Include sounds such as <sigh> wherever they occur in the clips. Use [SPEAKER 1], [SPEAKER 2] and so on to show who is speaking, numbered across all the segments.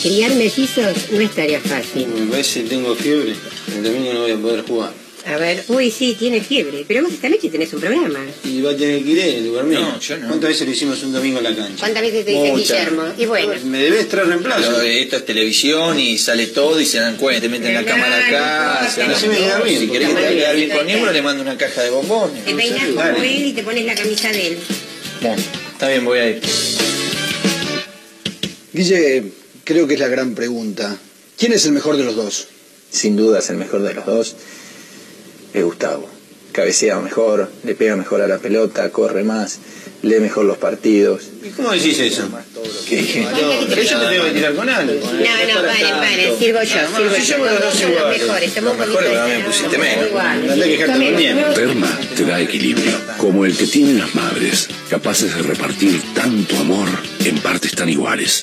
[SPEAKER 1] Criar mellizos no es tarea fácil.
[SPEAKER 2] Me parece que tengo fiebre. El domingo no voy a poder jugar.
[SPEAKER 1] A ver, uy, sí, tiene fiebre. Pero vos esta noche tenés un programa.
[SPEAKER 2] Y va a tener que ir él, lugar mío.
[SPEAKER 3] No, yo no.
[SPEAKER 2] ¿Cuántas veces lo hicimos un domingo en la cancha?
[SPEAKER 1] ¿Cuántas veces te dice
[SPEAKER 2] Muchas.
[SPEAKER 1] Guillermo? Y bueno.
[SPEAKER 2] Me debes tres
[SPEAKER 3] Pero
[SPEAKER 2] reemplazos.
[SPEAKER 3] esto es televisión y sale todo y se dan cuenta, te meten la
[SPEAKER 1] Claro,
[SPEAKER 3] cámara acá,
[SPEAKER 1] no,
[SPEAKER 3] se dan
[SPEAKER 1] no se me
[SPEAKER 2] queda bien,
[SPEAKER 3] Si querés que
[SPEAKER 1] porque
[SPEAKER 3] te haga quedar
[SPEAKER 1] no
[SPEAKER 3] bien
[SPEAKER 1] me
[SPEAKER 3] con
[SPEAKER 1] queda
[SPEAKER 3] Niembro,
[SPEAKER 1] bien.
[SPEAKER 3] le mando una caja de bombones.
[SPEAKER 1] Te peinas como
[SPEAKER 2] dale.
[SPEAKER 1] él y te pones la camisa de él.
[SPEAKER 3] Bueno, está bien, voy a ir.
[SPEAKER 4] Guille, creo que es la gran pregunta. ¿Quién es el mejor de los dos?
[SPEAKER 5] Sin dudas el mejor de los dos es Gustavo. Cabecea mejor, le pega mejor a la pelota, corre más, lee mejor los partidos.
[SPEAKER 2] ¿Y cómo decís eso? Pero yo te tengo que tirar con algo.
[SPEAKER 6] eh,
[SPEAKER 1] No, no, paren, paren, sirvo yo, sirvo
[SPEAKER 2] si
[SPEAKER 1] yo.
[SPEAKER 2] somos los dos
[SPEAKER 1] Somos los
[SPEAKER 2] iguales.
[SPEAKER 1] mejores, somos
[SPEAKER 3] Los
[SPEAKER 1] un
[SPEAKER 3] mejores,
[SPEAKER 1] poquito
[SPEAKER 3] pero
[SPEAKER 1] de-
[SPEAKER 3] me pusiste
[SPEAKER 1] somos
[SPEAKER 3] menos.
[SPEAKER 1] iguales.
[SPEAKER 2] Andá a quejarte con Niembro.
[SPEAKER 7] Perma te da equilibrio, como el que tienen las madres, capaces de repartir tanto amor en partes tan iguales.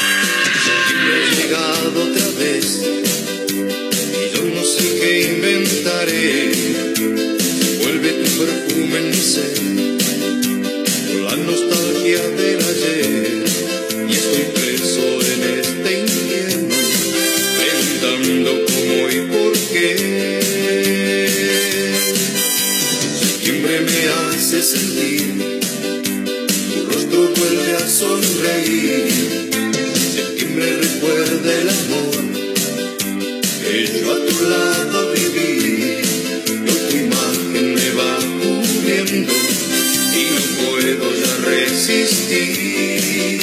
[SPEAKER 8] He llegado otra vez y hoy no sé qué inventaré. Vuelve tu perfume en mi ser, con la nostalgia del ayer. Y estoy preso en este infierno, preguntando cómo y por qué. Septiembre me hace sentir, tu rostro vuelve a sonreír. Septiembre recuerda el amor que yo a tu lado viví. Yo tu imagen me va cubriendo y no puedo ya resistir.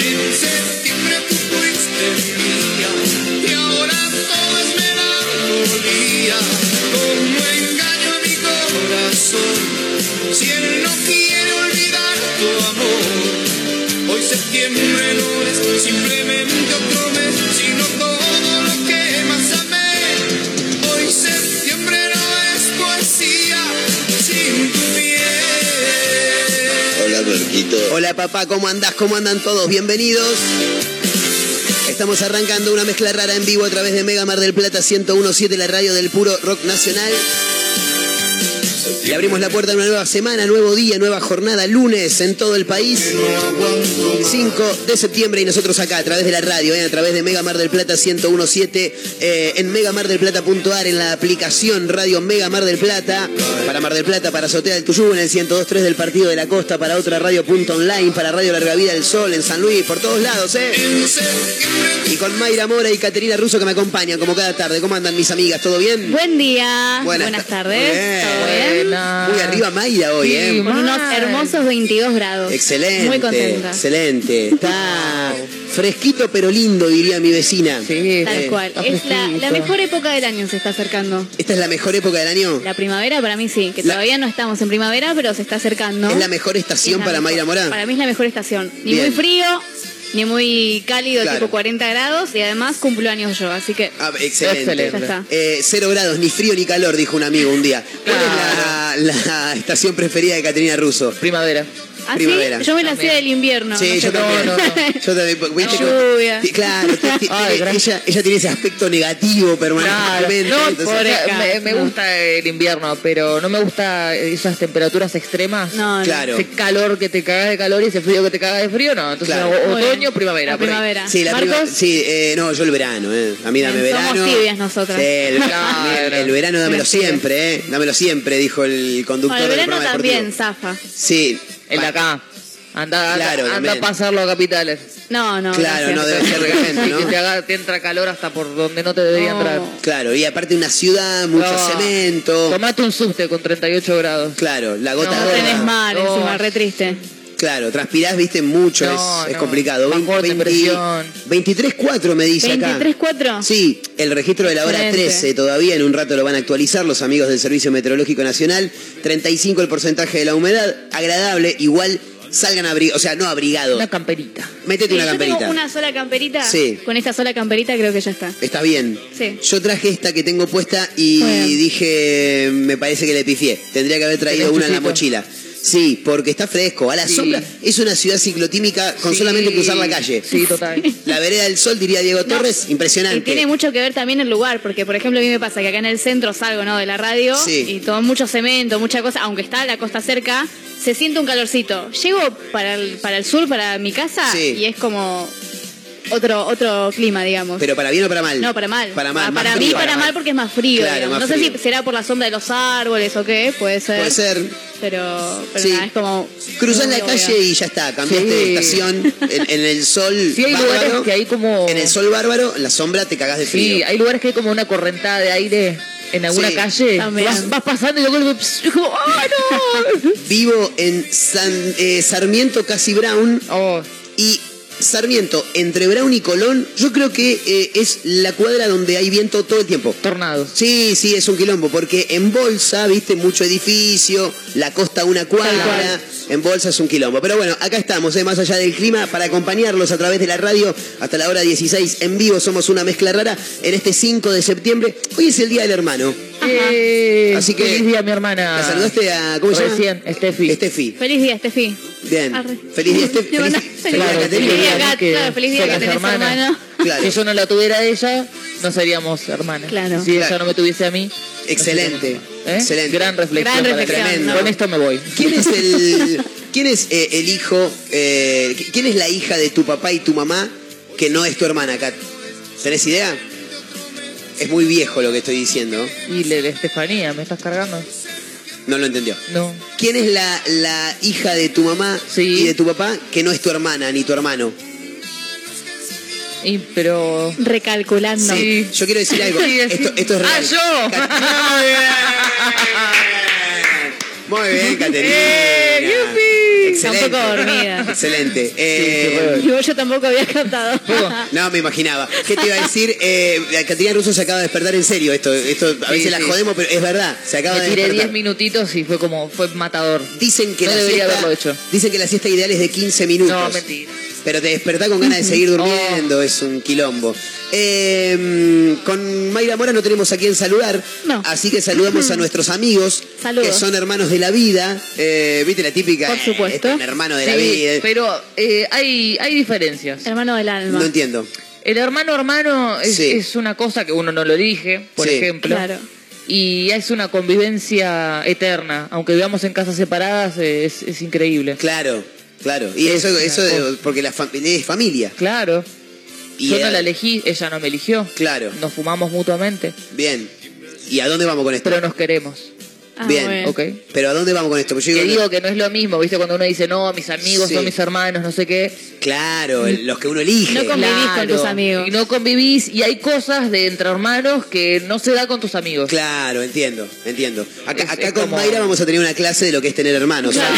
[SPEAKER 8] En septiembre tú fuiste mía y ahora todo es melancolía. Como engaño a mi corazón, si él no quiere olvidar tu amor. Hoy septiembre no es simplemente otro mes, sino todo lo que más amé. Hoy septiembre no es poesía sin tu piel.
[SPEAKER 9] Hola, Marquito.
[SPEAKER 6] Hola papá, ¿cómo andás? ¿Cómo andan todos? Bienvenidos. Estamos arrancando una mezcla rara en vivo a través de Mega Mar del Plata 1017, la radio del puro rock nacional. Le abrimos la puerta a una nueva semana, nuevo día, nueva jornada, lunes en todo el país. 5 de septiembre y nosotros acá a través de la radio, eh, a través de Mega Mar del Plata 1017, eh, en megamardelplata.ar, en la aplicación Radio Mega Mar del Plata, para Mar del Plata, para Azotea del Tuyú, en el 1023 del Partido de la Costa, para otra radio punto online, para Radio Larga Vida del Sol, en San Luis, por todos lados, ¿eh?
[SPEAKER 8] En septiembre
[SPEAKER 6] Y con Mayra Mora y Caterina Russo que me acompañan como cada tarde. ¿Cómo andan mis amigas? ¿Todo bien?
[SPEAKER 10] Buen día.
[SPEAKER 6] Buenas
[SPEAKER 10] Buenas,
[SPEAKER 6] ta-
[SPEAKER 10] tardes. ¿Todo bien?
[SPEAKER 6] Muy arriba Mayra hoy, ¿eh?
[SPEAKER 10] Con unos hermosos 22 grados.
[SPEAKER 6] Excelente.
[SPEAKER 10] Muy contenta.
[SPEAKER 6] Excelente. Está fresquito pero lindo, diría mi vecina. Eh,
[SPEAKER 10] Tal cual. Es la, la mejor época del año se está acercando.
[SPEAKER 6] ¿Esta es la mejor época del año?
[SPEAKER 10] La primavera para mí sí, que
[SPEAKER 6] La-
[SPEAKER 10] todavía no estamos en primavera, pero se está acercando.
[SPEAKER 6] ¿Es la mejor estación
[SPEAKER 10] Es la
[SPEAKER 6] para
[SPEAKER 10] mejor-
[SPEAKER 6] Mayra Morán?
[SPEAKER 10] Para mí es la mejor estación. Ni
[SPEAKER 6] Bien.
[SPEAKER 10] muy frío, ni muy cálido,
[SPEAKER 6] Claro.
[SPEAKER 10] tipo 40 grados, y además cumplo años yo, así que
[SPEAKER 6] Ah, excelente.
[SPEAKER 10] ya está.
[SPEAKER 6] Eh, cero grados, ni frío ni calor, dijo un amigo un día. ¿Cuál es la, la estación preferida de Caterina Russo?
[SPEAKER 11] Primavera.
[SPEAKER 10] Así
[SPEAKER 6] Primavera.
[SPEAKER 10] ¿Ah, yo me la hacía del invierno.
[SPEAKER 6] Sí,
[SPEAKER 10] no
[SPEAKER 6] yo
[SPEAKER 10] sé por
[SPEAKER 6] también.
[SPEAKER 10] qué.
[SPEAKER 6] <laughs> Yo también. porque viste
[SPEAKER 10] No.
[SPEAKER 6] que-
[SPEAKER 10] Lluvia.
[SPEAKER 6] ti-
[SPEAKER 11] <laughs>
[SPEAKER 6] Claro, ti- ti-
[SPEAKER 11] Ay,
[SPEAKER 6] tiene-
[SPEAKER 11] gran-
[SPEAKER 6] ella, ella tiene ese aspecto negativo
[SPEAKER 11] Claro,
[SPEAKER 6] permanentemente.
[SPEAKER 11] no,
[SPEAKER 6] entonces-
[SPEAKER 11] por-
[SPEAKER 10] acá,
[SPEAKER 11] me, me
[SPEAKER 10] no.
[SPEAKER 11] gusta el invierno, pero no me gusta esas temperaturas extremas.
[SPEAKER 10] No, no.
[SPEAKER 6] Claro.
[SPEAKER 11] Ese calor que te cagas de calor y ese frío que te cagas de frío, no. Entonces,
[SPEAKER 6] Claro.
[SPEAKER 11] o-
[SPEAKER 10] Muy bien.
[SPEAKER 11] otoño, primavera.
[SPEAKER 10] La
[SPEAKER 11] por ahí.
[SPEAKER 10] primavera.
[SPEAKER 6] Sí, la prima-
[SPEAKER 10] Marcos,
[SPEAKER 6] sí eh, no, yo el verano, eh. A mí dame
[SPEAKER 10] Bien, somos
[SPEAKER 6] verano.
[SPEAKER 10] tibias nosotras.
[SPEAKER 6] Sí, el,
[SPEAKER 11] Claro.
[SPEAKER 6] el verano dámelo
[SPEAKER 11] Somos tibias.
[SPEAKER 6] siempre, eh. Dámelo siempre, dijo el conductor
[SPEAKER 10] con el
[SPEAKER 6] del
[SPEAKER 10] verano
[SPEAKER 6] programa
[SPEAKER 10] también,
[SPEAKER 6] deportivo.
[SPEAKER 10] zafa.
[SPEAKER 6] Sí.
[SPEAKER 11] El de acá. Anda, anda-
[SPEAKER 6] Claro,
[SPEAKER 11] anda
[SPEAKER 6] también.
[SPEAKER 11] a pasarlo a capitales.
[SPEAKER 10] No, no.
[SPEAKER 6] Claro,
[SPEAKER 10] gracias.
[SPEAKER 6] no, debe ser
[SPEAKER 11] <laughs> Sí,
[SPEAKER 6] regente,
[SPEAKER 11] que te,
[SPEAKER 6] ¿no?
[SPEAKER 11] haga- te entra calor hasta por donde no te debería
[SPEAKER 10] No.
[SPEAKER 11] entrar.
[SPEAKER 6] Claro, y aparte una ciudad, mucho
[SPEAKER 11] No.
[SPEAKER 6] cemento.
[SPEAKER 11] Tomate un suste con 38 grados.
[SPEAKER 6] Claro, la gota
[SPEAKER 11] No,
[SPEAKER 10] No
[SPEAKER 6] gorda.
[SPEAKER 10] tenés mar
[SPEAKER 11] No.
[SPEAKER 10] encima, re triste.
[SPEAKER 6] Claro, transpirás, viste, mucho,
[SPEAKER 11] No,
[SPEAKER 6] es, es
[SPEAKER 11] no.
[SPEAKER 6] complicado. Vein-
[SPEAKER 11] Bajón de
[SPEAKER 6] 20
[SPEAKER 11] presión.
[SPEAKER 6] 23.4 me dice acá.
[SPEAKER 10] 23.4.
[SPEAKER 6] Sí, el registro de la hora
[SPEAKER 10] Excelente.
[SPEAKER 6] 13 todavía, en un rato lo van a actualizar los amigos del Servicio Meteorológico Nacional. 35 el porcentaje de la humedad, agradable, igual salgan abrigados, o sea, no abrigados. Una
[SPEAKER 11] camperita.
[SPEAKER 6] Métete
[SPEAKER 10] Sí,
[SPEAKER 6] una
[SPEAKER 10] Eh, yo
[SPEAKER 6] camperita.
[SPEAKER 10] tengo una sola camperita.
[SPEAKER 6] Sí.
[SPEAKER 10] Con esta sola camperita creo que ya está.
[SPEAKER 6] Está bien.
[SPEAKER 10] Sí.
[SPEAKER 6] Yo traje esta que tengo puesta y
[SPEAKER 10] Bueno.
[SPEAKER 6] dije, me parece que le pifié. Tendría que haber traído
[SPEAKER 11] Tenés
[SPEAKER 6] una en la
[SPEAKER 11] chufito.
[SPEAKER 6] mochila. Sí, porque está fresco. A la
[SPEAKER 11] Sí.
[SPEAKER 6] sombra es una ciudad ciclotímica con
[SPEAKER 11] Sí.
[SPEAKER 6] solamente cruzar la calle.
[SPEAKER 11] Sí, total.
[SPEAKER 6] <laughs> La vereda del sol, diría Diego Torres,
[SPEAKER 10] Y
[SPEAKER 6] impresionante.
[SPEAKER 10] tiene mucho que ver también el lugar, porque por ejemplo a mí me pasa que acá en el centro salgo ¿no? de la radio
[SPEAKER 6] Sí.
[SPEAKER 10] y todo mucho cemento, mucha cosa, aunque está la costa cerca, se siente un calorcito. Llego para el, para el sur, para mi casa,
[SPEAKER 6] Sí.
[SPEAKER 10] y es como otro, otro clima, digamos.
[SPEAKER 6] Pero para bien o para mal.
[SPEAKER 10] No, para mal.
[SPEAKER 6] Para mal,
[SPEAKER 10] Ah,
[SPEAKER 6] más
[SPEAKER 10] para mí,
[SPEAKER 6] frío.
[SPEAKER 10] para mal porque es más frío.
[SPEAKER 6] Claro,
[SPEAKER 10] digamos.
[SPEAKER 6] más
[SPEAKER 10] no sé
[SPEAKER 6] frío.
[SPEAKER 10] si será por la sombra de los árboles o qué, puede ser.
[SPEAKER 6] Puede ser.
[SPEAKER 10] Pero, pero
[SPEAKER 6] Sí.
[SPEAKER 10] nada, es como.
[SPEAKER 6] Cruzás
[SPEAKER 10] muy
[SPEAKER 6] la
[SPEAKER 10] obvio.
[SPEAKER 6] calle y ya está, cambiaste Este,
[SPEAKER 11] Sí.
[SPEAKER 6] de estación. En, en el sol
[SPEAKER 11] Sí, hay
[SPEAKER 6] bárbaro,
[SPEAKER 11] lugares que hay como.
[SPEAKER 6] en el sol bárbaro, en la sombra te cagás de frío.
[SPEAKER 11] Sí, hay lugares que hay como una correntada de aire en alguna
[SPEAKER 6] Sí.
[SPEAKER 11] calle.
[SPEAKER 10] También.
[SPEAKER 11] Vas, vas pasando y de golpe. pss, y como, ¡Ah, no!
[SPEAKER 6] <laughs> Vivo en San- eh, Sarmiento, casi Brown.
[SPEAKER 11] Oh.
[SPEAKER 6] Y Sarmiento, entre Brown y Colón, yo creo que eh, es la cuadra donde hay viento todo el tiempo.
[SPEAKER 11] Tornados.
[SPEAKER 6] Sí, sí, es un quilombo, porque en Bolsa, viste, mucho edificio, la costa una cuadra,
[SPEAKER 11] cual.
[SPEAKER 6] en Bolsa es un quilombo. Pero bueno, acá estamos, eh, más allá del clima, para acompañarlos a través de la radio hasta la hora 16 en vivo. Somos una mezcla rara en este 5 de septiembre. Hoy es el Día del Hermano.
[SPEAKER 11] Eh,
[SPEAKER 6] Así que-
[SPEAKER 11] Feliz día, mi hermana.
[SPEAKER 6] La saludaste a, ¿cómo se llama?
[SPEAKER 11] Recién, Steffi.
[SPEAKER 6] Estefi.
[SPEAKER 10] Feliz día, Estefi.
[SPEAKER 6] Bien.
[SPEAKER 10] Arre.
[SPEAKER 6] Feliz día, Estefi.
[SPEAKER 10] Le
[SPEAKER 6] Feliz,
[SPEAKER 10] mandás-
[SPEAKER 6] feliz día,
[SPEAKER 11] Claro,
[SPEAKER 6] Caterina.
[SPEAKER 10] feliz día,
[SPEAKER 11] Claro,
[SPEAKER 10] Kat.
[SPEAKER 11] que
[SPEAKER 10] Claro, feliz día
[SPEAKER 11] somos
[SPEAKER 10] que tenés
[SPEAKER 11] hermanas.
[SPEAKER 10] hermano.
[SPEAKER 6] Claro.
[SPEAKER 11] Si yo no la tuviera a ella, no seríamos hermanas.
[SPEAKER 10] Claro.
[SPEAKER 11] Si ella
[SPEAKER 6] Claro.
[SPEAKER 11] no me tuviese a mí.
[SPEAKER 6] Excelente.
[SPEAKER 11] ¿eh?
[SPEAKER 6] Excelente.
[SPEAKER 11] Gran reflexión.
[SPEAKER 10] Gran
[SPEAKER 11] para mí.
[SPEAKER 10] reflexión,
[SPEAKER 6] Tremendo. ¿no?
[SPEAKER 11] Con esto me voy.
[SPEAKER 6] ¿Quién es el, quién es, eh, el hijo, eh, qui- quién es la hija de tu papá y tu mamá que no es tu hermana, Kat? ¿Tenés idea? Es muy viejo lo que estoy diciendo.
[SPEAKER 11] Y le, Estefanía, ¿me estás cargando?
[SPEAKER 6] No lo entendió.
[SPEAKER 11] No.
[SPEAKER 6] ¿Quién es la, la hija de tu mamá
[SPEAKER 11] Sí.
[SPEAKER 6] y de tu papá que no es tu hermana ni tu hermano?
[SPEAKER 11] Y, pero.
[SPEAKER 10] Recalculando.
[SPEAKER 11] Sí.
[SPEAKER 6] Yo quiero decir algo.
[SPEAKER 11] Sí, sí.
[SPEAKER 6] Esto, esto es
[SPEAKER 11] ¡Ah,
[SPEAKER 6] real.
[SPEAKER 11] yo!
[SPEAKER 6] Muy bien, Caterina.
[SPEAKER 11] ¡Eh, yupi!
[SPEAKER 6] Excelente.
[SPEAKER 10] Tampoco dormida.
[SPEAKER 6] Excelente. Eh,
[SPEAKER 10] Y vos yo tampoco había captado.
[SPEAKER 6] No, me imaginaba. ¿Qué te iba a decir? Eh, Caterina Russo se acaba de despertar en serio esto. Esto a
[SPEAKER 11] Sí,
[SPEAKER 6] veces la
[SPEAKER 11] sí.
[SPEAKER 6] jodemos, pero es verdad. Se acaba
[SPEAKER 11] Me
[SPEAKER 6] de
[SPEAKER 11] tiré 10
[SPEAKER 6] despertar.
[SPEAKER 11] minutitos y fue como. Fue matador.
[SPEAKER 6] Dicen que
[SPEAKER 11] No
[SPEAKER 6] la
[SPEAKER 11] debería
[SPEAKER 6] siesta,
[SPEAKER 11] haberlo hecho.
[SPEAKER 6] Dicen que la siesta ideal es de 15 minutos.
[SPEAKER 11] No, mentira.
[SPEAKER 6] Pero te despertás con ganas de seguir durmiendo, es un quilombo. Eh, con Mayra Mora no tenemos a quién saludar,
[SPEAKER 10] No. Mm.
[SPEAKER 6] así que saludamos a nuestros amigos,
[SPEAKER 10] Saludos.
[SPEAKER 6] que son hermanos de la vida. Eh, ¿Viste la típica?
[SPEAKER 10] Por
[SPEAKER 6] eh,
[SPEAKER 10] supuesto.
[SPEAKER 6] este es un hermano de la
[SPEAKER 11] Sí,
[SPEAKER 6] vida.
[SPEAKER 11] Pero eh, hay, hay diferencias.
[SPEAKER 10] Hermano del alma.
[SPEAKER 6] No entiendo.
[SPEAKER 11] El hermano hermano es,
[SPEAKER 6] Sí.
[SPEAKER 11] es una cosa que uno no lo elige, por
[SPEAKER 6] Sí.
[SPEAKER 11] ejemplo.
[SPEAKER 10] Claro.
[SPEAKER 11] Y es una convivencia eterna. Aunque vivamos en casas separadas, eh, es, es increíble.
[SPEAKER 6] Claro, claro. Y eso, eso eh, porque la familia es familia.
[SPEAKER 11] Claro.
[SPEAKER 6] Y
[SPEAKER 11] Yo
[SPEAKER 6] eh,
[SPEAKER 11] no la elegí, ella no me eligió.
[SPEAKER 6] Claro.
[SPEAKER 11] Nos fumamos mutuamente,
[SPEAKER 6] Bien. ¿Y a dónde vamos con esto?
[SPEAKER 11] pero nos queremos.
[SPEAKER 10] Ah,
[SPEAKER 6] bien.
[SPEAKER 10] bueno.
[SPEAKER 11] ¿Ok?
[SPEAKER 6] Pero ¿a dónde vamos con esto? Porque yo
[SPEAKER 11] Que
[SPEAKER 6] digo,
[SPEAKER 11] digo que no es lo mismo, ¿viste? Cuando uno dice, no, mis amigos
[SPEAKER 6] Sí.
[SPEAKER 11] son mis hermanos, no sé qué.
[SPEAKER 6] claro, el- los que uno elige.
[SPEAKER 10] No convivís con tus amigos.
[SPEAKER 11] Y no convivís. Y hay cosas de entre hermanos que no se da con tus amigos.
[SPEAKER 6] Claro, entiendo, entiendo. Acá,
[SPEAKER 11] Es-
[SPEAKER 6] acá
[SPEAKER 11] es
[SPEAKER 6] con
[SPEAKER 11] como-
[SPEAKER 6] Mayra vamos a tener una clase de lo que es tener hermanos.
[SPEAKER 11] Claro.
[SPEAKER 6] <laughs>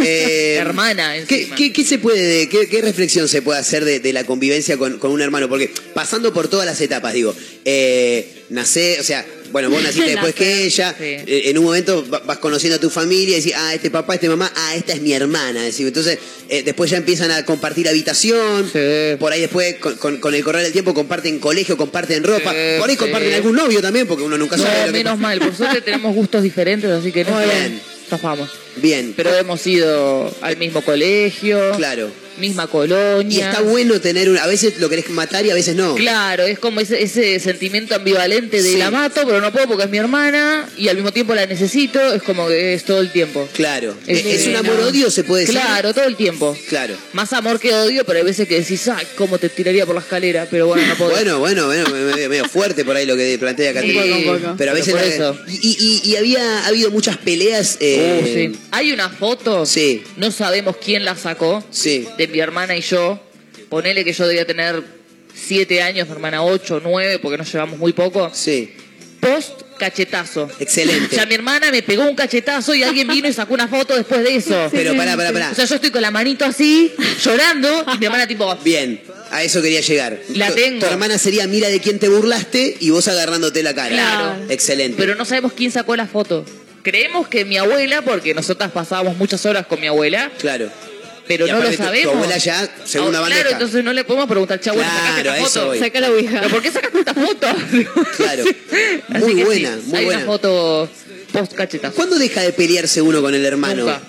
[SPEAKER 6] Eh,
[SPEAKER 11] Hermana,
[SPEAKER 6] ¿qué,
[SPEAKER 11] encima.
[SPEAKER 6] qué, qué se puede, qué, qué reflexión se puede hacer de, de la convivencia con, con un hermano? Porque pasando por todas las etapas, digo, eh, nacé, o sea, bueno, vos naciste después que ella,
[SPEAKER 11] Sí.
[SPEAKER 6] eh, en un momento va- vas conociendo a tu familia y decís, ah, este papá, este mamá, ah, esta es mi hermana. decís. Entonces, eh, después ya empiezan a compartir habitación,
[SPEAKER 11] Sí.
[SPEAKER 6] por ahí después con, con- con el correr del tiempo comparten colegio, comparten ropa,
[SPEAKER 11] Sí,
[SPEAKER 6] por ahí
[SPEAKER 11] sí.
[SPEAKER 6] comparten algún novio también, porque uno nunca sabe.
[SPEAKER 11] No,
[SPEAKER 6] lo que
[SPEAKER 11] menos
[SPEAKER 6] pasa.
[SPEAKER 11] mal. Por suerte tenemos gustos diferentes, así que no
[SPEAKER 6] Muy
[SPEAKER 11] estamos-
[SPEAKER 6] bien.
[SPEAKER 11] zafamos.
[SPEAKER 6] Bien,
[SPEAKER 11] Pero hemos ido al mismo colegio,
[SPEAKER 6] claro.
[SPEAKER 11] misma colonia.
[SPEAKER 6] Y está bueno tener un, a veces lo querés matar y a veces no.
[SPEAKER 11] Claro, es como ese, ese sentimiento ambivalente de
[SPEAKER 6] Sí.
[SPEAKER 11] la mato, pero no puedo porque es mi hermana y al mismo tiempo la necesito, es como que es todo el tiempo.
[SPEAKER 6] Claro. Eh,
[SPEAKER 11] de-
[SPEAKER 6] Es, un
[SPEAKER 11] no.
[SPEAKER 6] amor-odio, se puede decir.
[SPEAKER 11] Claro, todo el tiempo.
[SPEAKER 6] Claro.
[SPEAKER 11] Más amor que odio, pero hay veces que decís, ay, cómo te tiraría por la escalera, pero
[SPEAKER 6] <laughs>
[SPEAKER 11] bueno, no puedo.
[SPEAKER 6] Bueno, bueno, bueno, me- medio, medio fuerte por ahí lo que plantea Caterina.
[SPEAKER 11] Sí,
[SPEAKER 6] Pero a veces.
[SPEAKER 11] por
[SPEAKER 6] la-
[SPEAKER 11] eso.
[SPEAKER 6] y, y- y había ha habido muchas peleas.
[SPEAKER 11] Uh,
[SPEAKER 6] eh,
[SPEAKER 11] sí. Hay una foto,
[SPEAKER 6] Sí.
[SPEAKER 11] no sabemos quién la sacó,
[SPEAKER 6] Sí.
[SPEAKER 11] de mi hermana y yo. Ponele que yo debía tener siete años, mi hermana ocho, nueve, porque nos llevamos muy poco.
[SPEAKER 6] sí.
[SPEAKER 11] Post cachetazo.
[SPEAKER 6] Excelente.
[SPEAKER 11] O sea, mi hermana me pegó un cachetazo y alguien vino y sacó una foto después de eso.
[SPEAKER 6] Pero pará, pará, pará.
[SPEAKER 11] O sea, yo estoy con la manito así, llorando, y mi hermana tipo,
[SPEAKER 6] Bien, a eso quería llegar.
[SPEAKER 11] La
[SPEAKER 6] Tu-
[SPEAKER 11] tengo.
[SPEAKER 6] Tu hermana sería mira de quién te burlaste y vos agarrándote la cara.
[SPEAKER 11] Claro.
[SPEAKER 6] Excelente.
[SPEAKER 11] pero no sabemos quién sacó la foto. Creemos que mi abuela, porque nosotras pasábamos muchas horas con mi abuela,
[SPEAKER 6] Claro.
[SPEAKER 11] pero
[SPEAKER 6] Y
[SPEAKER 11] no lo
[SPEAKER 6] aparte tu-
[SPEAKER 11] sabemos.
[SPEAKER 6] Tu abuela ya, segunda
[SPEAKER 11] Ah,
[SPEAKER 6] bandeja.
[SPEAKER 11] Claro, entonces no le podemos preguntar, che, abuela,
[SPEAKER 6] Claro,
[SPEAKER 11] sacaste
[SPEAKER 6] a
[SPEAKER 11] esta
[SPEAKER 6] eso
[SPEAKER 11] foto.
[SPEAKER 6] voy. Saca
[SPEAKER 10] la ouija.
[SPEAKER 11] ¿Pero por qué sacaste esta foto? <laughs>
[SPEAKER 6] Claro.
[SPEAKER 11] Así
[SPEAKER 6] Muy
[SPEAKER 11] que
[SPEAKER 6] buena,
[SPEAKER 11] sí,
[SPEAKER 6] muy
[SPEAKER 11] hay
[SPEAKER 6] buena.
[SPEAKER 11] una foto post cachetazo.
[SPEAKER 6] ¿Cuándo deja de pelearse uno con el hermano?
[SPEAKER 11] Nunca.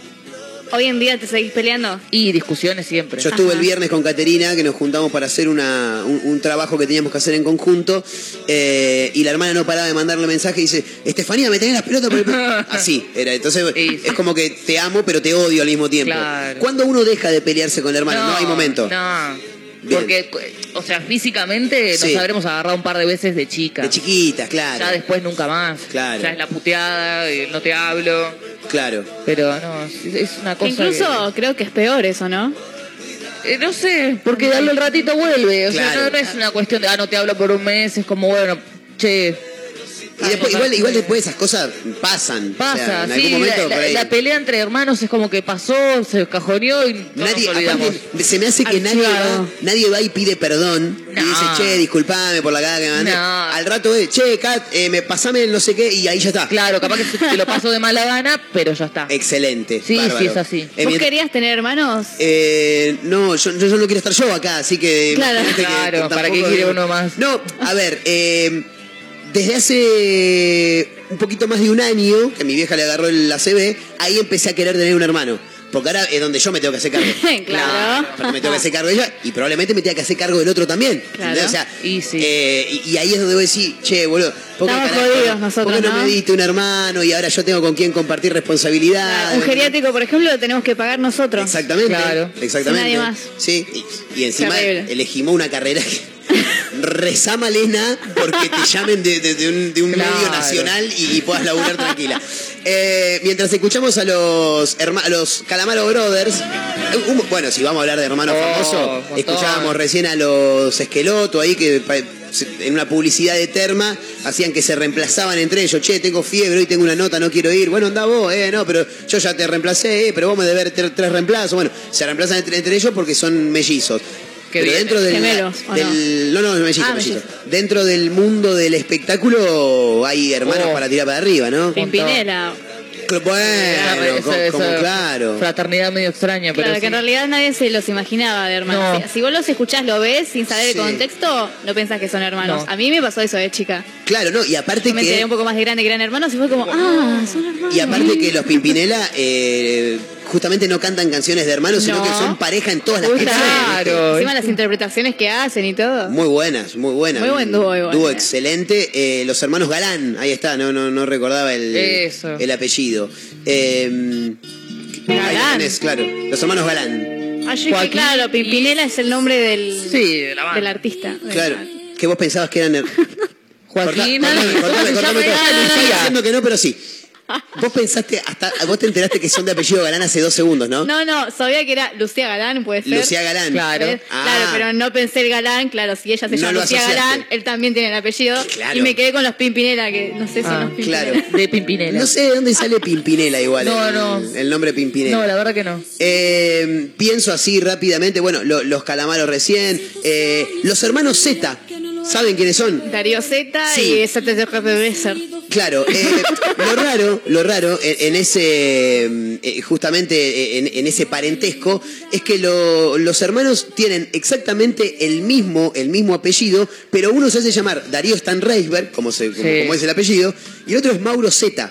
[SPEAKER 10] Hoy en día te seguís peleando.
[SPEAKER 11] Y discusiones siempre.
[SPEAKER 6] Yo estuve el viernes con Caterina, que nos juntamos para hacer una- un, un trabajo que teníamos que hacer en conjunto, eh, y la hermana no paraba de mandarle mensaje y dice, Estefanía, me tenés las pelotas por el pe-".
[SPEAKER 11] <laughs>
[SPEAKER 6] <laughs> Así era. Entonces es como que te amo, pero te odio al mismo tiempo.
[SPEAKER 11] Claro.
[SPEAKER 6] ¿Cuándo uno deja de pelearse con el hermano? No, hay momento.
[SPEAKER 11] No.
[SPEAKER 6] Bien.
[SPEAKER 11] Porque, o sea, físicamente
[SPEAKER 6] Sí.
[SPEAKER 11] nos habremos agarrado un par de veces de chica.
[SPEAKER 6] De chiquitas, claro.
[SPEAKER 11] Ya después nunca más.
[SPEAKER 6] Claro.
[SPEAKER 11] Ya es la puteada, eh, no te hablo.
[SPEAKER 6] Claro.
[SPEAKER 11] Pero no, es- es una
[SPEAKER 10] Que
[SPEAKER 11] cosa.
[SPEAKER 10] incluso creo que es peor eso, ¿no?
[SPEAKER 11] que- eh, no sé, porque darle el ratito vuelve. O sea,
[SPEAKER 6] Claro.
[SPEAKER 11] no, no es una cuestión de, ah, no te hablo por un mes. Es como, bueno, che.
[SPEAKER 6] Y después- igual, igual después esas cosas pasan. O sea,
[SPEAKER 11] Pasa,
[SPEAKER 6] en
[SPEAKER 11] sí.
[SPEAKER 6] algún momento
[SPEAKER 11] la, la-
[SPEAKER 6] por ahí.
[SPEAKER 11] la pelea entre hermanos es como que pasó, se cajoneó y no
[SPEAKER 6] Nadie,
[SPEAKER 11] nos olvidamos.
[SPEAKER 6] aparte, se me hace que nadie va, nadie va y pide perdón y
[SPEAKER 11] No.
[SPEAKER 6] dice, che, disculpame por la cagada que me mandé.
[SPEAKER 11] No.
[SPEAKER 6] Al rato es, che, Kat, eh, me pasame el no sé qué y ahí ya está.
[SPEAKER 11] Claro, capaz que se- te lo paso de mala gana, pero ya está.
[SPEAKER 6] Excelente.
[SPEAKER 11] Sí,
[SPEAKER 6] bárbaro.
[SPEAKER 11] sí, es así.
[SPEAKER 6] Eh,
[SPEAKER 10] ¿Vos
[SPEAKER 6] mientras-
[SPEAKER 10] querías tener hermanos?
[SPEAKER 6] eh, no, yo, yo- yo no quiero estar yo acá, así que.
[SPEAKER 10] Claro.
[SPEAKER 6] imagínate
[SPEAKER 11] Claro, ¿para
[SPEAKER 6] tampoco
[SPEAKER 11] qué quiere
[SPEAKER 6] digo-
[SPEAKER 11] uno más?
[SPEAKER 6] No, a ver, eh, desde hace un poquito más de un año que mi vieja le agarró el ACB, ahí empecé a querer tener un hermano. Porque ahora es donde yo me tengo que hacer
[SPEAKER 11] <laughs>
[SPEAKER 6] cargo.
[SPEAKER 10] Claro.
[SPEAKER 6] porque me tengo que hacer cargo de ella y probablemente me tenga que hacer cargo del otro también.
[SPEAKER 10] Claro.
[SPEAKER 6] ¿entendés? O sea, eh, y, y ahí es donde voy a decir, che, boludo, ¿por qué,
[SPEAKER 10] Estamos
[SPEAKER 6] carajo,
[SPEAKER 10] jodidos
[SPEAKER 6] no-
[SPEAKER 10] nosotros,
[SPEAKER 6] ¿por qué no,
[SPEAKER 10] ¿no?
[SPEAKER 6] me diste un hermano y ahora yo tengo con quién compartir responsabilidad?
[SPEAKER 10] Un geriátrico, por ejemplo, lo tenemos que pagar nosotros.
[SPEAKER 6] Exactamente. Exactamente.
[SPEAKER 10] Nadie más.
[SPEAKER 6] Sí, y, y encima
[SPEAKER 10] Terrible.
[SPEAKER 6] elegimos una carrera que <laughs> rezá Malena porque te llamen de, de- de un, de un
[SPEAKER 11] Claro.
[SPEAKER 6] medio nacional y, y puedas laburar tranquila. Eh, mientras escuchamos a los herma- a los Calamaro Brothers, eh, un- bueno, si vamos a hablar de hermanos
[SPEAKER 11] Oh,
[SPEAKER 6] famosos,
[SPEAKER 11] montón.
[SPEAKER 6] escuchábamos recién a los Esqueloto ahí que pa- se- en una publicidad de terma hacían que se reemplazaban entre ellos, che, tengo fiebre, hoy tengo una nota, no quiero ir, bueno, anda vos, eh, no, pero yo ya te reemplacé, eh, pero vos me debes tre- tres reemplazos, bueno, se reemplazan entre, entre ellos porque son mellizos.
[SPEAKER 11] Qué
[SPEAKER 6] pero
[SPEAKER 11] bien.
[SPEAKER 6] dentro del,
[SPEAKER 10] Gemelos, ¿o
[SPEAKER 6] del-
[SPEAKER 10] no?
[SPEAKER 6] no, no, mellizos,
[SPEAKER 10] Ah,
[SPEAKER 6] mellizos. Dentro del mundo del espectáculo hay hermanos
[SPEAKER 11] Oh.
[SPEAKER 6] para tirar para arriba, ¿no?
[SPEAKER 10] Pimpinela.
[SPEAKER 6] Cl- Bueno,
[SPEAKER 11] Esa-
[SPEAKER 6] co-
[SPEAKER 11] esa-
[SPEAKER 6] como
[SPEAKER 11] esa
[SPEAKER 6] claro.
[SPEAKER 11] Fraternidad medio extraña, pero.
[SPEAKER 10] Claro, que en
[SPEAKER 11] sí.
[SPEAKER 10] realidad nadie se los imaginaba de hermanos.
[SPEAKER 11] No.
[SPEAKER 10] Si, si vos los escuchás, lo ves sin saber
[SPEAKER 6] Sí.
[SPEAKER 10] el contexto, no pensás que son hermanos.
[SPEAKER 11] No.
[SPEAKER 10] A mí me pasó eso de chica.
[SPEAKER 6] Claro, no, y aparte
[SPEAKER 10] Yo me enteré
[SPEAKER 6] que
[SPEAKER 10] un poco más de grande que eran hermanos y fue como, ah, son hermanos.
[SPEAKER 6] y aparte que los Pimpinela eh, justamente no cantan canciones de hermanos, sino
[SPEAKER 10] No.
[SPEAKER 6] que son pareja en todas las
[SPEAKER 10] Justo.
[SPEAKER 6] canciones. ¿viste?
[SPEAKER 11] Claro.
[SPEAKER 10] Encima las interpretaciones que hacen y todo.
[SPEAKER 6] Muy buenas, muy buenas.
[SPEAKER 10] Muy buen dúo igual, eh.
[SPEAKER 6] excelente. Eh, los hermanos Galán, ahí está, no, no, no recordaba el,
[SPEAKER 11] Eso.
[SPEAKER 6] el apellido. Eh, ahí lo
[SPEAKER 10] Galán.
[SPEAKER 6] tenés, claro. Los hermanos Galán.
[SPEAKER 10] Ah, yo dije,
[SPEAKER 11] Joaquín
[SPEAKER 10] claro, Pimpinela es el nombre del,
[SPEAKER 11] Sí, de la banda.
[SPEAKER 10] del artista.
[SPEAKER 6] Claro. Que vos pensabas que eran.
[SPEAKER 11] <laughs>
[SPEAKER 6] her- Cortame,
[SPEAKER 11] Joaquín.
[SPEAKER 6] cortame,
[SPEAKER 11] ¿cómo se
[SPEAKER 6] cortame todo.
[SPEAKER 11] llama? Ah,
[SPEAKER 6] Estoy
[SPEAKER 11] Lucía.
[SPEAKER 6] diciendo que no, pero sí. Vos pensaste, hasta vos te enteraste que son de apellido Galán hace dos segundos, ¿no?
[SPEAKER 10] No, no, sabía que era Lucía Galán, puede ser.
[SPEAKER 6] Lucía Galán.
[SPEAKER 11] Claro.
[SPEAKER 10] Puede-
[SPEAKER 6] Ah.
[SPEAKER 10] Claro, pero no pensé el Galán, claro, si ella se
[SPEAKER 6] No
[SPEAKER 10] llama
[SPEAKER 6] lo
[SPEAKER 10] Lucía
[SPEAKER 6] asociaste.
[SPEAKER 10] Galán, él también tiene el apellido.
[SPEAKER 6] Claro.
[SPEAKER 10] Y me quedé con los Pimpinela, que no sé si
[SPEAKER 11] Ah,
[SPEAKER 10] los Pimpinela.
[SPEAKER 6] claro.
[SPEAKER 11] De Pimpinela. Ah.
[SPEAKER 6] No sé de dónde sale Pimpinela igual.
[SPEAKER 11] No,
[SPEAKER 6] el,
[SPEAKER 11] no.
[SPEAKER 6] El nombre Pimpinela.
[SPEAKER 11] No, la verdad que no.
[SPEAKER 6] Eh, pienso así rápidamente, bueno, lo- los calamaros recién, eh, los hermanos Z, ¿saben quiénes son?
[SPEAKER 10] Darío Z
[SPEAKER 6] Sí.
[SPEAKER 10] y esa tercera Besser.
[SPEAKER 6] Claro, eh, lo raro, lo raro en, en ese, mm, eh, justamente en, en ese parentesco, es que lo- los hermanos tienen exactamente el mismo, el mismo apellido, pero uno se hace llamar Darío Stan Reisberg, como, se- como,
[SPEAKER 11] Sí.
[SPEAKER 6] como es el apellido, y el otro es Mauro Z.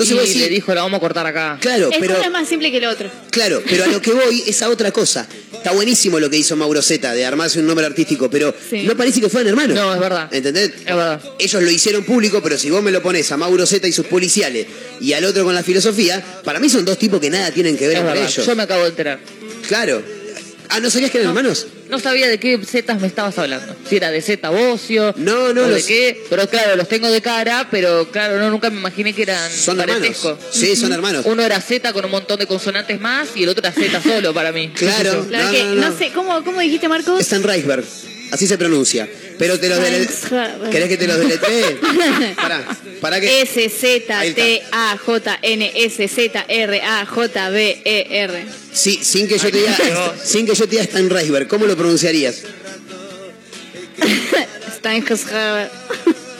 [SPEAKER 6] Entonces
[SPEAKER 11] y
[SPEAKER 6] vos decís,
[SPEAKER 11] le dijo, la vamos a cortar acá.
[SPEAKER 6] claro,
[SPEAKER 10] es
[SPEAKER 6] pero...
[SPEAKER 10] uno es más simple que el otro.
[SPEAKER 6] Claro, pero a lo que voy es a otra cosa. Está buenísimo lo que hizo Mauro Zeta de armarse un nombre artístico, pero
[SPEAKER 10] Sí.
[SPEAKER 6] no parece que fueran hermanos.
[SPEAKER 11] No, es verdad.
[SPEAKER 6] ¿Entendés?
[SPEAKER 11] Es verdad.
[SPEAKER 6] Ellos lo hicieron público, pero si vos me lo pones a Mauro Zeta y sus policiales y al otro con la filosofía, para mí son dos tipos que nada tienen que ver
[SPEAKER 11] Es
[SPEAKER 6] entre
[SPEAKER 11] verdad.
[SPEAKER 6] ellos.
[SPEAKER 11] Yo me acabo de enterar.
[SPEAKER 6] Claro. Ah, ¿no sabías que eran hermanos?
[SPEAKER 11] No sabía de qué Zetas me estabas hablando. Si era de Zeta Bocio.
[SPEAKER 6] No, no,
[SPEAKER 11] o de
[SPEAKER 6] los-
[SPEAKER 11] qué. Pero claro, los tengo de cara, pero claro, no, nunca me imaginé que eran
[SPEAKER 6] Son hermanos.
[SPEAKER 11] parentesco.
[SPEAKER 6] Sí, son hermanos.
[SPEAKER 11] Uno era Z con un montón de consonantes más y el otro era Z solo para mí.
[SPEAKER 6] Claro.
[SPEAKER 10] Claro
[SPEAKER 6] No,
[SPEAKER 10] que,
[SPEAKER 6] no,
[SPEAKER 10] no,
[SPEAKER 6] no.
[SPEAKER 10] sé, ¿cómo, cómo dijiste, Marcos?
[SPEAKER 6] Stan Reisberg. Así se pronuncia. Pero te los dele- ¿Querés que te los
[SPEAKER 10] <laughs>
[SPEAKER 6] deletree? Pará, pará que...
[SPEAKER 10] S-Z-T-A-J-N-S-Z-R-A-J-B-E-R.
[SPEAKER 6] Sí, sin que yo te diga, sin que yo te diga Stan Reisberg, ¿cómo lo pronunciarías?
[SPEAKER 10] Steinhaushaber.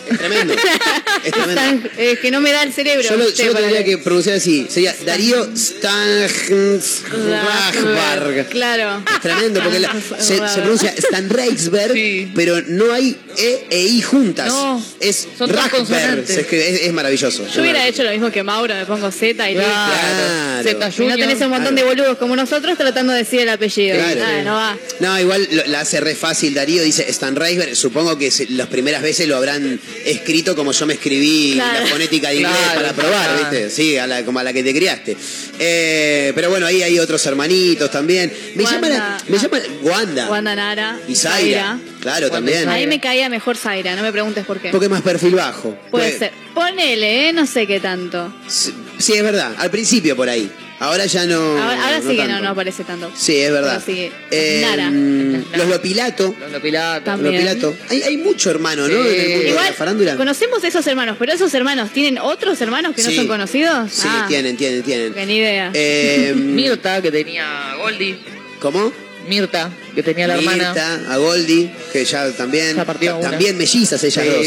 [SPEAKER 6] Es tremendo. Es tremendo.
[SPEAKER 10] Stein- Es que no me da el cerebro.
[SPEAKER 6] Yo lo, yo
[SPEAKER 10] Sí,
[SPEAKER 6] lo
[SPEAKER 10] para
[SPEAKER 6] tendría
[SPEAKER 10] leer.
[SPEAKER 6] que pronunciar así. Sería Darío Stanreisberg.
[SPEAKER 10] Claro.
[SPEAKER 6] Es tremendo, porque la- se, se pronuncia Stanreisberg, pero no hay E e I juntas.
[SPEAKER 10] No,
[SPEAKER 6] es
[SPEAKER 10] son todas
[SPEAKER 6] Rasberg.
[SPEAKER 10] consonantes.
[SPEAKER 6] Se escribe- Es, es maravilloso.
[SPEAKER 10] Yo hubiera hecho lo mismo que Mauro, me pongo Z y listo.
[SPEAKER 6] Claro. Zeta
[SPEAKER 10] Y No tenés un montón de boludos como nosotros tratando de decir el apellido.
[SPEAKER 6] Claro.
[SPEAKER 10] Ah, no va.
[SPEAKER 6] No, igual lo- la hace re fácil Darío, dice Stan Reisberg. Supongo que se- las primeras veces lo habrán escrito como yo me escribí
[SPEAKER 10] Claro.
[SPEAKER 6] la fonética de inglés
[SPEAKER 10] Claro,
[SPEAKER 6] para probar,
[SPEAKER 10] claro.
[SPEAKER 6] ¿viste? Sí, a la- como a la que te criaste. Eh, pero bueno, ahí hay otros hermanitos también. Me
[SPEAKER 10] Wanda.
[SPEAKER 6] llaman, a- me llaman Wanda.
[SPEAKER 10] Wanda Nara.
[SPEAKER 6] y Zaira. Claro, también.
[SPEAKER 10] A mí me caía mejor Zaira, no me preguntes por qué.
[SPEAKER 6] Porque es más perfil bajo.
[SPEAKER 10] Puede
[SPEAKER 6] Pues,
[SPEAKER 10] ser. Ponele, ¿eh? no sé qué tanto.
[SPEAKER 6] Sí, sí, es verdad. Al principio por ahí. Ahora ya Mm, no.
[SPEAKER 10] ahora ahora sí que no,
[SPEAKER 6] tanto.
[SPEAKER 10] no aparece tanto.
[SPEAKER 6] Sí, es verdad.
[SPEAKER 10] Ahora sí que-
[SPEAKER 6] Eh,
[SPEAKER 10] Nara.
[SPEAKER 6] Los Lopilato.
[SPEAKER 11] Los Lopilato.
[SPEAKER 10] También.
[SPEAKER 6] Los Lopilato. Hay, hay mucho hermano, ¿no?
[SPEAKER 10] Sí.
[SPEAKER 6] En el mundo de la
[SPEAKER 10] Igual,
[SPEAKER 6] farándula.
[SPEAKER 10] Conocemos esos hermanos, pero esos hermanos tienen otros hermanos que no
[SPEAKER 6] Sí.
[SPEAKER 10] son conocidos.
[SPEAKER 6] Sí,
[SPEAKER 10] Ah,
[SPEAKER 6] tienen, tienen, tienen.
[SPEAKER 10] que ni idea. <laughs>
[SPEAKER 6] Eh,
[SPEAKER 11] <laughs> Mirta, que tenía a Goldie.
[SPEAKER 6] ¿Cómo?
[SPEAKER 11] Mirta, que tenía la hermana.
[SPEAKER 6] Mirta, a Goldi, que ya también.
[SPEAKER 11] Ya partió
[SPEAKER 6] ta-
[SPEAKER 11] una.
[SPEAKER 6] también mellizas ellas
[SPEAKER 11] Sí.
[SPEAKER 6] dos.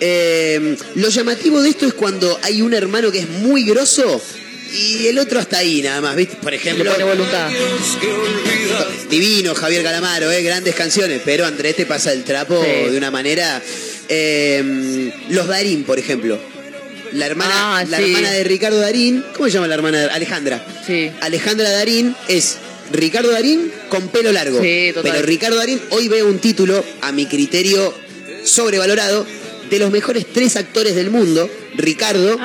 [SPEAKER 6] Eh, lo llamativo de esto es cuando hay un hermano que es muy grosso y el otro hasta ahí nada más, ¿viste? Por ejemplo.
[SPEAKER 11] Le pone voluntad.
[SPEAKER 6] Divino Javier Calamaro, ¿eh? grandes canciones, pero Andrés te pasa el trapo
[SPEAKER 11] Sí.
[SPEAKER 6] de una manera. Eh, los Darín, por ejemplo. La hermana,
[SPEAKER 11] Ah,
[SPEAKER 6] la
[SPEAKER 11] sí.
[SPEAKER 6] hermana de Ricardo Darín, ¿cómo se llama la hermana de Alejandra?
[SPEAKER 11] Sí.
[SPEAKER 6] Alejandra Darín es Ricardo Darín con pelo largo.
[SPEAKER 11] Sí, total.
[SPEAKER 6] Pero Ricardo Darín hoy veo un título, a mi criterio, sobrevalorado, de los mejores tres actores del mundo. Ricardo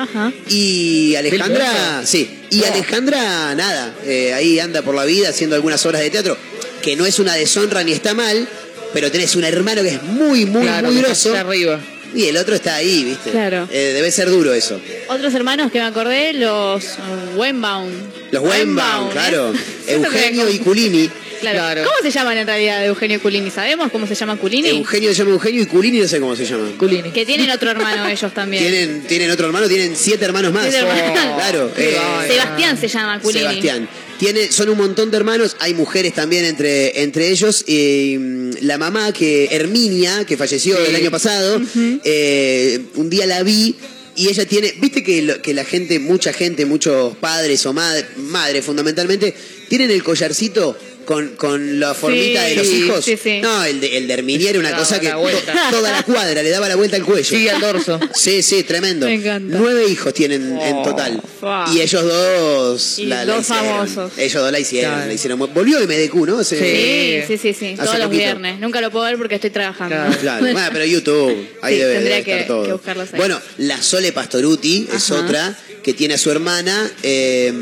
[SPEAKER 6] y Alejandra,
[SPEAKER 11] Del
[SPEAKER 6] sí. Y Alejandra, nada, eh, ahí anda por la vida haciendo algunas obras de teatro, que no es una deshonra ni está mal, pero tenés un hermano que es muy, muy,
[SPEAKER 11] Claro,
[SPEAKER 6] muy
[SPEAKER 11] que está
[SPEAKER 6] grosso.
[SPEAKER 11] allá arriba.
[SPEAKER 6] Y el otro está ahí, ¿viste?
[SPEAKER 10] Claro.
[SPEAKER 6] Eh, debe ser duro eso.
[SPEAKER 10] Otros hermanos que me acordé, los eh, Weinbaum.
[SPEAKER 6] Los Weinbaum,
[SPEAKER 10] ¿eh?
[SPEAKER 6] claro.
[SPEAKER 10] <laughs> Siento que
[SPEAKER 6] Eugenio
[SPEAKER 10] como-
[SPEAKER 6] y Culini.
[SPEAKER 10] Claro. ¿Cómo se llaman en realidad Eugenio y Culini? ¿Sabemos cómo se llama Culini?
[SPEAKER 6] Eugenio se llama Eugenio y Culini no sé cómo se llama.
[SPEAKER 11] Culini.
[SPEAKER 10] Que tienen otro hermano ellos también.
[SPEAKER 6] Tienen, tienen otro hermano, tienen siete hermanos más.
[SPEAKER 10] Siete hermanos. <laughs>
[SPEAKER 6] Claro. eh,
[SPEAKER 10] Sebastián se llama Culini.
[SPEAKER 6] Sebastián. Tiene, son un montón de hermanos, hay mujeres también entre, entre ellos. y, mm, la mamá, que Herminia, que falleció el año pasado, eh, un día la vi y ella tiene, viste que, lo- que la gente, mucha gente, muchos padres o madres, madres fundamentalmente, tienen el collarcito con, con la formita de los
[SPEAKER 11] sí,
[SPEAKER 6] hijos.
[SPEAKER 11] sí, sí.
[SPEAKER 6] No, el de, el de Herminia era una
[SPEAKER 11] Daba
[SPEAKER 6] cosa que
[SPEAKER 11] la vuelta.
[SPEAKER 6] to- toda la cuadra le daba la vuelta al cuello.
[SPEAKER 11] Sí, al dorso.
[SPEAKER 6] Sí, sí, tremendo.
[SPEAKER 10] Me encanta.
[SPEAKER 6] Nueve hijos tienen en
[SPEAKER 11] Oh,
[SPEAKER 6] total.
[SPEAKER 10] fa.
[SPEAKER 6] Y ellos dos
[SPEAKER 10] Ah. Y
[SPEAKER 6] la, la
[SPEAKER 10] dos
[SPEAKER 6] hicieron.
[SPEAKER 10] famosos.
[SPEAKER 6] Ellos dos la hicieron,
[SPEAKER 11] Claro.
[SPEAKER 6] la hicieron. muy- Volvió MDQ, ¿no? Ese-
[SPEAKER 10] Sí, sí, sí, sí.
[SPEAKER 6] este Hace
[SPEAKER 10] Todos los
[SPEAKER 6] poquito.
[SPEAKER 10] viernes. Nunca lo puedo ver porque estoy trabajando. <laughs>
[SPEAKER 6] Claro, bueno, pero YouTube, ahí
[SPEAKER 10] Sí,
[SPEAKER 6] debe,
[SPEAKER 10] tendría
[SPEAKER 6] debe estar
[SPEAKER 10] que-
[SPEAKER 6] todo.
[SPEAKER 10] que buscarlos ahí.
[SPEAKER 6] Bueno, la Sole Pastoruti es
[SPEAKER 10] Ajá.
[SPEAKER 6] otra que tiene a su hermana, eh,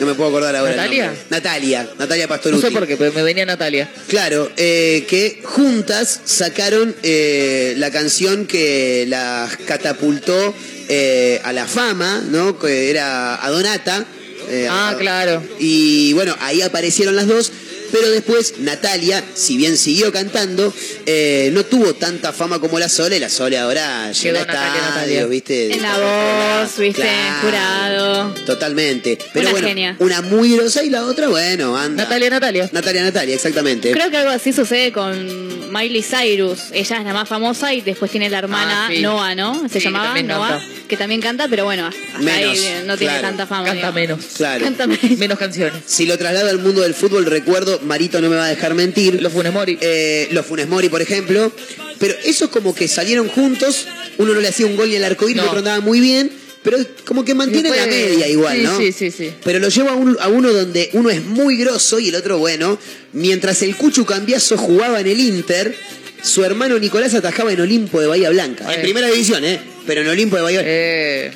[SPEAKER 6] no me puedo acordar ahora. el
[SPEAKER 11] ¿Natalia?
[SPEAKER 6] nombre. Natalia, Natalia
[SPEAKER 11] No
[SPEAKER 6] Pastoruti.
[SPEAKER 11] sé por qué, pero me venía Natalia.
[SPEAKER 6] Claro, eh, que juntas sacaron eh, la canción que las catapultó eh, a la fama, ¿no? Que era Adonata. eh,
[SPEAKER 11] Ah,
[SPEAKER 6] a-
[SPEAKER 11] claro.
[SPEAKER 6] Y bueno, ahí aparecieron las dos. Pero después Natalia, si bien siguió cantando, eh, no tuvo tanta fama como la Sole. La Sole ahora llena
[SPEAKER 11] Natalia,
[SPEAKER 6] estadios,
[SPEAKER 11] Natalia.
[SPEAKER 6] ¿viste?
[SPEAKER 10] En la voz, viste,
[SPEAKER 6] Claro.
[SPEAKER 10] jurado.
[SPEAKER 6] Totalmente. Pero
[SPEAKER 10] Una
[SPEAKER 6] bueno,
[SPEAKER 10] genia.
[SPEAKER 6] una muy grosa y la otra, bueno, anda.
[SPEAKER 11] Natalia, Natalia.
[SPEAKER 6] Natalia, Natalia, exactamente.
[SPEAKER 10] Creo que algo así sucede con Miley Cyrus. Ella es la más famosa y después tiene la hermana
[SPEAKER 11] Ah, sí.
[SPEAKER 10] Noah, ¿no? Se
[SPEAKER 11] Sí,
[SPEAKER 10] llamaba
[SPEAKER 11] también
[SPEAKER 10] Noah,
[SPEAKER 11] canta.
[SPEAKER 10] que también canta, pero bueno, hasta
[SPEAKER 6] Menos,
[SPEAKER 10] ahí no tiene
[SPEAKER 6] claro.
[SPEAKER 10] tanta fama.
[SPEAKER 11] Canta
[SPEAKER 10] digamos.
[SPEAKER 11] menos.
[SPEAKER 6] Claro.
[SPEAKER 10] Canta menos.
[SPEAKER 11] Menos canciones.
[SPEAKER 6] Si lo traslado al mundo del fútbol, recuerdo, Marito no me va a dejar mentir,
[SPEAKER 11] Los Funes Mori.
[SPEAKER 6] eh, los Funes Mori, por ejemplo. Pero esos como que salieron juntos, uno no le hacía un gol ni al arco iris,
[SPEAKER 11] No.
[SPEAKER 6] el otro andaba muy bien, pero como que mantiene la
[SPEAKER 11] Después-
[SPEAKER 6] media igual,
[SPEAKER 11] sí,
[SPEAKER 6] ¿no?
[SPEAKER 11] Sí, sí, sí.
[SPEAKER 6] Pero lo llevo a, un- a uno donde uno es muy grosso y el otro bueno. Mientras el Cuchu Cambiazo jugaba en el Inter, su hermano Nicolás atajaba en Olimpo de Bahía Blanca. En
[SPEAKER 11] Eh.
[SPEAKER 6] primera división, ¿eh? Pero en Olimpo de Bahía Blanca.
[SPEAKER 11] Eh,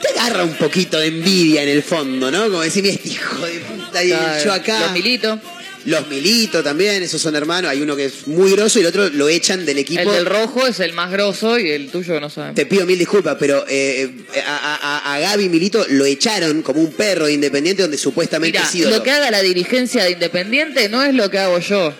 [SPEAKER 6] Te agarra un poquito de envidia en el fondo, ¿no? Como decir, "Mira, este hijo de puta, y
[SPEAKER 11] claro.
[SPEAKER 6] yo acá.
[SPEAKER 11] Los Milito.
[SPEAKER 6] Los Milito también, esos son hermanos. Hay uno que es muy grosso y el otro lo echan del equipo.
[SPEAKER 11] El del rojo es el más grosso y el tuyo no sabemos.
[SPEAKER 6] Te pido mil disculpas, pero eh, a, a- a- a Gaby Milito lo echaron como un perro de independiente donde supuestamente
[SPEAKER 11] Mira,
[SPEAKER 6] Este es ídolo.
[SPEAKER 11] lo que haga la dirigencia de Independiente no es lo que hago yo.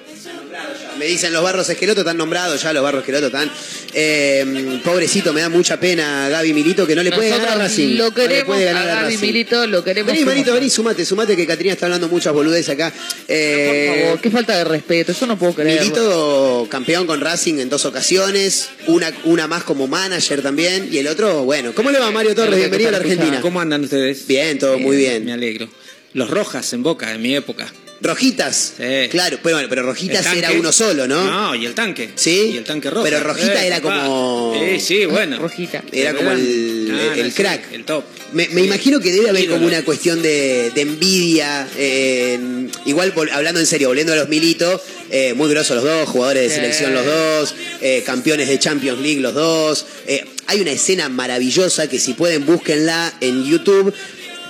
[SPEAKER 6] Me dicen los barros esqueloto, están nombrados ya, los barros esqueloto están. Eh, pobrecito, me da mucha pena Gaby Milito que no le puede
[SPEAKER 11] Nosotros
[SPEAKER 6] ganar a Racing.
[SPEAKER 11] Lo
[SPEAKER 6] no
[SPEAKER 11] queremos
[SPEAKER 6] le puede
[SPEAKER 11] a
[SPEAKER 6] ganar
[SPEAKER 11] Gaby
[SPEAKER 6] Racing.
[SPEAKER 11] Milito, lo queremos.
[SPEAKER 6] Vení, manito, vení, sumate, sumate que Catrina está hablando muchas boludeces acá. Eh,
[SPEAKER 11] Por favor, qué falta de respeto, eso no puedo creer.
[SPEAKER 6] Milito campeón con Racing en dos ocasiones, una, una más como manager también, y el otro, bueno. ¿Cómo le va Mario Torres? Bienvenido a la Argentina.
[SPEAKER 3] ¿Cómo andan ustedes?
[SPEAKER 6] Bien, todo muy bien.
[SPEAKER 3] Me alegro. Los Rojas en Boca, en mi época.
[SPEAKER 6] Rojitas. Claro, pero bueno, pero Rojitas
[SPEAKER 3] El tanque.
[SPEAKER 6] era uno solo, ¿no?
[SPEAKER 3] No, y el tanque.
[SPEAKER 6] Sí.
[SPEAKER 3] Y el tanque rojo.
[SPEAKER 6] Pero Rojita
[SPEAKER 3] Eh,
[SPEAKER 6] era
[SPEAKER 3] papá.
[SPEAKER 6] como-
[SPEAKER 3] Sí, sí, bueno.
[SPEAKER 11] Rojita.
[SPEAKER 6] Era como el- el crack.
[SPEAKER 3] El top.
[SPEAKER 6] Me, me imagino que debe haber
[SPEAKER 3] Ídolo.
[SPEAKER 6] como una cuestión de, de envidia. eh, igual, vol- hablando en serio, volviendo a los Militos, eh, muy grosos los dos, jugadores de
[SPEAKER 3] Sí.
[SPEAKER 6] selección los dos, eh, campeones de Champions League los dos. Eh, hay una escena maravillosa que si pueden búsquenla en YouTube.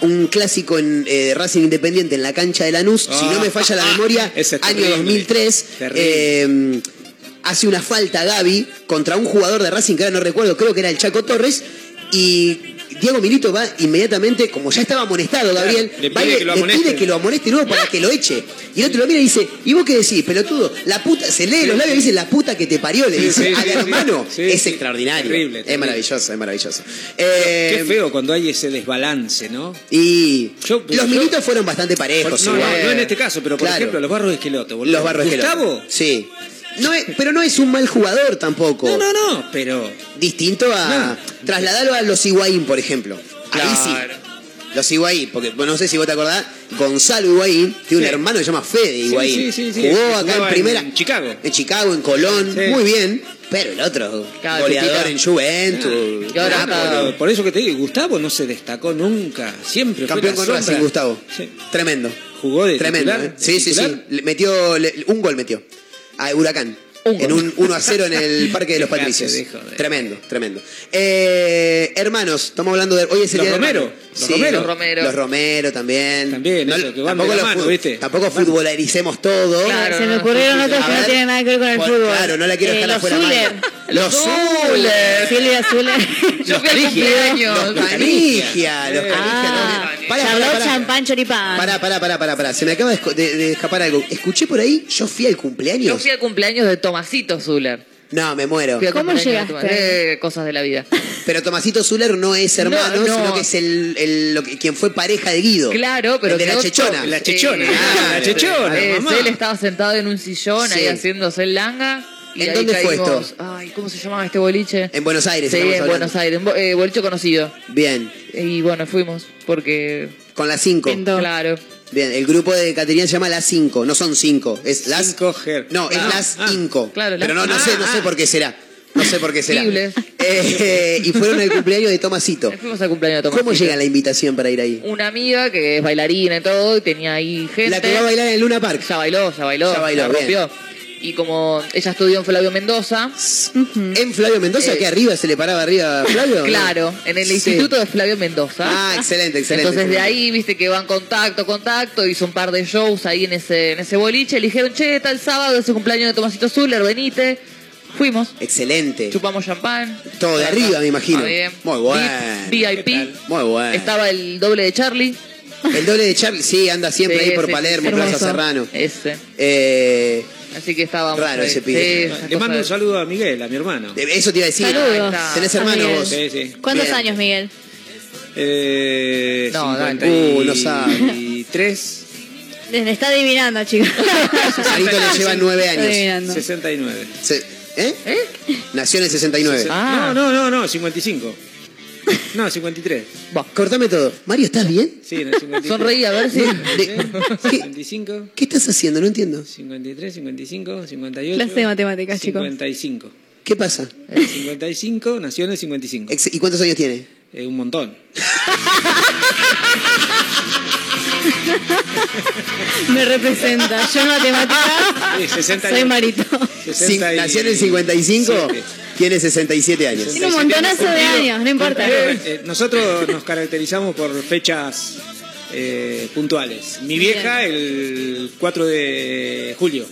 [SPEAKER 6] Un clásico en eh, Racing Independiente en la cancha de Lanús, si no me falla la memoria,
[SPEAKER 3] Ah, <laughs> ese es
[SPEAKER 6] año
[SPEAKER 3] terrible.
[SPEAKER 6] 2003.
[SPEAKER 3] Terrible.
[SPEAKER 6] eh, hace una falta Gaby contra un jugador de Racing que ahora no recuerdo, creo que era el Chaco Torres, y Diego Milito va inmediatamente, como ya estaba amonestado Gabriel,
[SPEAKER 3] le
[SPEAKER 6] va y
[SPEAKER 3] pide
[SPEAKER 6] le,
[SPEAKER 3] que lo
[SPEAKER 6] le
[SPEAKER 3] amonesten.
[SPEAKER 6] pide que lo amoneste luego para que lo eche. Y el otro lo mira y dice, ¿y vos qué decís, pelotudo? La puta, se lee los labios y dice, la puta que te parió, le
[SPEAKER 3] Sí,
[SPEAKER 6] dice,
[SPEAKER 3] sí,
[SPEAKER 6] al
[SPEAKER 3] sí, sí.
[SPEAKER 6] hermano.
[SPEAKER 3] Sí,
[SPEAKER 6] es
[SPEAKER 3] sí.
[SPEAKER 6] extraordinario.
[SPEAKER 3] Terrible,
[SPEAKER 6] Es
[SPEAKER 3] terrible.
[SPEAKER 6] maravilloso, es maravilloso. Eh,
[SPEAKER 3] Qué feo cuando hay ese desbalance, ¿no?
[SPEAKER 6] Y
[SPEAKER 3] Yo-
[SPEAKER 6] los
[SPEAKER 3] yo-
[SPEAKER 6] Militos fueron bastante parejos.
[SPEAKER 3] no, no,
[SPEAKER 6] igual.
[SPEAKER 3] no en este caso, pero por
[SPEAKER 6] Claro.
[SPEAKER 3] ejemplo, los barros de esqueloto, boludo.
[SPEAKER 6] Los barros
[SPEAKER 3] Gustavo,
[SPEAKER 6] Esqueloto. Sí. No es- pero no es un mal jugador tampoco.
[SPEAKER 3] No, no, no, pero.
[SPEAKER 6] Distinto a. Trasladarlo a los Higuaín, por ejemplo. Ahí sí. Los Higuaín, porque bueno, no sé si vos te acordás, Gonzalo Higuaín tiene un
[SPEAKER 3] Sí.
[SPEAKER 6] hermano que se llama Fede Higuaín.
[SPEAKER 3] Sí, sí, sí, sí.
[SPEAKER 6] Jugó
[SPEAKER 3] Jugaba
[SPEAKER 6] acá en
[SPEAKER 3] en
[SPEAKER 6] primera.
[SPEAKER 3] Chicago.
[SPEAKER 6] En Chicago, en Colón.
[SPEAKER 3] Sí.
[SPEAKER 6] Muy bien. Pero el otro,
[SPEAKER 3] Cada
[SPEAKER 6] goleador
[SPEAKER 3] chupita.
[SPEAKER 6] en Juventus.
[SPEAKER 3] Y ahora
[SPEAKER 6] Napoli.
[SPEAKER 3] está- Por eso que te digo, Gustavo no se destacó nunca. Siempre fue
[SPEAKER 6] Campeón
[SPEAKER 3] la
[SPEAKER 6] con
[SPEAKER 3] sombra.
[SPEAKER 6] Racing, Gustavo. Tremendo.
[SPEAKER 3] Jugó de
[SPEAKER 6] Tremendo.
[SPEAKER 3] titular,
[SPEAKER 6] ¿eh?
[SPEAKER 3] de
[SPEAKER 6] Sí, sí, sí.
[SPEAKER 3] titular.
[SPEAKER 6] Le metió, le- un gol metió. A Huracán. En un 1 a 0 en
[SPEAKER 3] <laughs>
[SPEAKER 6] el Parque de los
[SPEAKER 3] Dejate
[SPEAKER 6] Patricios.
[SPEAKER 3] de joder.
[SPEAKER 6] Tremendo, tremendo. Eh, hermanos, estamos hablando de. Hoy es el día
[SPEAKER 3] Los
[SPEAKER 6] de
[SPEAKER 3] Romero,
[SPEAKER 6] hermanos.
[SPEAKER 3] los Romero.
[SPEAKER 6] Los Romero. Los Romero también. También,
[SPEAKER 3] que van de la mano, ¿viste?
[SPEAKER 6] Tampoco futbolaricemos todo.
[SPEAKER 10] Claro, se me ocurrieron otros que no tienen nada que ver con el
[SPEAKER 6] por-
[SPEAKER 10] fútbol.
[SPEAKER 6] claro, no la quiero
[SPEAKER 10] Eh,
[SPEAKER 6] dejar afuera,
[SPEAKER 10] Los
[SPEAKER 6] Maya.
[SPEAKER 10] Zuller.
[SPEAKER 6] Los Zuller.
[SPEAKER 10] Silvia
[SPEAKER 6] <laughs>
[SPEAKER 10] Zuller.
[SPEAKER 6] Los Canigia. Los Canigia.
[SPEAKER 3] Eh.
[SPEAKER 6] Los Canigia. no, Pará, pará,
[SPEAKER 10] Ah, Charlotte
[SPEAKER 6] pará.
[SPEAKER 10] Champán Choripán.
[SPEAKER 6] Pará, pará, pará, pará, pará. Se me acaba de, esco- de- de escapar algo. Escuché por ahí, yo fui al cumpleaños.
[SPEAKER 11] Yo fui al cumpleaños de Tomasito Zuller.
[SPEAKER 6] No, me muero.
[SPEAKER 11] Fui al cumpleaños de Tomasito.
[SPEAKER 6] Eh,
[SPEAKER 11] Eh, cosas de la vida.
[SPEAKER 6] Pero Tomasito Zuler no es hermano,
[SPEAKER 11] No, no.
[SPEAKER 6] sino que es el, el- lo que- quien fue pareja de Guido.
[SPEAKER 11] Claro, pero
[SPEAKER 6] El de la
[SPEAKER 11] quedó
[SPEAKER 6] chechona.
[SPEAKER 11] todo-
[SPEAKER 6] Eh,
[SPEAKER 11] Eh,
[SPEAKER 6] claro.
[SPEAKER 11] eh,
[SPEAKER 6] Eh,
[SPEAKER 11] él estaba sentado en un sillón
[SPEAKER 6] Sí.
[SPEAKER 11] ahí haciéndose el langa. y
[SPEAKER 6] ¿En
[SPEAKER 11] ahí
[SPEAKER 6] dónde fue
[SPEAKER 11] caímos-
[SPEAKER 6] esto?
[SPEAKER 11] Ay, ¿cómo se llamaba este boliche?
[SPEAKER 6] En Buenos Aires.
[SPEAKER 11] Sí, en
[SPEAKER 6] estamos hablando.
[SPEAKER 11] Buenos Aires, en bo- eh, boliche conocido.
[SPEAKER 6] Bien.
[SPEAKER 11] Y bueno, fuimos porque...
[SPEAKER 6] Con las 5.
[SPEAKER 11] Claro.
[SPEAKER 6] Bien, el grupo de Caterina se llama Las 5, no son 5, es Las 5 No, es
[SPEAKER 11] Ah,
[SPEAKER 6] Las 5.
[SPEAKER 11] claro, Las
[SPEAKER 6] pero no, no
[SPEAKER 11] Cinco.
[SPEAKER 6] sé, no sé por qué será. No sé por qué será.
[SPEAKER 11] Horrible.
[SPEAKER 6] Eh, y fueron al cumpleaños de Tomasito.
[SPEAKER 11] Fuimos al cumpleaños de Tomasito.
[SPEAKER 6] ¿Cómo llega la invitación para ir ahí?
[SPEAKER 11] Una amiga que es bailarina y todo, y tenía ahí gente.
[SPEAKER 6] La que va a bailar en Luna Park.
[SPEAKER 11] Ya bailó, ya bailó.
[SPEAKER 6] Ya bailó,
[SPEAKER 11] la
[SPEAKER 6] bien.
[SPEAKER 11] rompió. Y como ella estudió en Flavio Mendoza.
[SPEAKER 6] ¿En Flavio Mendoza?
[SPEAKER 11] Eh,
[SPEAKER 6] que arriba se le paraba arriba a Flavio?
[SPEAKER 11] Claro,
[SPEAKER 6] ¿no?
[SPEAKER 11] en el
[SPEAKER 6] Sí.
[SPEAKER 11] instituto de Flavio Mendoza.
[SPEAKER 6] Ah, excelente, excelente.
[SPEAKER 11] Entonces de
[SPEAKER 6] excelente.
[SPEAKER 11] ahí, viste que van contacto, contacto, hizo un par de shows ahí en ese, en ese boliche. Le dijeron, che, tal sábado es el cumpleaños de Tomasito Zuller, venite. Fuimos,
[SPEAKER 6] Excelente.
[SPEAKER 11] chupamos champán.
[SPEAKER 6] Todo de arriba, me imagino.
[SPEAKER 11] Ah, bien.
[SPEAKER 6] Muy bueno.
[SPEAKER 11] VIP.
[SPEAKER 6] Muy bueno.
[SPEAKER 11] Estaba el doble de Charlie.
[SPEAKER 6] El doble de Charlie, sí, anda siempre
[SPEAKER 11] Sí,
[SPEAKER 6] ahí por
[SPEAKER 11] sí,
[SPEAKER 6] Palermo,
[SPEAKER 11] sí, sí.
[SPEAKER 6] Plaza
[SPEAKER 11] Hermoso.
[SPEAKER 6] Serrano.
[SPEAKER 11] Ese.
[SPEAKER 6] Eh,
[SPEAKER 11] Así que estábamos.
[SPEAKER 6] Raro
[SPEAKER 11] ahí.
[SPEAKER 6] ese pibe. Eh,
[SPEAKER 3] Le
[SPEAKER 11] Sí, esas
[SPEAKER 3] mando un
[SPEAKER 11] cosas.
[SPEAKER 3] saludo a Miguel, a mi hermano.
[SPEAKER 6] eso te iba a decir.
[SPEAKER 10] Saludos.
[SPEAKER 6] Tenés hermano
[SPEAKER 10] Miguel.
[SPEAKER 6] vos.
[SPEAKER 3] Sí, sí.
[SPEAKER 10] ¿Cuántos
[SPEAKER 6] Bien.
[SPEAKER 10] años, Miguel?
[SPEAKER 3] Eh,
[SPEAKER 6] No, dale.
[SPEAKER 3] 53.
[SPEAKER 6] Uh, lo
[SPEAKER 3] <laughs>
[SPEAKER 6] sabe.
[SPEAKER 10] Les está adivinando, chicos.
[SPEAKER 6] Marito le lleva nueve
[SPEAKER 10] Está adivinando.
[SPEAKER 6] años.
[SPEAKER 3] 69.
[SPEAKER 6] Se- ¿Eh? Nació en el 69.
[SPEAKER 10] Ah.
[SPEAKER 3] No, no, no, no, 55. <laughs> No, 53.
[SPEAKER 6] Cortame todo. Mario, ¿estás bien?
[SPEAKER 3] Sí, en el 53.
[SPEAKER 11] Sonreí, a ver si-
[SPEAKER 6] No, de- ¿qué,
[SPEAKER 3] 55,
[SPEAKER 6] qué estás haciendo? No entiendo.
[SPEAKER 3] 53, 55, 58.
[SPEAKER 10] Clase de matemáticas, chicos.
[SPEAKER 3] 55.
[SPEAKER 6] ¿Qué pasa?
[SPEAKER 3] El 55 nació en el 55.
[SPEAKER 6] Ex- ¿Y cuántos años tiene?
[SPEAKER 3] Eh, un montón.
[SPEAKER 10] Me representa. Yo en matemática
[SPEAKER 3] Sí, 60
[SPEAKER 10] soy Marito.
[SPEAKER 6] Cin- Nació en el 55, tiene 67 años.
[SPEAKER 10] Tiene un montonazo de años, no importa.
[SPEAKER 3] Eh, eh, nosotros nos caracterizamos por fechas eh, puntuales. Mi vieja el 4 de julio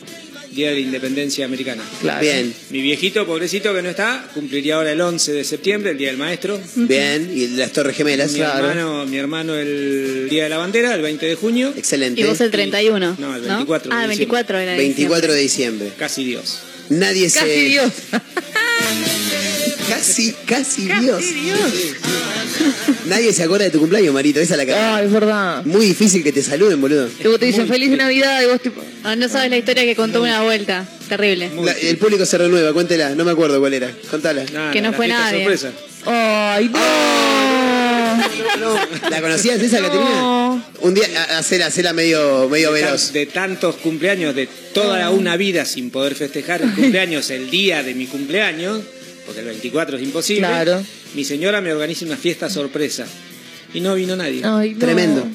[SPEAKER 3] Día de la Independencia Americana.
[SPEAKER 6] Claro. Bien.
[SPEAKER 3] Mi viejito, pobrecito que no está, cumpliría ahora el 11 de septiembre, el Día del Maestro.
[SPEAKER 6] Bien, y las Torres Gemelas,
[SPEAKER 3] Mi,
[SPEAKER 6] claro.
[SPEAKER 3] hermano, mi hermano el Día de la Bandera, el 20 de junio.
[SPEAKER 6] Excelente.
[SPEAKER 10] Y vos el 31.
[SPEAKER 3] No, el 24
[SPEAKER 10] Ah,
[SPEAKER 3] de
[SPEAKER 10] el 24 era. de
[SPEAKER 6] 24 de diciembre.
[SPEAKER 3] Casi Dios.
[SPEAKER 6] Nadie se...
[SPEAKER 10] Casi Dios.
[SPEAKER 6] Casi, casi, Dios. Nadie se acuerda de tu cumpleaños, Marito. Esa es la cara.
[SPEAKER 11] Ah, es verdad.
[SPEAKER 6] Muy difícil que te saluden, boludo.
[SPEAKER 11] Luego te dicen feliz Navidad y vos tipo.
[SPEAKER 10] Ah, no sabes la historia que contó una vuelta. Terrible.
[SPEAKER 6] La- el público se renueva, cuéntela. No me acuerdo cuál era. Contala.
[SPEAKER 10] Que no la fue fiesta nadie. sorpresa.
[SPEAKER 11] ¡Ay,
[SPEAKER 10] <laughs>
[SPEAKER 6] no! ¿La conocías esa, Caterina? Un día, ha- hacela, hacela medio, medio
[SPEAKER 3] de, tan-
[SPEAKER 6] veloz.
[SPEAKER 3] de tantos cumpleaños, de toda una vida sin poder festejar el cumpleaños, el día de mi cumpleaños, porque el 24 es imposible,
[SPEAKER 11] Claro.
[SPEAKER 3] mi señora me organiza una fiesta sorpresa. Y no vino nadie.
[SPEAKER 11] Ay, no.
[SPEAKER 6] Tremendo.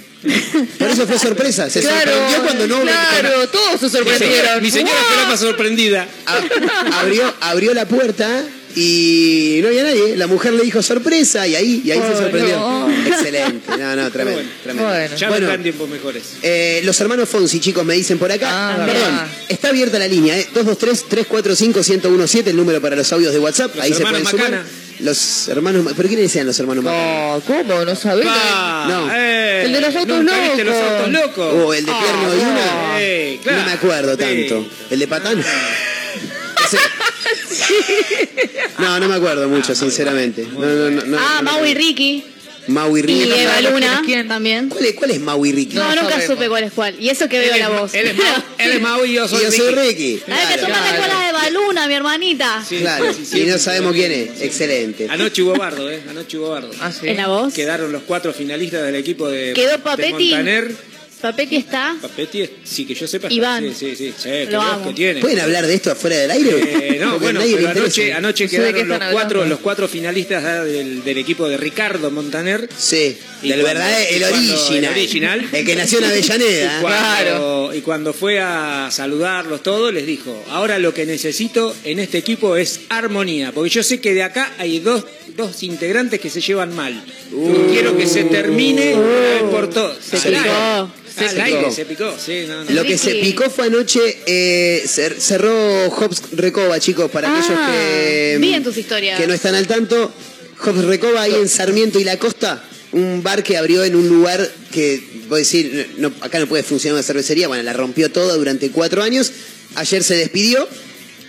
[SPEAKER 6] Por eso fue sorpresa. Se
[SPEAKER 11] Claro,
[SPEAKER 6] sorprendió cuando no hubo
[SPEAKER 11] claro, todos se
[SPEAKER 3] Mi señora,
[SPEAKER 11] sorprendieron.
[SPEAKER 3] mi señora
[SPEAKER 11] ¡Wow!
[SPEAKER 3] estaba sorprendida.
[SPEAKER 6] A- Ah, abrió, abrió la puerta y no había nadie. La mujer le dijo sorpresa y ahí, y ahí se
[SPEAKER 3] Oh,
[SPEAKER 6] sorprendió.
[SPEAKER 3] no.
[SPEAKER 6] Excelente. No, no, tremendo. tremendo.
[SPEAKER 3] Ya
[SPEAKER 6] Bueno,
[SPEAKER 3] vendrán tiempos mejores.
[SPEAKER 6] eh, los hermanos Fonsi, chicos, me dicen por acá.
[SPEAKER 10] Ah,
[SPEAKER 6] Perdón,
[SPEAKER 3] verdad.
[SPEAKER 6] está abierta la línea, ¿eh? 223-345-1017, el número para los audios de WhatsApp.
[SPEAKER 3] Los
[SPEAKER 6] Ahí se
[SPEAKER 3] hermanos
[SPEAKER 6] pueden sumar.
[SPEAKER 3] Macana.
[SPEAKER 6] Los hermanos. Ma- ¿Pero quiénes decían los hermanos Macana?
[SPEAKER 11] No, ¿cómo? No sabés.
[SPEAKER 3] Pa,
[SPEAKER 6] No.
[SPEAKER 3] eh,
[SPEAKER 11] El de los autos
[SPEAKER 3] ¿nunca viste los
[SPEAKER 11] locos.
[SPEAKER 3] autos locos? Ah,
[SPEAKER 6] O el de Pierno y una.
[SPEAKER 3] Eh,
[SPEAKER 6] No
[SPEAKER 3] claro.
[SPEAKER 6] me acuerdo tanto. ¿El de Patán? Ese- No, no me acuerdo
[SPEAKER 3] Ah,
[SPEAKER 6] mucho, sinceramente. No, no, no, no, no
[SPEAKER 10] ah,
[SPEAKER 6] me
[SPEAKER 10] Mau y
[SPEAKER 6] acuerdo.
[SPEAKER 10] Ricky.
[SPEAKER 6] Maui
[SPEAKER 10] Y
[SPEAKER 6] Ricky.
[SPEAKER 10] Eva Luna también.
[SPEAKER 6] ¿Cuál es, cuál es Maui Ricky?
[SPEAKER 10] No, nunca supe cuál es cuál. Y eso que veo
[SPEAKER 3] Él
[SPEAKER 10] la
[SPEAKER 3] es-
[SPEAKER 10] voz.
[SPEAKER 3] Él es Mau- él es Mau y
[SPEAKER 6] <laughs>
[SPEAKER 3] yo
[SPEAKER 6] Y
[SPEAKER 3] soy
[SPEAKER 6] yo soy Ricky.
[SPEAKER 10] A ver, que tú
[SPEAKER 6] Claro,
[SPEAKER 10] más te acuerdas de Eva Luna, mi hermanita.
[SPEAKER 6] claro. Y no sabemos quién es. Excelente.
[SPEAKER 3] Anoche hubo bardo, ¿eh? Anoche hubo bardo.
[SPEAKER 11] Ah,
[SPEAKER 10] ¿En la voz?
[SPEAKER 3] Quedaron los cuatro finalistas del equipo de,
[SPEAKER 10] Quedó
[SPEAKER 3] de
[SPEAKER 10] Papetti.
[SPEAKER 3] Montaner.
[SPEAKER 10] Papel que está.
[SPEAKER 3] Papetti, sí, que yo sepa. está.
[SPEAKER 10] Iván.
[SPEAKER 3] Sí, sí, sí. Sí, qué
[SPEAKER 10] Lo
[SPEAKER 3] voz
[SPEAKER 10] amo.
[SPEAKER 3] que tiene.
[SPEAKER 6] ¿Pueden hablar de esto afuera del aire?
[SPEAKER 3] Eh, no,
[SPEAKER 6] Porque a
[SPEAKER 3] bueno,
[SPEAKER 6] nadie le
[SPEAKER 3] pero
[SPEAKER 6] interesa.
[SPEAKER 3] anoche, anoche
[SPEAKER 11] No sé de qué
[SPEAKER 3] quedaron los
[SPEAKER 11] están
[SPEAKER 3] cuatro,
[SPEAKER 11] hablando.
[SPEAKER 3] los cuatro finalistas ah, del, del equipo de Ricardo Montaner.
[SPEAKER 6] Sí,
[SPEAKER 3] Y
[SPEAKER 6] del
[SPEAKER 3] cuando-
[SPEAKER 6] verdadero,
[SPEAKER 3] y
[SPEAKER 6] el
[SPEAKER 3] cuando-
[SPEAKER 6] original.
[SPEAKER 3] el original.
[SPEAKER 6] El que nació en
[SPEAKER 3] Y
[SPEAKER 6] Avellaneda.
[SPEAKER 3] cuando, y cuando fue a saludarlos todos, les dijo, ahora lo que necesito en este equipo es armonía, porque yo sé que de acá hay dos, dos integrantes que se llevan mal. Quiero que se termine una vez por todas.
[SPEAKER 6] Uh. Se
[SPEAKER 3] Al aire.
[SPEAKER 6] picó.
[SPEAKER 3] Al
[SPEAKER 6] Se
[SPEAKER 3] aire,
[SPEAKER 6] picó.
[SPEAKER 3] se picó, sí, no, no.
[SPEAKER 6] Lo que se picó fue anoche, eh, cer- cerró Hobbs Recoba, chicos, para aquellos
[SPEAKER 10] Ah,
[SPEAKER 6] que,
[SPEAKER 10] vi en tus historias.
[SPEAKER 6] que no están al tanto. Hobbs Recoba ahí en Sarmiento y La Costa, un bar que abrió en un lugar que, voy a decir, no- acá no puede funcionar una cervecería, bueno, la rompió toda durante cuatro años. Ayer se despidió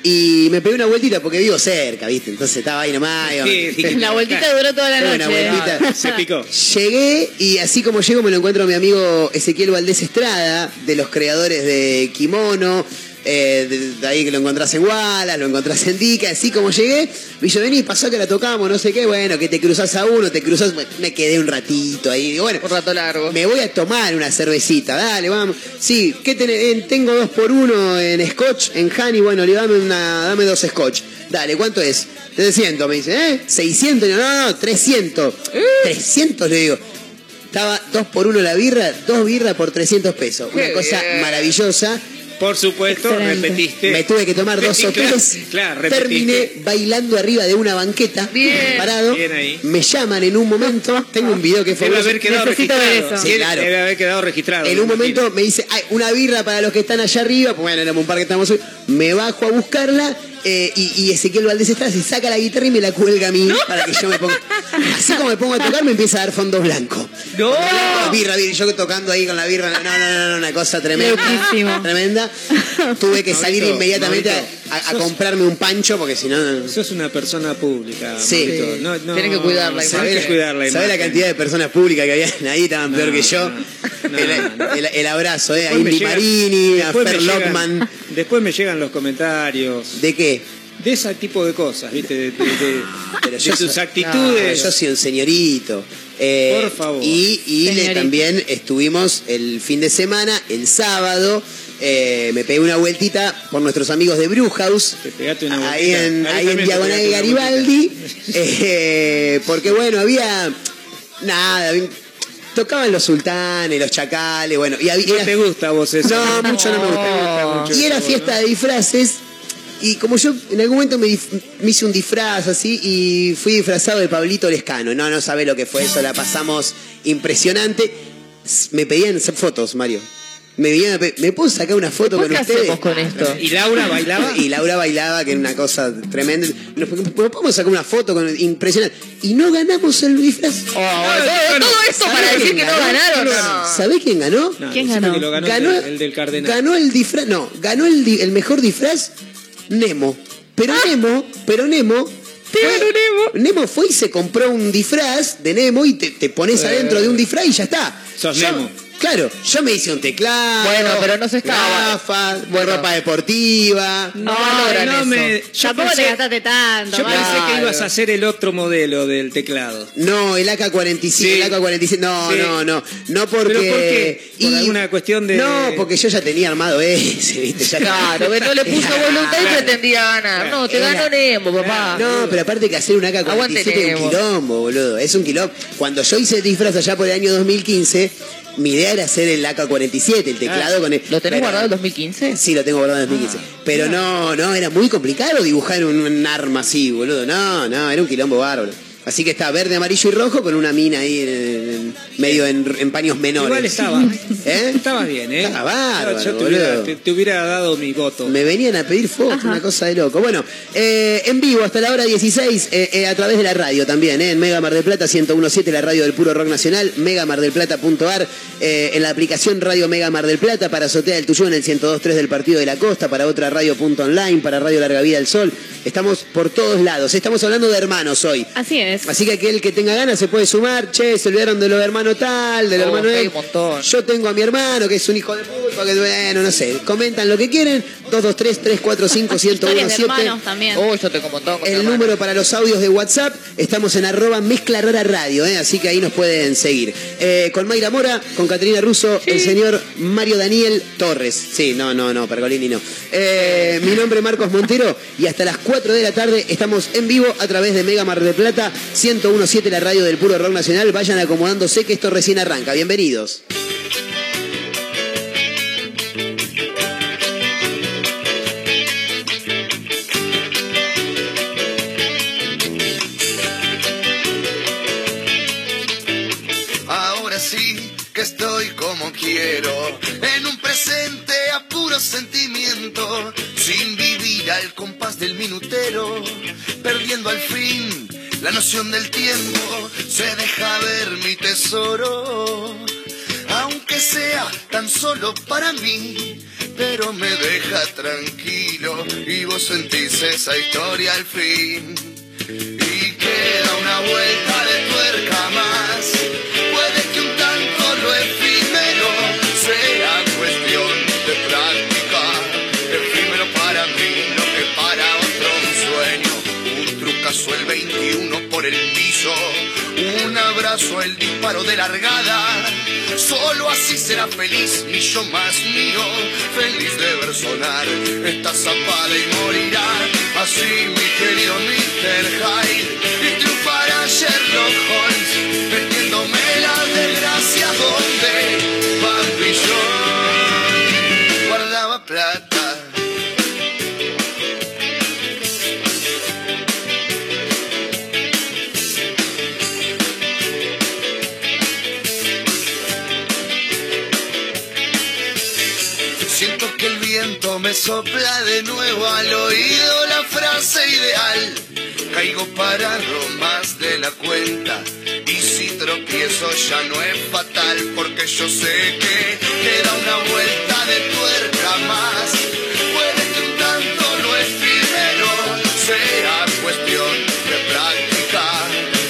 [SPEAKER 6] y me pegué una vueltita porque vivo cerca, ¿viste? Entonces estaba ahí nomás. iba-
[SPEAKER 3] Sí, sí.
[SPEAKER 10] La vueltita duró toda la
[SPEAKER 6] Una
[SPEAKER 10] noche.
[SPEAKER 6] vueltita.
[SPEAKER 3] Ah, se picó.
[SPEAKER 6] Llegué y así como llego me lo encuentro a mi amigo Ezequiel Valdés Estrada, de los creadores de Kimono, eh, de, de ahí que lo encontrás en Wallace, lo encontrás en Dica, así como llegué, me dice, vení, pasó que la tocamos, no sé qué, bueno, que te cruzás a uno, te cruzás, bueno, me quedé un ratito ahí, digo, bueno,
[SPEAKER 11] Un rato largo.
[SPEAKER 6] me voy a tomar una cervecita, dale, vamos. Sí, ¿qué tenés? Eh, tengo dos por uno en Scotch, en Honey, bueno, le dame, una, dame dos Scotch. Dale, ¿cuánto es? 300, me dice, ¿eh? 600, Y yo, no, no, 300.
[SPEAKER 3] Eh.
[SPEAKER 6] 300 le digo. Estaba dos por uno la birra, dos birras por 300 pesos. Una
[SPEAKER 11] Qué
[SPEAKER 6] cosa
[SPEAKER 11] bien.
[SPEAKER 6] maravillosa.
[SPEAKER 3] Por supuesto,
[SPEAKER 10] Excelente.
[SPEAKER 3] repetiste.
[SPEAKER 6] Me tuve que tomar dos
[SPEAKER 3] Sí,
[SPEAKER 6] o
[SPEAKER 3] <laughs> claro,
[SPEAKER 6] tres.
[SPEAKER 3] Claro,
[SPEAKER 6] Terminé
[SPEAKER 3] repetiste.
[SPEAKER 6] bailando arriba de una banqueta.
[SPEAKER 11] Bien.
[SPEAKER 6] Parado.
[SPEAKER 3] Bien ahí.
[SPEAKER 6] Me llaman en un momento. Tengo un video que fue.
[SPEAKER 3] Debe haber quedado
[SPEAKER 10] Necesito ver
[SPEAKER 3] registrado.
[SPEAKER 10] eso.
[SPEAKER 6] Sí, claro.
[SPEAKER 3] Debe haber quedado registrado.
[SPEAKER 6] En
[SPEAKER 3] me
[SPEAKER 6] un
[SPEAKER 3] imagino.
[SPEAKER 6] momento me dice, Ay, una birra para los que están allá arriba, pues bueno, éramos un par que estamos Me bajo a buscarla eh, y, y Ezequiel Valdés está, se saca la guitarra y me la cuelga a mí para que yo me ponga. Así como me pongo a tocar, me empieza a dar fondo blanco.
[SPEAKER 3] ¡No!
[SPEAKER 6] Birra, birra, yo tocando ahí con la birra, no, no, no, no, una cosa tremenda.
[SPEAKER 10] Loquísimo.
[SPEAKER 6] Tremenda. Tuve que salir
[SPEAKER 3] Maurito,
[SPEAKER 6] inmediatamente a-
[SPEAKER 3] Maurito,
[SPEAKER 6] a, a
[SPEAKER 3] sos-
[SPEAKER 6] comprarme un pancho porque si no. no-
[SPEAKER 3] Sos una persona pública.
[SPEAKER 6] Sí.
[SPEAKER 3] Maurito. No, no,
[SPEAKER 11] Tenés que cuidar la
[SPEAKER 3] sabés
[SPEAKER 11] imagen.
[SPEAKER 3] que cuidar la
[SPEAKER 6] ¿Sabés la
[SPEAKER 3] imagen.
[SPEAKER 6] cantidad de personas públicas que había ahí? Estaban peor que yo.
[SPEAKER 3] no,
[SPEAKER 6] el,
[SPEAKER 3] no.
[SPEAKER 6] el- el abrazo, ¿eh? A
[SPEAKER 3] Después me
[SPEAKER 6] Indy
[SPEAKER 3] llegan-
[SPEAKER 6] Marini, a
[SPEAKER 3] después me
[SPEAKER 6] Fer
[SPEAKER 3] llegan-
[SPEAKER 6] Lockman.
[SPEAKER 3] Después me llegan los comentarios
[SPEAKER 6] ¿De qué?
[SPEAKER 3] de ese tipo de cosas, ¿viste? De, de- de-
[SPEAKER 6] Pero
[SPEAKER 3] de
[SPEAKER 6] yo
[SPEAKER 3] sus
[SPEAKER 6] soy-
[SPEAKER 3] actitudes.
[SPEAKER 6] Yo soy un señorito. Eh,
[SPEAKER 3] Por favor.
[SPEAKER 6] Y, y le-
[SPEAKER 10] Señorito.
[SPEAKER 6] también estuvimos el fin de semana, el sábado. eh, me pegué una vueltita por nuestros amigos de Brewhouse.
[SPEAKER 3] Te pegaste una
[SPEAKER 6] ahí
[SPEAKER 3] vueltita.
[SPEAKER 6] en,
[SPEAKER 3] Ahí
[SPEAKER 6] ahí en
[SPEAKER 3] también te
[SPEAKER 6] Diagonal
[SPEAKER 3] pegaste una
[SPEAKER 6] Garibaldi. <laughs> eh, porque bueno, había. Nada, había- tocaban los sultanes, los chacales, bueno. Y había,
[SPEAKER 3] no
[SPEAKER 6] era-
[SPEAKER 3] te gusta a vos eso.
[SPEAKER 6] no, mucho no me gusta. Y era fiesta de disfraces. Y como yo en algún momento me, dif- me hice un disfraz así y fui disfrazado de Pablito Lescano. No, no sabe lo que fue eso, la pasamos impresionante. S- Me pedían hacer fotos, Mario. Me, vinieron a pe- ¿Me puedo sacar una foto con
[SPEAKER 11] ¿Qué
[SPEAKER 6] ustedes?
[SPEAKER 11] hacemos con esto?
[SPEAKER 3] ¿Y Laura bailaba?
[SPEAKER 6] Y Laura bailaba, que era una cosa tremenda. Nos, nos podemos sacar una foto con impresionante. Y no ganamos el disfraz.
[SPEAKER 11] Oh, todo- todo eso para
[SPEAKER 6] ¿Sabés
[SPEAKER 11] decir
[SPEAKER 6] quién
[SPEAKER 11] que no
[SPEAKER 6] ganó?
[SPEAKER 11] ganaron.
[SPEAKER 6] ¿Quién lo ganó? ¿Sabés quién ganó?
[SPEAKER 3] No, ¿Quién decime ganó? que lo ganó el del- el del Cardenal.
[SPEAKER 6] Ganó el disfraz, no, ganó el, di- el mejor disfraz Nemo. Pero Nemo, pero Nemo. Pero Nemo. Nemo fue y se compró un disfraz de Nemo y te, te pones
[SPEAKER 3] Eh.
[SPEAKER 6] adentro de un disfraz y ya está.
[SPEAKER 3] Sos
[SPEAKER 6] Yo-
[SPEAKER 3] Nemo.
[SPEAKER 6] Claro, yo me hice un teclado.
[SPEAKER 11] Bueno, pero no se estaba-
[SPEAKER 6] Gafas, ropa deportiva.
[SPEAKER 11] No valoran
[SPEAKER 3] no
[SPEAKER 11] eso.
[SPEAKER 3] me- yo
[SPEAKER 10] Tampoco
[SPEAKER 3] pensé-
[SPEAKER 10] te gastaste tanto.
[SPEAKER 3] Yo
[SPEAKER 10] Mario.
[SPEAKER 3] pensé que ibas a hacer el otro modelo del teclado.
[SPEAKER 6] No, el AK-47, el AK-47, no,
[SPEAKER 3] Sí.
[SPEAKER 6] no, no, no porque...
[SPEAKER 3] ¿Pero por qué? ¿Por
[SPEAKER 6] y-
[SPEAKER 3] alguna cuestión de-
[SPEAKER 6] No, porque yo ya tenía armado ese, ¿viste? Ya <laughs>
[SPEAKER 11] Claro, que no le puso voluntad y pretendía ganar. No, te ganó Nemo, papá.
[SPEAKER 6] No, pero aparte que hacer un AK-47
[SPEAKER 11] eh, Aguante,
[SPEAKER 6] es
[SPEAKER 11] Nemo.
[SPEAKER 6] un quilombo, boludo. Es un quilombo. Cuando yo hice el disfraz allá por el año 2015, mi idea era hacer el AK-47, el teclado con el...
[SPEAKER 11] ¿Lo tenés
[SPEAKER 6] pero-
[SPEAKER 11] guardado el 2015?
[SPEAKER 6] Sí, lo tengo guardado en 2015. pero no, no, era muy complicado dibujar un, un arma así, boludo. No, no, era un quilombo bárbaro. Así que está verde, amarillo y rojo con una mina ahí en, en- medio en, en paños menores.
[SPEAKER 3] Igual estaba.
[SPEAKER 6] <laughs> ¿Eh?
[SPEAKER 3] Estabas bien, ¿eh?
[SPEAKER 6] Estaba bárbaro,
[SPEAKER 3] Yo te hubiera,
[SPEAKER 6] boludo.
[SPEAKER 3] te- te hubiera dado mi voto.
[SPEAKER 6] Me venían a pedir fotos, una cosa de loco. Bueno, eh, en vivo hasta la hora 16, eh, eh, a través de la radio también, eh, en Mega Mar del Plata 1017, la radio del puro rock nacional, megamardelplata.ar, eh, en la aplicación Radio Mega Mar del Plata, para Azotea del Tuyú en el 1023 del Partido de la Costa, para otra radio.online, para Radio Larga Vida del Sol. Estamos por todos lados. Estamos hablando de hermanos hoy.
[SPEAKER 10] Así es.
[SPEAKER 6] Así que aquel que tenga ganas se puede sumar. Che, se olvidaron de los hermanos tal, del
[SPEAKER 11] Oh,
[SPEAKER 6] hermano
[SPEAKER 11] hay
[SPEAKER 6] él.
[SPEAKER 11] un montón.
[SPEAKER 6] Yo tengo a mi hermano que es un hijo de puta, que bueno, no sé. Comentan lo que quieren. 223-345-1017.
[SPEAKER 10] Historias de hermanos también.
[SPEAKER 11] Oh, yo tengo un montón. con
[SPEAKER 6] El
[SPEAKER 11] hermanos.
[SPEAKER 6] número para los audios de WhatsApp, estamos en arroba mezcla rara radio, ¿eh? así que ahí nos pueden seguir. Eh, con Mayra Mora, con Caterina Russo, el señor Mario Daniel Torres. Sí, no, no, no, Pergolini no. Eh, mi nombre es Marcos Montero y hasta las 4 de la tarde estamos en vivo a través de Mega Mar del Plata, 1017, la radio del puro rock nacional. Vayan acomodándose que esto recién arranca. Bienvenidos.
[SPEAKER 12] Ahora sí que estoy como quiero, en un presente a puro sentimiento, sin vivir al compás del minutero, perdiendo al fin la noción del tiempo, se deja ver mi tesoro, aunque sea tan solo para mí, pero me deja tranquilo y vos sentís esa historia al fin. Y queda una vuelta de tuerca más. Puede que un tanto lo efímero sea cuestión de práctica. Efímero para mí, lo que para otro un sueño. Un trucazo el 21 por el piso. Un abrazo, el disparo de largada. Solo así será feliz mi yo más mío. Feliz de ver sonar esta zapada y morirá. Así mi querido Mr. Hyde. Y triunfará Sherlock Holmes. Metiéndome la desgracia donde papi yo guardaba plata. Siento que el viento me sopla de nuevo al oído la frase ideal. Caigo parado más de la cuenta. Y si tropiezo ya no es fatal porque yo sé que queda una vuelta de tuerca más. Puede que un tanto lo efímero sea cuestión de práctica.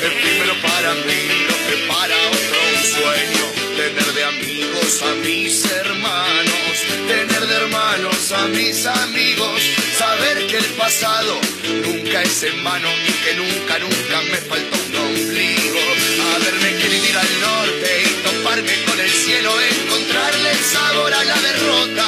[SPEAKER 12] Efímero para mí, lo que para otro un sueño. Tener de amigos a mis hermanos, tener de hermanos a mis amigos. Saber que el pasado nunca es en vano y que nunca, nunca me faltó un ombligo. Haberme querido ir al norte y toparme con el cielo, encontrarle el sabor a la derrota.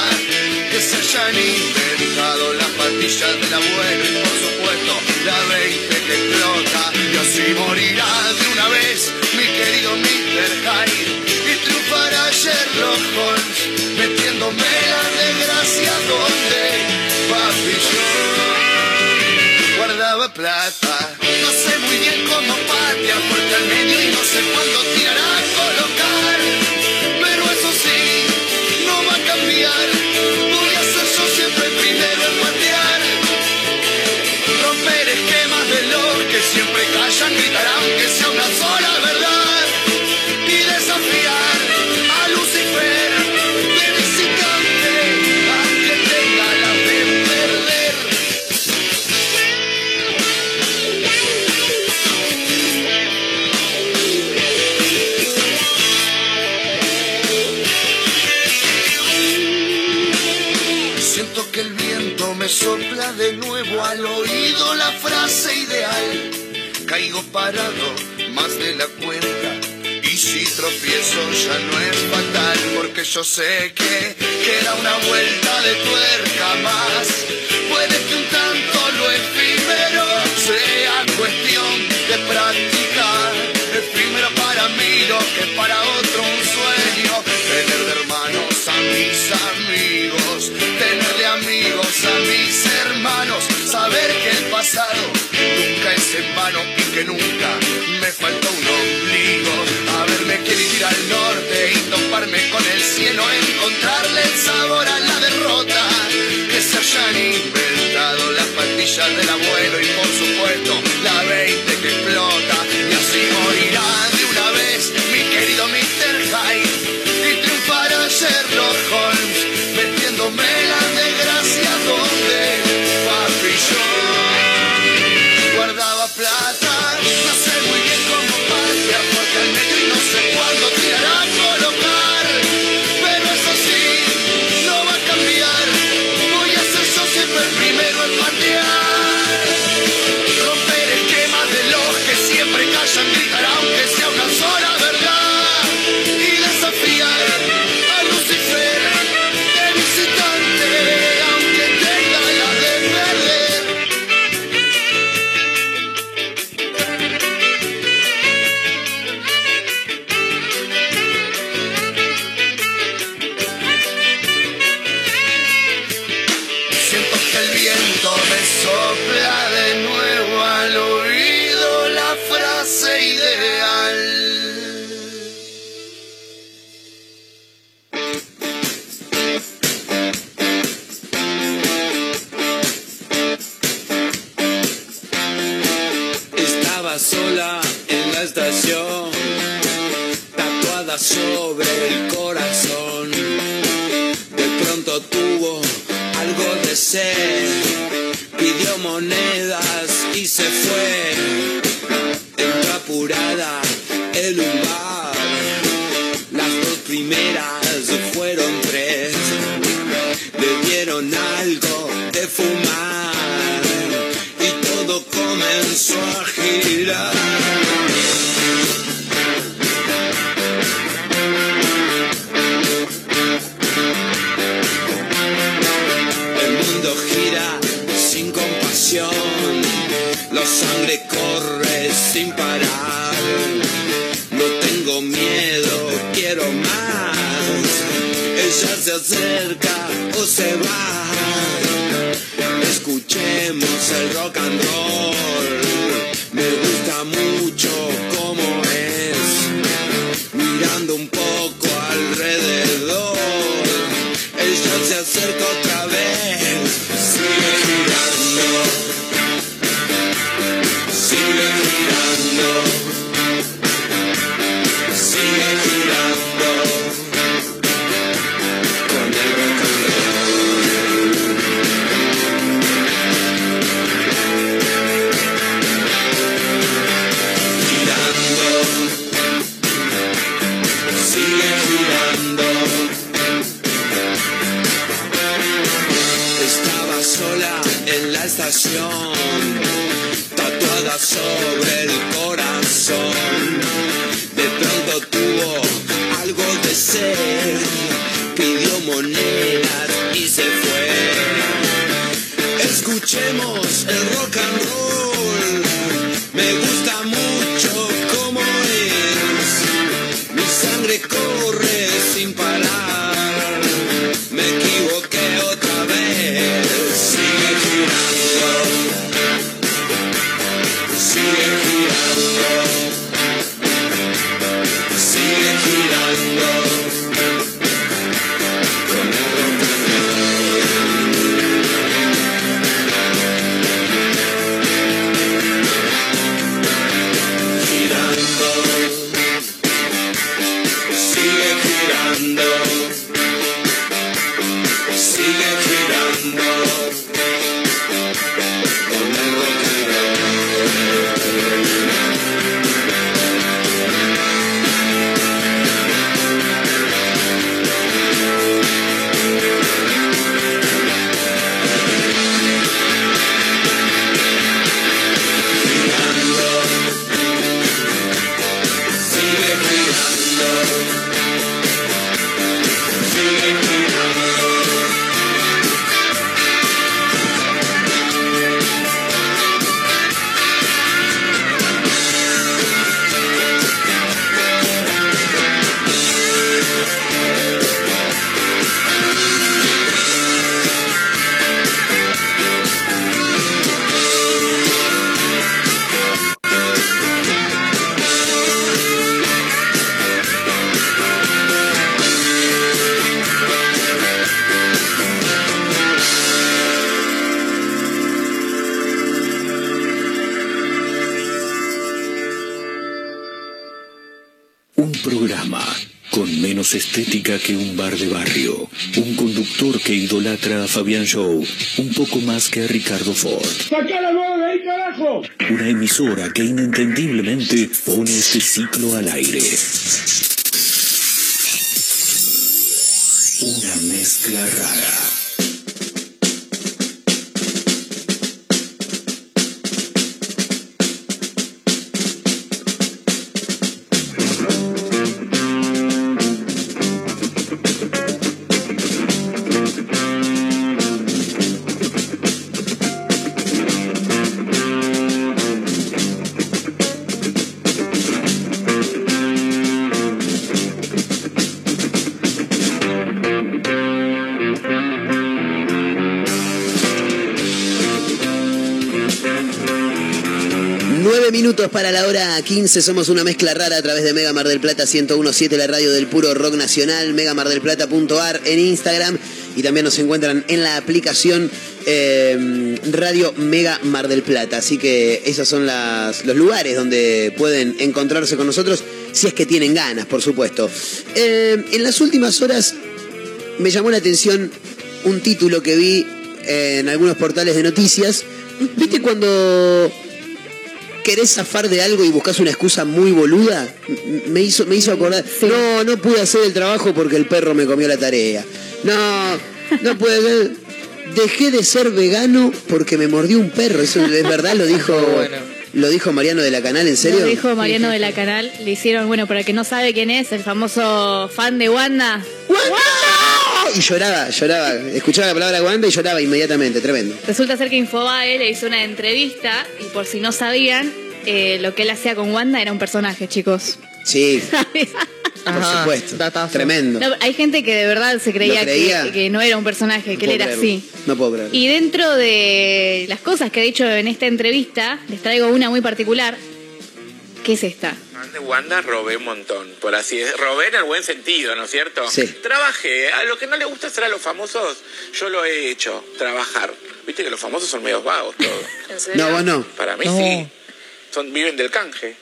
[SPEAKER 12] Que se hayan inventado las pastillas del abuelo y por supuesto la 20 que explota. Y así morirá de una vez mi querido Mr. Hyde y triunfará Sherlock Holmes metiéndome la desgracia donde papi yo guardaba plata. No sé muy bien cómo patear porque al medio y no sé cuándo tirará a colocar. Pero eso sí, no va a esquemas de los que siempre callan gritarán que sea una sola verdad y desafiar a Lucifer que visitante aunque tenga la de perder Siento que el viento me sopla de nuevo al oído la frase ideal. Caigo parado más de la cuenta. Y si tropiezo ya no es fatal, porque yo sé que queda una vuelta de tuerca más. Puede que un tanto lo efímero sea cuestión de practicar. Efímero para mí, lo que para otro un sueño. Tener de hermanos a mis amigos, tener de amigos a mis hermanos. Saber que el pasado nunca es en vano y que nunca me faltó un ombligo. Haberme querido ir al norte y toparme con el cielo, encontrarle el sabor a la derrota. Que se hayan inventado las pastillas del abuelo y por supuesto la 20 que explota. Y así morirá de una vez mi querido Mr. Hyde y triunfará Sherlock Holmes metiéndome la desgracia donde papi yo guardaba plata no sé muy bien cómo patria porque al medio y no sé cuándo tirará a colocar pero eso sí no va a cambiar voy a ser yo siempre el primero en patear romper esquemas de los que siempre callan gritar aunque sea una sola verdad y desafiar a Lucifer de visitante aunque tenga la de perder Siento que el viento me sopla de nuevo al oído la frase ideal.
[SPEAKER 8] Estaba sola en la estación, tatuada sobre el corazón. De pronto tuvo algo de sed, pidió monedas y se fue. Entró apurada en un bar, las dos primeras fueron tres. Le dieron algo de fumar y todo comenzó a girar. El mundo gira sin compasión, la sangre corre sin parar. No tengo miedo, quiero más. Ella se acerca o se va. Escuchemos el rock and roll. Me gusta mucho cómo es. Mirando un poco alrededor. Ella se acerca otra vez. Sigue girando. Sigue girando. Sigue girando. Con el rock and roll. girando, sigue girando. Estaba sola en la estación, tatuada sobre el corazón. De pronto tuvo algo de sed, pidió monedas y se fue. Escuchemos el rock and roll. Me gusta mucho cómo es. Mi sangre corre sin parar. Me equivoqué otra vez. Sigue girando. Sigue girando. Sigue girando. Con el rock and roll.
[SPEAKER 13] programa con menos estética que un bar de barrio, un conductor que idolatra a Fabián Show, un poco más que a Ricardo Ford.
[SPEAKER 12] ¡Saca la mano de ahí, carajo!
[SPEAKER 13] Una emisora que inentendiblemente pone este ciclo al aire. Una mezcla rara.
[SPEAKER 6] Nueve minutos para la hora 15, somos una mezcla rara a través de Mega Mar del Plata 1017, la radio del puro rock nacional, megamardelplata.ar en Instagram y también nos encuentran en la aplicación eh, Radio Mega Mar del Plata. Así que esos son las- los lugares donde pueden encontrarse con nosotros, si es que tienen ganas, por supuesto. Eh, en las últimas horas me llamó la atención un título que vi en algunos portales de noticias. ¿Viste cuando querés zafar de algo y buscas una excusa muy boluda, M- me hizo, me hizo acordar, no, no pude hacer el trabajo porque el perro me comió la tarea. No, no pude hacer- Dejé de ser vegano porque me mordió un perro. Eso es verdad, lo dijo, lo dijo Mariano de la Canal, ¿en serio?
[SPEAKER 10] Lo dijo Mariano de la Canal. Le hicieron, bueno, para el que no sabe quién es, el famoso fan de Wanda.
[SPEAKER 6] ¡Ah! Y lloraba, lloraba. Escuchaba la palabra guanda y lloraba inmediatamente, tremendo.
[SPEAKER 10] Resulta ser que Infobae le hizo una entrevista y por si no sabían, eh, lo que él hacía con Wanda era un personaje, chicos.
[SPEAKER 6] Sí, por supuesto. Tremendo.
[SPEAKER 10] No, hay gente que de verdad se creía,
[SPEAKER 6] ¿Lo
[SPEAKER 10] que-
[SPEAKER 6] creía?
[SPEAKER 10] Que, no era un personaje, que él
[SPEAKER 6] puedo
[SPEAKER 10] era
[SPEAKER 6] creerlo.
[SPEAKER 10] así.
[SPEAKER 6] No puedo creerlo.
[SPEAKER 10] Y dentro de las cosas que ha dicho en esta entrevista, les traigo una muy particular, que es esta.
[SPEAKER 14] fan de Wanda robé un montón, por así es. Robé en el buen sentido, ¿no es cierto?
[SPEAKER 6] Sí.
[SPEAKER 14] Trabajé. A lo que no le gusta hacer a los famosos, yo lo he hecho, trabajar. Viste que los famosos son medios vagos todos.
[SPEAKER 6] <laughs> No, vos no.
[SPEAKER 14] Para mí
[SPEAKER 6] No.
[SPEAKER 14] sí. Son, viven del canje.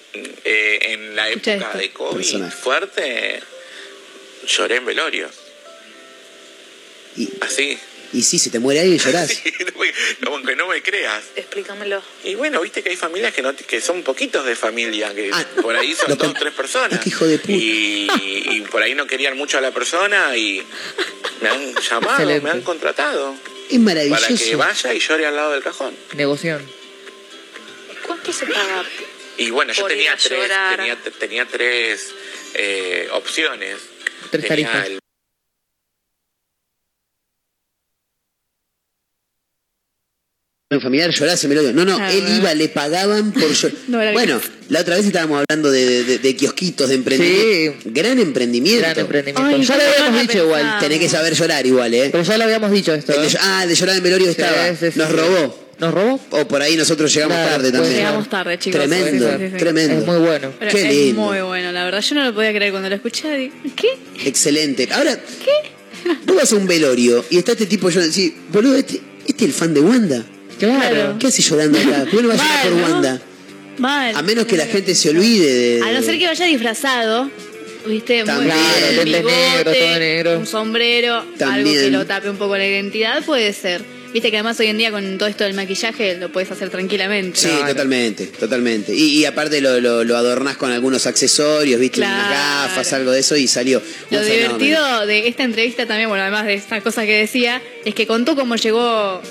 [SPEAKER 14] Eh, en la época de COVID
[SPEAKER 6] Personaje.
[SPEAKER 14] fuerte, lloré en velorio. Así.
[SPEAKER 6] Y sí, se te muere alguien, llorás.
[SPEAKER 14] <laughs> Aunque no me creas.
[SPEAKER 10] Explícamelo.
[SPEAKER 14] Y bueno, viste que hay familias que no que son poquitos de familia, que
[SPEAKER 6] Ah,
[SPEAKER 14] por ahí son
[SPEAKER 6] lo
[SPEAKER 14] dos o
[SPEAKER 6] con-
[SPEAKER 14] tres personas.
[SPEAKER 6] Hijo de puta.
[SPEAKER 14] Y, y por ahí no querían mucho a la persona y me han llamado,
[SPEAKER 6] Excelente.
[SPEAKER 14] me han contratado
[SPEAKER 6] Es maravilloso.
[SPEAKER 14] para que vaya y llore al lado del cajón.
[SPEAKER 11] Negoción.
[SPEAKER 10] ¿Cuánto se paga?
[SPEAKER 14] Y bueno, yo
[SPEAKER 10] Por ir
[SPEAKER 14] tenía
[SPEAKER 10] a
[SPEAKER 14] tres,
[SPEAKER 10] llorar.
[SPEAKER 14] tenía, tenía tres eh, opciones.
[SPEAKER 11] Tres
[SPEAKER 14] Tenía
[SPEAKER 11] tarifas.
[SPEAKER 14] el
[SPEAKER 6] Un familiar llorase, me lo digo. No, no,
[SPEAKER 11] Ah,
[SPEAKER 6] él
[SPEAKER 11] bueno.
[SPEAKER 6] iba, le pagaban por llorar.
[SPEAKER 11] No era
[SPEAKER 6] bueno, la otra vez estábamos hablando de, de- de kiosquitos, de emprendimiento. Gran emprendimiento.
[SPEAKER 11] Gran emprendimiento. Ay, Ya lo ¿cómo habíamos no la dicho igual. pensaba?
[SPEAKER 6] Tenés que saber llorar igual, ¿eh? Pero
[SPEAKER 11] ya lo habíamos dicho esto. ¿eh?
[SPEAKER 6] ah, el de llorar en velorio
[SPEAKER 11] Sí,
[SPEAKER 6] estaba.
[SPEAKER 11] sí, sí,
[SPEAKER 6] Nos
[SPEAKER 11] sí.
[SPEAKER 6] robó.
[SPEAKER 11] ¿Nos robó?
[SPEAKER 6] O por ahí nosotros llegamos
[SPEAKER 11] Claro,
[SPEAKER 6] tarde
[SPEAKER 11] puede
[SPEAKER 6] también.
[SPEAKER 11] ser.
[SPEAKER 10] Llegamos tarde, chicos.
[SPEAKER 6] Tremendo,
[SPEAKER 10] Sí, sí, sí, sí.
[SPEAKER 6] tremendo.
[SPEAKER 11] Es muy bueno.
[SPEAKER 10] Pero
[SPEAKER 6] Qué
[SPEAKER 10] es
[SPEAKER 6] lindo.
[SPEAKER 10] muy bueno, la verdad. Yo no lo podía creer cuando lo escuché. Digo, ¿Qué?
[SPEAKER 6] Excelente. Ahora, vos vas a un velorio y está este tipo llorando. Sí, boludo, este, este es el fan de Wanda.
[SPEAKER 10] Claro.
[SPEAKER 6] ¿Qué hace llorando acá? ¿Por qué no va a llorar por
[SPEAKER 10] Mal, ¿no?
[SPEAKER 6] Wanda?
[SPEAKER 10] Mal.
[SPEAKER 6] A menos que la gente se olvide de.
[SPEAKER 10] A no ser que vaya disfrazado, ¿viste? Muy
[SPEAKER 6] También.
[SPEAKER 10] bien,
[SPEAKER 6] Claro, lentes negros, todo negro.
[SPEAKER 10] un sombrero, algo
[SPEAKER 6] También.
[SPEAKER 10] que lo tape un poco la identidad, puede ser. Viste que además hoy en día con todo esto del maquillaje lo puedes hacer tranquilamente.
[SPEAKER 6] Sí, totalmente, totalmente. Y, y aparte lo, lo, lo adornás con algunos accesorios, viste, unas
[SPEAKER 10] Claro.
[SPEAKER 6] gafas, algo de eso, y salió.
[SPEAKER 10] Lo
[SPEAKER 6] un fenómeno.
[SPEAKER 10] divertido de esta entrevista también, bueno, además de estas cosas que decía, es que contó cómo llegó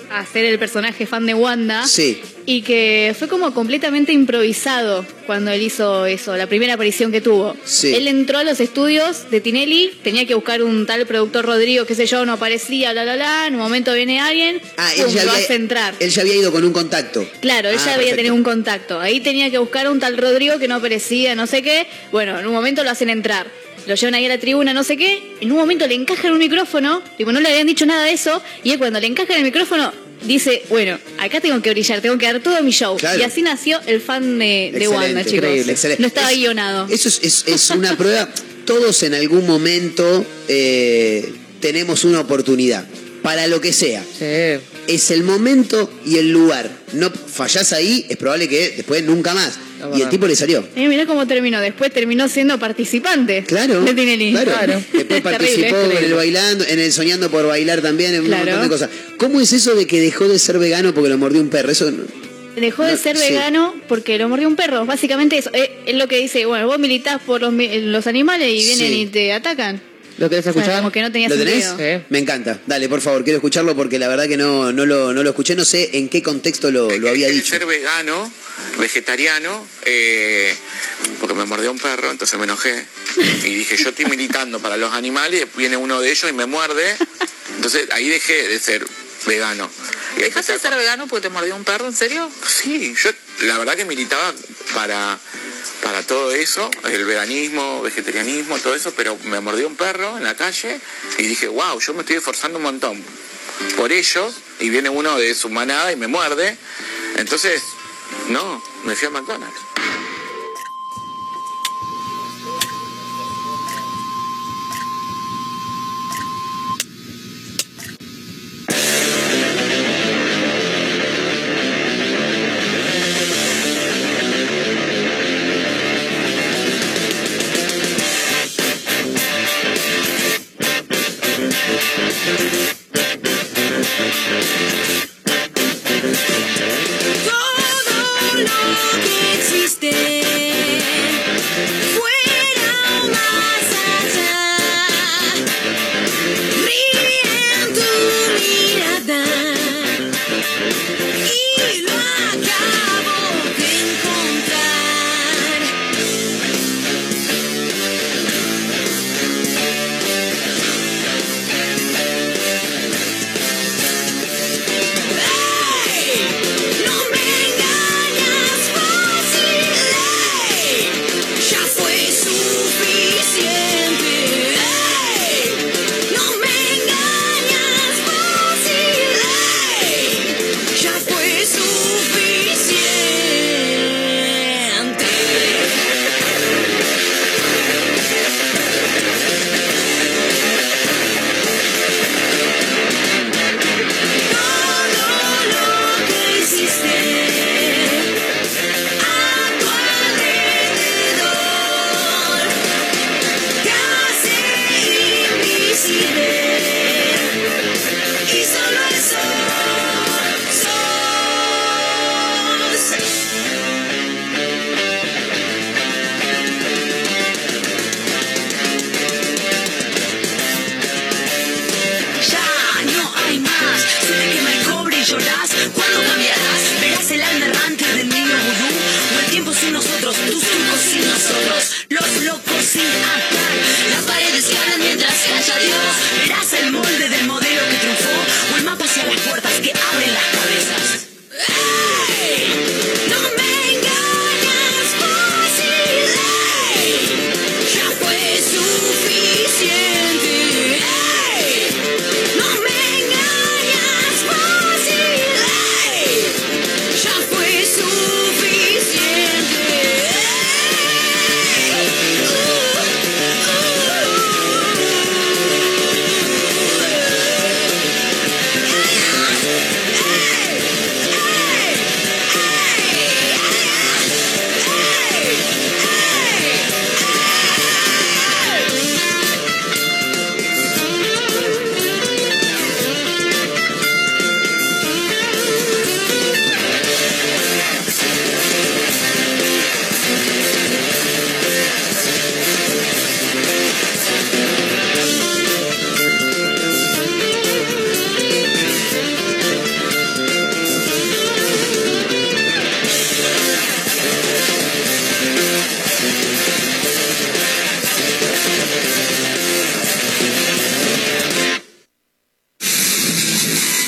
[SPEAKER 10] a ser el personaje fan de
[SPEAKER 15] Ah.
[SPEAKER 10] Wanda.
[SPEAKER 6] Sí.
[SPEAKER 10] Y que fue como completamente improvisado cuando él hizo eso, la primera aparición que tuvo.
[SPEAKER 6] Sí.
[SPEAKER 10] Él entró a los estudios de Tinelli, tenía que buscar un tal productor Rodrigo, qué sé yo, no aparecía, bla, bla, bla. En un momento viene alguien,
[SPEAKER 6] Ah, él
[SPEAKER 10] pum,
[SPEAKER 6] ya,
[SPEAKER 10] lo hace
[SPEAKER 6] había,
[SPEAKER 10] entrar.
[SPEAKER 6] él ya había ido con un contacto.
[SPEAKER 10] Claro,
[SPEAKER 6] Ah,
[SPEAKER 10] ella había
[SPEAKER 6] perfecto.
[SPEAKER 10] tenido un contacto. Ahí tenía que buscar a un tal Rodrigo que no aparecía, no sé qué. Bueno, en un momento lo hacen entrar. Lo llevan ahí a la tribuna, no sé qué. En un momento le encajan un micrófono. Tipo, no le habían dicho nada de eso. Y es cuando le encajan el micrófono, dice, bueno, acá tengo que brillar, tengo que dar todo mi show.
[SPEAKER 6] Claro.
[SPEAKER 10] Y así nació el fan de, de
[SPEAKER 6] Excelente,
[SPEAKER 10] Wanda, chicos.
[SPEAKER 6] increíble, excelente.
[SPEAKER 10] No estaba
[SPEAKER 6] Es-
[SPEAKER 10] guionado.
[SPEAKER 6] Eso es, es- es una <laughs> prueba. Todos en algún momento eh, tenemos una oportunidad, para lo que sea. es el momento y el lugar. No fallás ahí, es probable que después nunca más. Y el tipo le salió.
[SPEAKER 10] Eh, mirá cómo terminó. Después terminó siendo participante.
[SPEAKER 6] Claro.
[SPEAKER 10] De Tinelli.
[SPEAKER 6] Claro. Después
[SPEAKER 10] Es <laughs> terrible,
[SPEAKER 6] participó en
[SPEAKER 10] es
[SPEAKER 6] el
[SPEAKER 10] terrible.
[SPEAKER 6] bailando, en el soñando por bailar también, en
[SPEAKER 10] Claro.
[SPEAKER 6] un montón de cosas. ¿Cómo es eso de que dejó de ser vegano porque lo mordió un perro? Eso no-
[SPEAKER 10] Dejó de
[SPEAKER 6] No,
[SPEAKER 10] ser
[SPEAKER 6] sí.
[SPEAKER 10] vegano porque lo mordió un perro. Básicamente eso. Eh, Es, lo que dice, bueno, vos militás por los, mi- los animales y vienen
[SPEAKER 6] Sí.
[SPEAKER 10] y te atacan.
[SPEAKER 11] ¿Lo querés
[SPEAKER 10] O sea, como que no tenía
[SPEAKER 6] ¿Lo tenés?
[SPEAKER 10] sentido.
[SPEAKER 6] Me encanta. Dale, por favor, quiero escucharlo porque la verdad que no, no, lo, no lo escuché, no sé en qué contexto lo, lo había dicho.
[SPEAKER 14] ser vegano, vegetariano, eh, porque me mordió un perro, entonces me enojé. Y dije, yo estoy militando para los animales, viene uno de ellos y me muerde. Entonces ahí dejé de ser vegano. Y
[SPEAKER 11] ¿Dejaste de ser vegano porque te mordió un perro? ¿En serio?
[SPEAKER 14] Sí, yo la verdad que militaba para, para todo eso, el veganismo, vegetarianismo, todo eso, pero me mordió un perro en la calle y dije, wow, yo me estoy esforzando un montón por ellos y viene uno de su manada y me muerde. Entonces, no, me fui a McDonald's.
[SPEAKER 8] Todo lo que existe fuera más allá. Ríe en tu mirada y lo acabo de encontrar. No me engañas fácil, ya fue suficiente. No me engañas fácil, ya fue suficiente. que hiciste a tu alrededor casi invisible y solo eso Ya no hay más, se te quema el cobre y llorás. ¿Cuándo cambiarás? Verás el alma errante del niño vudú. No hay tiempo sin nosotros, tus trucos sin nosotros. Los locos sin atar, las paredes que hablan mientras calla Dios. Verás el molde del modelo que triunfó o el mapa hacia las puertas que abren las cabezas. ¡Ey! No me engañas fácil, ¡ey! ya fue suficiente. ¡ey! No me engañas fácil, ey. ya fue suficiente. ey.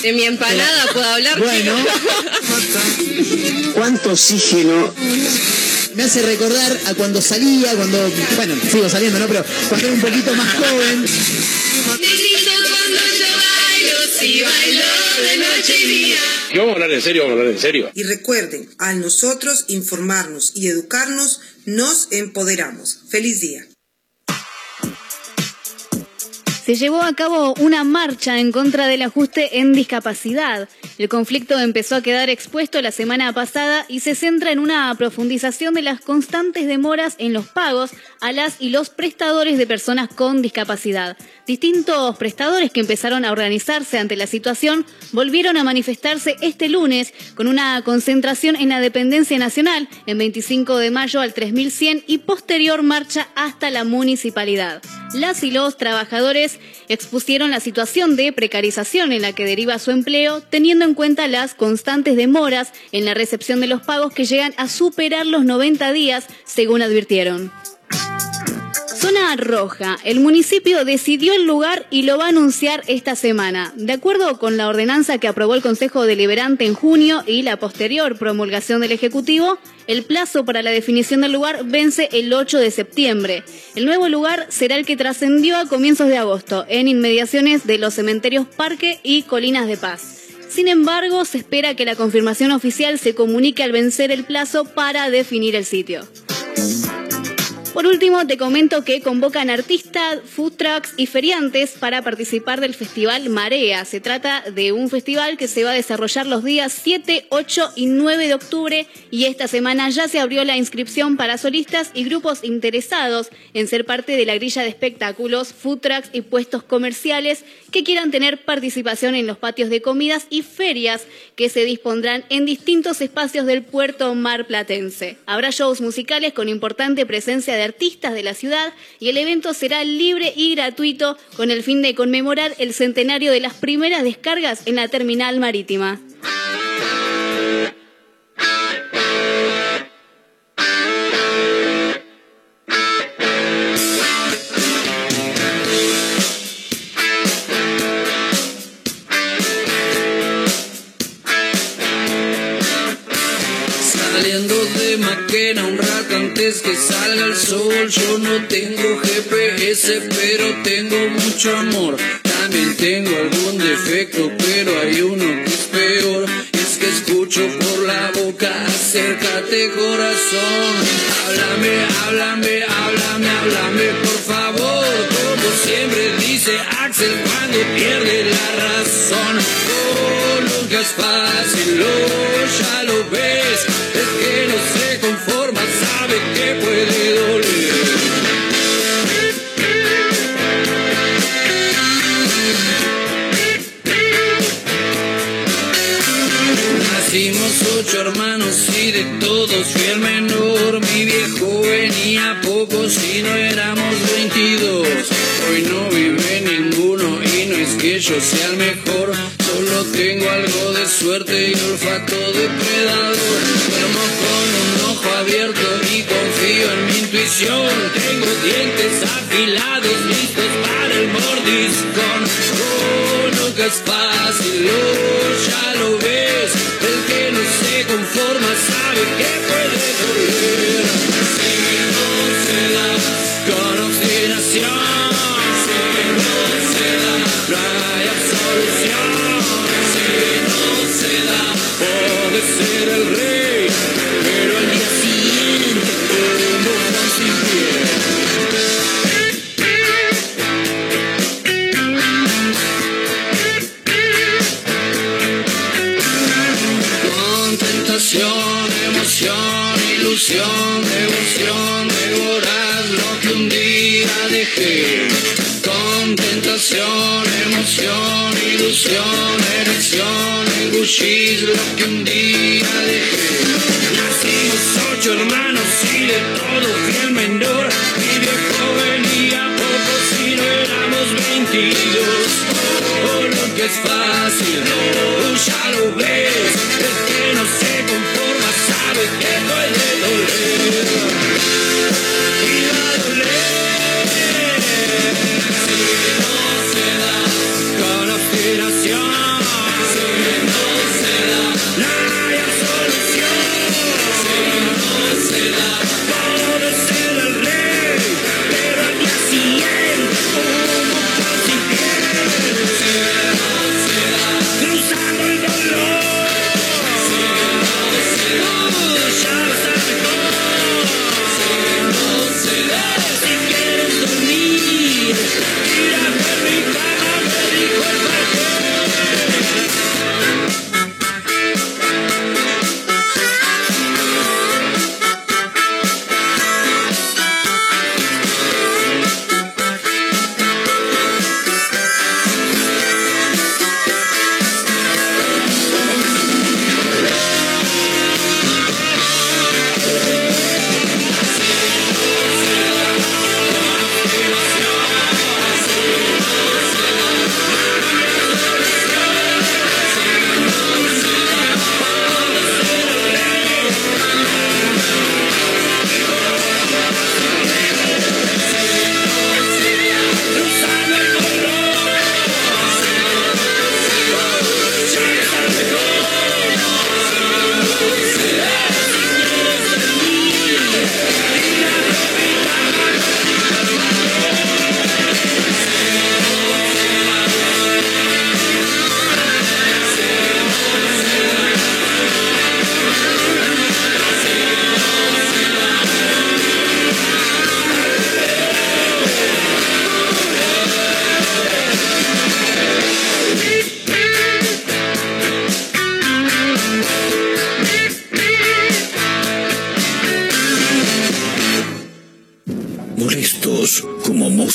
[SPEAKER 1] De mi empanada puedo hablar.
[SPEAKER 6] Bueno. ¿Cuánto oxígeno? Me hace recordar a cuando salía, cuando, bueno, sigo saliendo, ¿no? Pero cuando era un poquito más joven.
[SPEAKER 8] Negrito cuando yo bailo, si bailo de noche y día.
[SPEAKER 16] Yo vamos a hablar en serio, vamos a hablar en serio.
[SPEAKER 15] Y recuerden, al nosotros informarnos y educarnos, nos empoderamos. Feliz día.
[SPEAKER 10] Sí, se llevó a cabo una marcha en contra del ajuste en discapacidad. El conflicto empezó a quedar expuesto la semana pasada y se centra en una profundización de las constantes demoras en los pagos a las y los prestadores de personas con discapacidad. Distintos prestadores que empezaron a organizarse ante la situación volvieron a manifestarse este lunes con una concentración en la dependencia nacional en 25 de mayo al 3100 y posterior marcha hasta la municipalidad. Las y los trabajadores expusieron la situación de precarización en la que deriva su empleo, teniendo en cuenta las constantes demoras en la recepción de los pagos que llegan a superar los 90 días, según advirtieron. Zona roja. El municipio decidió el lugar y lo va a anunciar esta semana. De acuerdo con la ordenanza que aprobó el Consejo Deliberante en junio y la posterior promulgación del Ejecutivo, el plazo para la definición del lugar vence el 8 de septiembre. El nuevo lugar será el que trascendió a comienzos de agosto, en inmediaciones de los cementerios Parque y Colinas de Paz. Sin embargo, se espera que la confirmación oficial se comunique al vencer el plazo para definir el sitio. Por último, te comento que convocan artistas, food trucks y feriantes para participar del festival Marea. Se trata de un festival que se va a desarrollar los días 7, 8 y 9 de octubre y esta semana ya se abrió la inscripción para solistas y grupos interesados en ser parte de la grilla de espectáculos, food trucks y puestos comerciales que quieran tener participación en los patios de comidas y ferias que se dispondrán en distintos espacios del puerto marplatense. Habrá shows musicales con importante presencia de artistas de la ciudad y el evento será libre y gratuito con el fin de conmemorar el centenario de las primeras descargas en la terminal marítima.
[SPEAKER 8] Saliendo de Maquena un rato antes que salga el sol. Yo no tengo GPS, pero tengo mucho amor. También tengo algún defecto, pero hay uno que es peor. Es que escucho por la boca, acércate corazón. Háblame, háblame, háblame, háblame, por favor. Como siempre dice Axel cuando pierde la razón. Oh, nunca es fácil, oh, ya lo ves. Es que no se conforma, sabe que puede doler. Nacimos ocho hermanos y de todos fui el menor. Mi viejo venía poco si no éramos 22. Hoy no vive ninguno y no es que yo sea el mejor. Solo tengo algo de suerte y olfato depredador. Duermo con un ojo abierto y confío en mi intuición. Tengo dientes afilados listos para el mordiscón. Oh, nunca es fácil, oh, ya lo ves. El que no se conforma sabe que puede doler. Si no se da con obstinación, si no se da, no hay absolución. Si no se da, puede ser el rey, pero al día siguiente podemos estar sin Con tentación, emoción, ilusión, devoción, devorar lo que un día dejé. Con tentación, emoción, ilusión, erección, engullís lo que un día dejé. Nacimos ocho hermanos y de todos fui el menor. Mi viejo venía poco si no éramos 22. Oh, lo que es fácil, oh, ya lo ves. El que no se conforma sabe que duele doler. Y va a doler. Si no se da con obstinación. Si no se da, no hay absolución. Si no se da, puede ser el rey. Pero al día siguiente, como casi piel. Si no se da, cruzando el dolor. Si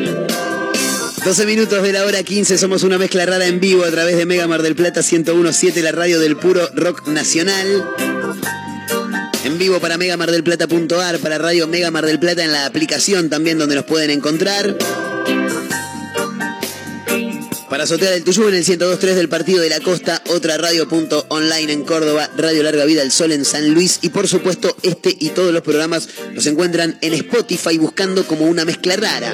[SPEAKER 6] Exacto. 12 minutos de la hora 15, somos una mezcla rara en vivo a través de Mega Mar del Plata 1017, la radio del puro rock nacional. En vivo para megamardelplata.ar, para Radio Mega Mar del Plata en la aplicación también donde nos pueden encontrar. Para Azotea del Tuyú en el 1023 del Partido de la Costa, otra radio punto online en Córdoba, Radio Larga Vida al Sol en San Luis y por supuesto este y todos los programas los encuentran en Spotify buscando como una mezcla rara.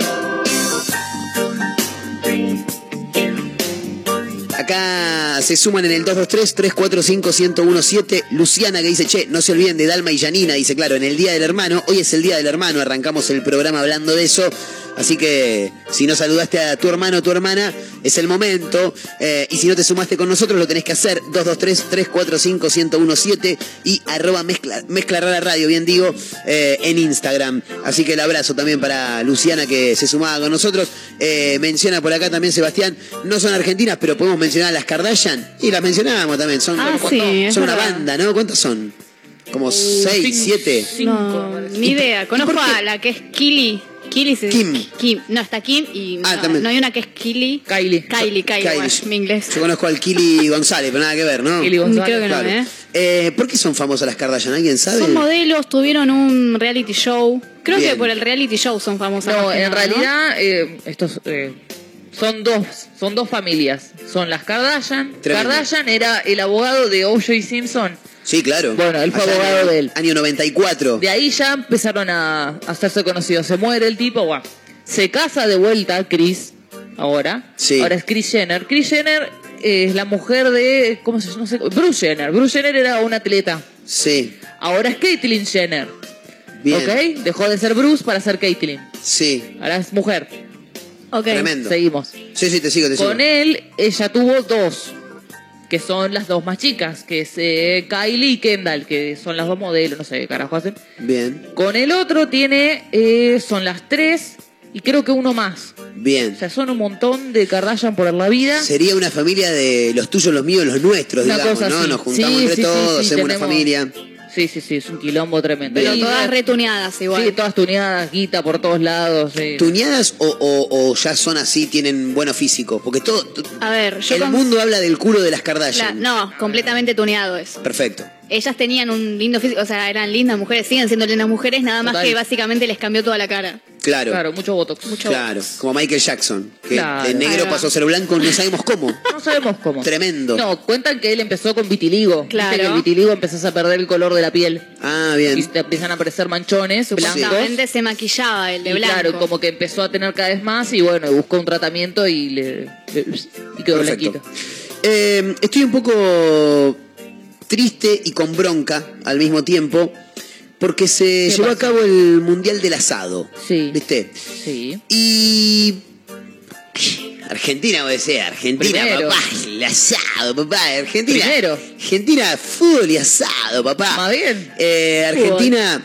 [SPEAKER 6] Acá se suman en el 223-345-1017. Luciana que dice, che, no se olviden de Dalma y Janina. Dice, claro, en el Día del Hermano. Hoy es el Día del Hermano. Arrancamos el programa hablando de eso. Así que si no saludaste a tu hermano o tu hermana, es el momento. Eh, y si no te sumaste con nosotros, lo tenés que hacer. 223-345-1017 y arroba mezcla, mezcla rara radio, bien digo, eh, en Instagram. Así que el abrazo también para Luciana que se sumaba con nosotros. Eh, menciona por acá también Sebastián, no son argentinas, pero podemos mencionar a las Kardashian. Y las mencionábamos también. Son,
[SPEAKER 10] Ah,
[SPEAKER 6] ¿cuánto?
[SPEAKER 10] sí, es
[SPEAKER 6] son una
[SPEAKER 10] verdad.
[SPEAKER 6] banda, ¿no? ¿Cuántas son?
[SPEAKER 10] Uh,
[SPEAKER 6] Como 6, 7.
[SPEAKER 10] No, ni idea. Conozco a la que es Kili. Kili se Kim. Kim. No, está Kim y no,
[SPEAKER 6] también.
[SPEAKER 10] no hay una que es Kili.
[SPEAKER 11] Kylie.
[SPEAKER 10] Kylie, Kylie, bueno, mi inglés.
[SPEAKER 6] Yo conozco al Kili González, pero nada que ver, ¿no?
[SPEAKER 10] Kili González. Creo que no, ¿eh?
[SPEAKER 6] Eh, ¿Por qué son famosas las Kardashian? ¿Alguien sabe?
[SPEAKER 10] Son modelos, tuvieron un reality show. Creo
[SPEAKER 6] Bien.
[SPEAKER 10] que por el reality show son famosas.
[SPEAKER 11] No,
[SPEAKER 10] más que
[SPEAKER 11] en
[SPEAKER 10] nada, ¿no?
[SPEAKER 11] realidad eh, estos eh, son dos, son dos familias. Son las Kardashian.
[SPEAKER 6] Tremendo.
[SPEAKER 11] Kardashian era el abogado de O.J. Simpson.
[SPEAKER 6] Sí, claro.
[SPEAKER 11] Bueno, él fue
[SPEAKER 6] Allá en
[SPEAKER 11] abogado
[SPEAKER 6] el
[SPEAKER 11] de él.
[SPEAKER 6] Año 94.
[SPEAKER 11] De ahí ya empezaron a, a hacerse conocidos. Se muere el tipo, guau. Se casa de vuelta Chris, ahora.
[SPEAKER 6] Sí.
[SPEAKER 11] Ahora es Chris Jenner. Chris Jenner eh, es la mujer de. ¿Cómo se llama? No sé, Bruce Jenner. Bruce Jenner era un atleta.
[SPEAKER 6] Sí.
[SPEAKER 11] Ahora es Caitlyn Jenner.
[SPEAKER 6] Bien.
[SPEAKER 11] ¿Ok? Dejó de ser Bruce para ser Caitlyn.
[SPEAKER 6] Sí.
[SPEAKER 11] Ahora es mujer.
[SPEAKER 10] Ok.
[SPEAKER 6] Tremendo.
[SPEAKER 11] Seguimos.
[SPEAKER 6] Sí, sí, te sigo, te sigo.
[SPEAKER 11] Con él, ella tuvo dos, que son las dos más chicas, que es eh, Kylie y Kendall, que son las dos modelos, no sé qué carajo hacen.
[SPEAKER 6] Bien,
[SPEAKER 11] Con el otro tiene, eh, son las tres y creo que uno más.
[SPEAKER 6] bien.
[SPEAKER 11] O sea, son un montón de Kardashian por la vida.
[SPEAKER 6] Sería una familia de los tuyos, los míos, los nuestros,
[SPEAKER 11] Una
[SPEAKER 6] digamos,
[SPEAKER 11] cosa
[SPEAKER 6] ¿no?
[SPEAKER 11] así.
[SPEAKER 6] Nos juntamos
[SPEAKER 11] Sí,
[SPEAKER 6] entre
[SPEAKER 11] sí, sí,
[SPEAKER 6] todos,
[SPEAKER 11] sí,
[SPEAKER 6] hacemos una
[SPEAKER 11] tenemos-
[SPEAKER 6] familia.
[SPEAKER 11] Sí, sí, sí, es un quilombo tremendo.
[SPEAKER 10] Pero
[SPEAKER 11] Y
[SPEAKER 10] todas
[SPEAKER 11] la-
[SPEAKER 10] retuneadas igual.
[SPEAKER 11] Sí, todas tuneadas, guita por todos lados. sí.
[SPEAKER 6] ¿Tuñadas o, o- o ya son así, tienen bueno físico? Porque todo. t-
[SPEAKER 10] A ver, yo
[SPEAKER 6] el
[SPEAKER 10] con-
[SPEAKER 6] mundo habla del culo de las
[SPEAKER 10] la-
[SPEAKER 6] Kardashian.
[SPEAKER 10] No, completamente tuneado eso.
[SPEAKER 6] Perfecto.
[SPEAKER 10] Ellas tenían un lindo físico, o sea, eran lindas mujeres, siguen siendo lindas mujeres, nada más
[SPEAKER 6] Total.
[SPEAKER 10] que básicamente les cambió toda la cara.
[SPEAKER 6] Claro.
[SPEAKER 11] Claro, mucho botox.
[SPEAKER 6] Claro, como Michael Jackson, que
[SPEAKER 11] Claro.
[SPEAKER 6] de
[SPEAKER 11] Ahí
[SPEAKER 6] negro
[SPEAKER 11] va.
[SPEAKER 6] pasó a ser blanco, no sabemos cómo.
[SPEAKER 11] No sabemos cómo.
[SPEAKER 6] Tremendo.
[SPEAKER 11] No, cuentan que él empezó con vitiligo. Viste
[SPEAKER 10] Claro.
[SPEAKER 11] que el vitiligo empezás a perder el color de la piel.
[SPEAKER 6] Ah,
[SPEAKER 11] Y te empiezan a aparecer manchones blancos.
[SPEAKER 10] Justamente se maquillaba el de
[SPEAKER 11] Y
[SPEAKER 10] blanco.
[SPEAKER 11] claro, como que empezó a tener cada vez más y bueno, buscó un tratamiento y le, le- y quedó
[SPEAKER 6] Perfecto.
[SPEAKER 11] blanquito.
[SPEAKER 6] Eh, estoy un poco triste y con bronca al mismo tiempo porque se llevó a cabo el Mundial del Asado.
[SPEAKER 11] Sí.
[SPEAKER 6] ¿Viste?
[SPEAKER 11] Sí.
[SPEAKER 6] Y. Argentina, o sea, Argentina,
[SPEAKER 11] Primero.
[SPEAKER 6] papá, el asado, papá, Argentina.
[SPEAKER 11] Primero.
[SPEAKER 6] Argentina, fútbol y asado, papá.
[SPEAKER 11] Más bien.
[SPEAKER 6] Eh, Argentina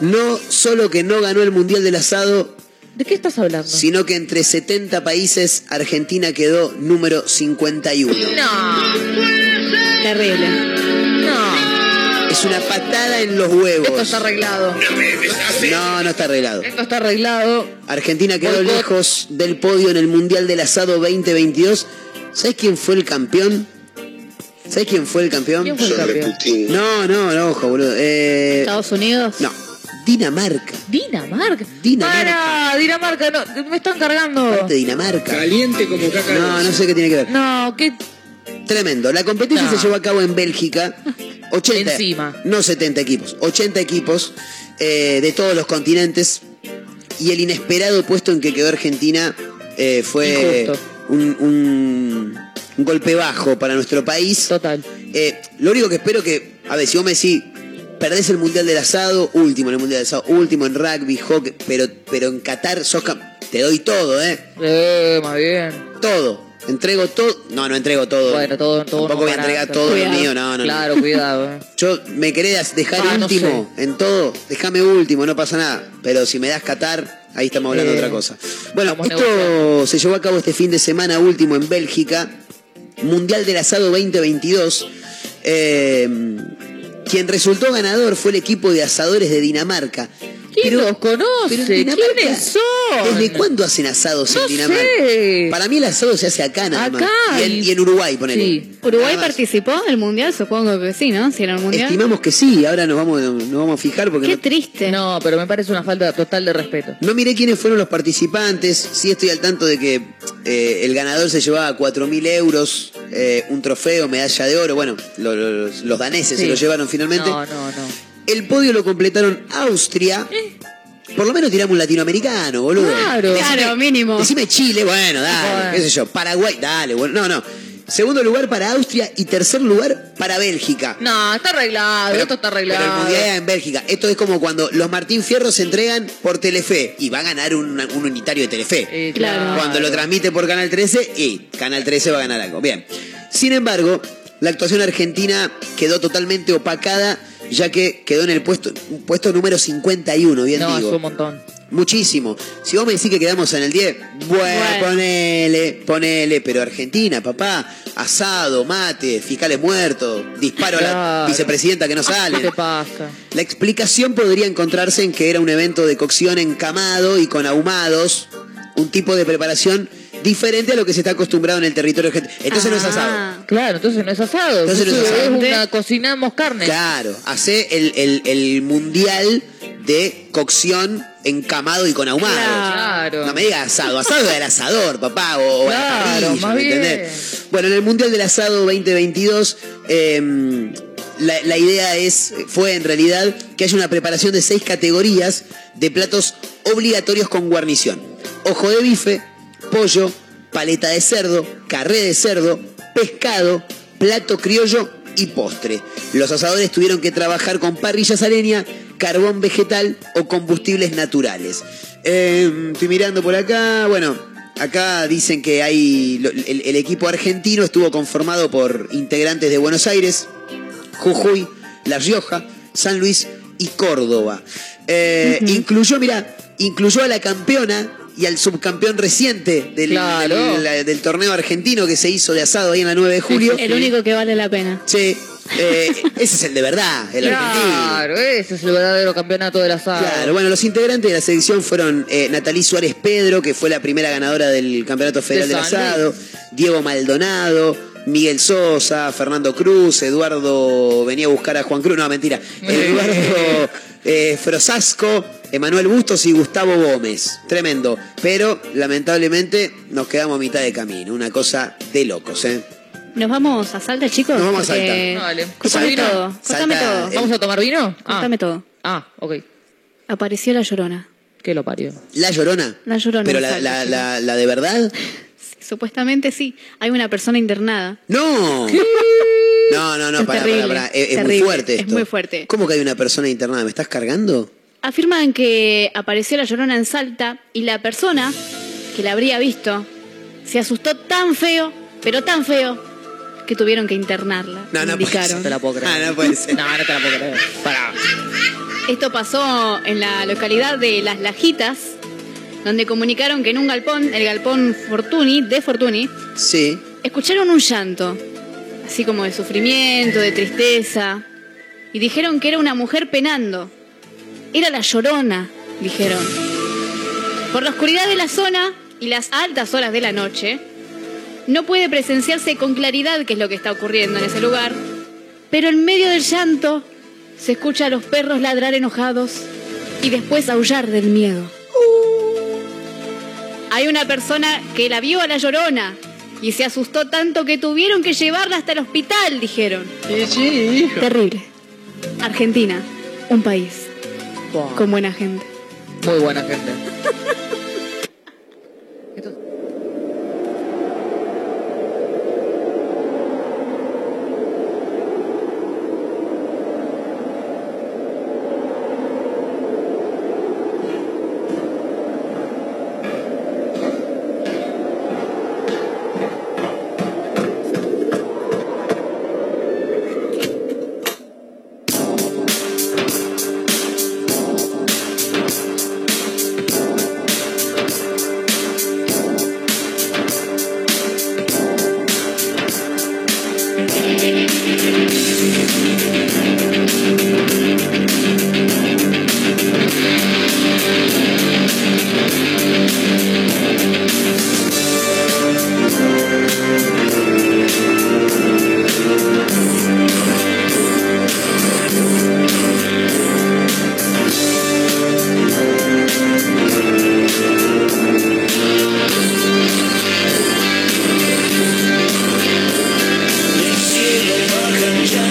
[SPEAKER 6] no solo que no ganó el Mundial del Asado,
[SPEAKER 11] ¿De qué estás hablando?
[SPEAKER 6] sino que entre 70 países Argentina quedó número 51.
[SPEAKER 11] No.
[SPEAKER 10] Terrible.
[SPEAKER 11] No.
[SPEAKER 6] Es una patada en los huevos.
[SPEAKER 11] Esto está arreglado.
[SPEAKER 6] No, no está arreglado.
[SPEAKER 11] Esto está arreglado.
[SPEAKER 6] Argentina quedó
[SPEAKER 11] Boicot.
[SPEAKER 6] lejos del podio en el Mundial del Asado 2022. ¿Sabes quién fue el campeón? ¿Sabes quién fue el campeón?
[SPEAKER 10] ¿Quién fue el Sobre campeón? Putin.
[SPEAKER 6] No, no, no, ojo, boludo. Eh,
[SPEAKER 10] Estados Unidos.
[SPEAKER 6] No, Dinamarca.
[SPEAKER 10] Dinamarca.
[SPEAKER 6] Dinamarca.
[SPEAKER 11] Para, Dinamarca, no, me están cargando.
[SPEAKER 6] Parte de Dinamarca.
[SPEAKER 3] Caliente como caca. de
[SPEAKER 6] No,
[SPEAKER 3] oso.
[SPEAKER 6] no sé qué tiene que ver.
[SPEAKER 11] No, qué
[SPEAKER 6] Tremendo. La competencia
[SPEAKER 11] No.
[SPEAKER 6] se llevó a cabo en
[SPEAKER 11] <laughs>
[SPEAKER 6] Bélgica. 80,
[SPEAKER 11] Encima.
[SPEAKER 6] No 70 equipos, 80 equipos eh, de todos los continentes. Y el inesperado puesto en que quedó Argentina eh, fue
[SPEAKER 11] Injusto.
[SPEAKER 6] un, un- un golpe bajo para nuestro país. Eh,
[SPEAKER 11] Total.
[SPEAKER 6] lo único que espero que, a ver, si vos me decís, perdés el Mundial del Asado, último en el Mundial del Asado, último en rugby, hockey, pero, pero en Qatar sos cam- Te doy todo, ¿eh?
[SPEAKER 11] Eh, más bien.
[SPEAKER 6] Todo. Entrego todo. No, no entrego todo.
[SPEAKER 11] Bueno, todo, todo.
[SPEAKER 6] Tampoco
[SPEAKER 11] no
[SPEAKER 6] voy a
[SPEAKER 11] pará,
[SPEAKER 6] entregar
[SPEAKER 11] pero-
[SPEAKER 6] todo
[SPEAKER 11] Cuidado.
[SPEAKER 6] lo mío, no, no.
[SPEAKER 11] Claro,
[SPEAKER 6] no.
[SPEAKER 11] cuidado. eh.
[SPEAKER 6] <laughs> Yo me querés dejar
[SPEAKER 11] Ah, no
[SPEAKER 6] último en todo, déjame último, no pasa nada. Pero si me das Qatar, ahí estamos hablando de
[SPEAKER 11] Eh,
[SPEAKER 6] otra cosa. Bueno,
[SPEAKER 11] estamos
[SPEAKER 6] esto se llevó a cabo este fin de semana último en Bélgica, Mundial del Asado 2022. Eh, quien resultó ganador fue el equipo de asadores de Dinamarca.
[SPEAKER 11] ¿Quién los conoce?
[SPEAKER 6] pero Dinamarca-
[SPEAKER 11] ¿Quiénes son?
[SPEAKER 6] ¿Desde cuándo hacen asados
[SPEAKER 11] No
[SPEAKER 6] en Dinamarca?
[SPEAKER 11] sé.
[SPEAKER 6] Para mí el asado se hace acá nada más.
[SPEAKER 10] Acá,
[SPEAKER 6] Y en,
[SPEAKER 10] y-
[SPEAKER 6] y en Uruguay, ponele.
[SPEAKER 10] ¿Uruguay participó del mundial? Supongo que sí, ¿no? Si era el mundial.
[SPEAKER 6] Estimamos que sí, ahora nos vamos, nos vamos a fijar porque
[SPEAKER 10] Qué
[SPEAKER 6] no,
[SPEAKER 10] triste.
[SPEAKER 11] No, pero me parece una falta total de respeto.
[SPEAKER 6] no miré quiénes fueron los participantes, sí estoy al tanto de que eh, el ganador se llevaba 4.000 euros, eh, un trofeo, medalla de oro, bueno, lo- lo- los, los daneses se
[SPEAKER 11] Sí.
[SPEAKER 6] lo llevaron finalmente.
[SPEAKER 11] No, no, no.
[SPEAKER 6] El podio lo completaron Austria. Por lo menos tiramos un latinoamericano, boludo.
[SPEAKER 11] ¿Eh? Claro. Claro,
[SPEAKER 10] mínimo.
[SPEAKER 6] Decime Chile, bueno, dale,
[SPEAKER 11] Bueno.
[SPEAKER 6] qué sé yo. Paraguay, dale, bueno, no, no. Segundo lugar para Austria y tercer lugar para Bélgica.
[SPEAKER 11] No, está arreglado,
[SPEAKER 6] Pero-
[SPEAKER 11] esto está
[SPEAKER 6] Pero el
[SPEAKER 11] arreglado.
[SPEAKER 6] mundial era en Bélgica. Esto es como cuando los Martín Fierro se entregan por Telefe y va a ganar un, un unitario de Telefe.
[SPEAKER 11] Eh, claro.
[SPEAKER 6] Cuando lo transmite por Canal 13 y Canal 13 va a ganar algo. Bien. Sin embargo, la actuación argentina quedó totalmente opacada ya que quedó en el puesto puesto número 51, bien
[SPEAKER 11] No,
[SPEAKER 6] digo.
[SPEAKER 11] es un montón.
[SPEAKER 6] Muchísimo. Si vos me decís que quedamos en el 10, bueno, ponele, ponele, pero Argentina, papá, asado, mate, fiscales muertos, disparo a la
[SPEAKER 11] Claro.
[SPEAKER 6] vicepresidenta que no
[SPEAKER 11] ¿Qué
[SPEAKER 6] sale.
[SPEAKER 11] te pasa?
[SPEAKER 6] La explicación podría encontrarse en que era un evento de cocción encamado y con ahumados, un tipo de preparación diferente a lo que se está acostumbrado en el territorio argentino. Entonces no es asado.
[SPEAKER 11] Ah. Claro, entonces no es asado.
[SPEAKER 6] Entonces no es
[SPEAKER 11] Entonces
[SPEAKER 6] asado.
[SPEAKER 11] una- cocinamos carne.
[SPEAKER 6] Claro, hace el, el- el mundial de cocción encamado y con ahumado.
[SPEAKER 11] Claro.
[SPEAKER 6] No me digas asado, asado era asador, papá, o, o a la
[SPEAKER 11] Claro,
[SPEAKER 6] parrilla,
[SPEAKER 11] más
[SPEAKER 6] ¿me
[SPEAKER 11] bien.
[SPEAKER 6] entendés? Bueno, en el Mundial del Asado 2022, eh, la, la idea es, fue en realidad que haya una preparación de seis categorías de platos obligatorios con guarnición. Ojo de bife, pollo, paleta de cerdo, carré de cerdo, pescado, plato criollo y postre. Los asadores tuvieron que trabajar con parrillas a leña, carbón vegetal o combustibles naturales. Eh, estoy mirando por acá, bueno, Acá dicen que hay lo- el, el equipo argentino estuvo conformado por integrantes de Buenos Aires, Jujuy, La Rioja, San Luis y Córdoba. Eh, Incluyó, mira, incluyó a la campeona y al subcampeón reciente del,
[SPEAKER 11] Claro.
[SPEAKER 6] del- la- eh, del torneo argentino que se hizo de asado ahí en la 9 de julio.
[SPEAKER 10] El único que vale la pena.
[SPEAKER 6] Sí, eh, ese es el de verdad, el argentino.
[SPEAKER 11] Claro, ese es el verdadero campeonato del asado.
[SPEAKER 6] Claro, bueno, los integrantes de la selección fueron eh, Natalí Suárez Pedro, que fue la primera ganadora del Campeonato Federal
[SPEAKER 11] De
[SPEAKER 6] del
[SPEAKER 11] San
[SPEAKER 6] Asado, Diego Maldonado, Miguel Sosa, Fernando Cruz, Eduardo venía a buscar a Juan Cruz, no,
[SPEAKER 11] <laughs>
[SPEAKER 6] mentira, Eduardo eh, Frosasco, Emanuel Bustos y Gustavo Gómez. Tremendo, pero lamentablemente nos quedamos a mitad de camino, una cosa de locos, ¿eh?
[SPEAKER 10] ¿Nos vamos a Salta, chicos?
[SPEAKER 6] Nos vamos a
[SPEAKER 10] Porque-
[SPEAKER 6] Salta.
[SPEAKER 11] Dale.
[SPEAKER 10] Cortame
[SPEAKER 6] Salta,
[SPEAKER 10] todo. Cortame
[SPEAKER 6] Salta,
[SPEAKER 10] todo.
[SPEAKER 6] eh,
[SPEAKER 11] ¿Vamos a tomar vino? Ah,
[SPEAKER 10] Cortame todo.
[SPEAKER 11] ah, ok.
[SPEAKER 10] Apareció la llorona.
[SPEAKER 11] ¿Qué lo parió?
[SPEAKER 6] La Llorona.
[SPEAKER 10] La Llorona,
[SPEAKER 6] Pero la,
[SPEAKER 10] Salta,
[SPEAKER 6] la-
[SPEAKER 10] sí.
[SPEAKER 6] la- la de verdad,
[SPEAKER 10] Supuestamente sí. Hay una persona internada.
[SPEAKER 6] no. No, no, no,
[SPEAKER 10] Es
[SPEAKER 6] pará,
[SPEAKER 10] terrible,
[SPEAKER 6] pará, pará. Es, es muy
[SPEAKER 10] terrible,
[SPEAKER 6] fuerte
[SPEAKER 10] es
[SPEAKER 6] esto.
[SPEAKER 10] muy fuerte.
[SPEAKER 6] ¿Cómo que hay una persona internada? ¿Me estás cargando?
[SPEAKER 10] Afirman que apareció la llorona en Salta y la persona que la habría visto se asustó tan feo, pero tan feo, que tuvieron que internarla.
[SPEAKER 6] No, no puede ser.
[SPEAKER 10] indicaron.
[SPEAKER 11] No te la puedo creer.
[SPEAKER 6] Ah, no puede ser.
[SPEAKER 11] No, no te la puedo creer. Pará.
[SPEAKER 10] Esto pasó en la localidad de Las Lajitas, donde comunicaron que en un galpón, el galpón Fortuny, de Fortuny,
[SPEAKER 6] Sí.
[SPEAKER 10] escucharon un llanto, así como de sufrimiento, de tristeza, y dijeron que era una mujer penando. Era la llorona, dijeron. Por la oscuridad de la zona y las altas horas de la noche, no puede presenciarse con claridad qué es lo que está ocurriendo en ese lugar, pero en medio del llanto se escucha a los perros ladrar enojados y después aullar del miedo. Hay una persona que la vio a la llorona y se asustó tanto que tuvieron que llevarla hasta el hospital, dijeron. Terrible. Argentina, un país con buena gente.
[SPEAKER 11] Muy buena gente.
[SPEAKER 8] Del cielo bajan ya,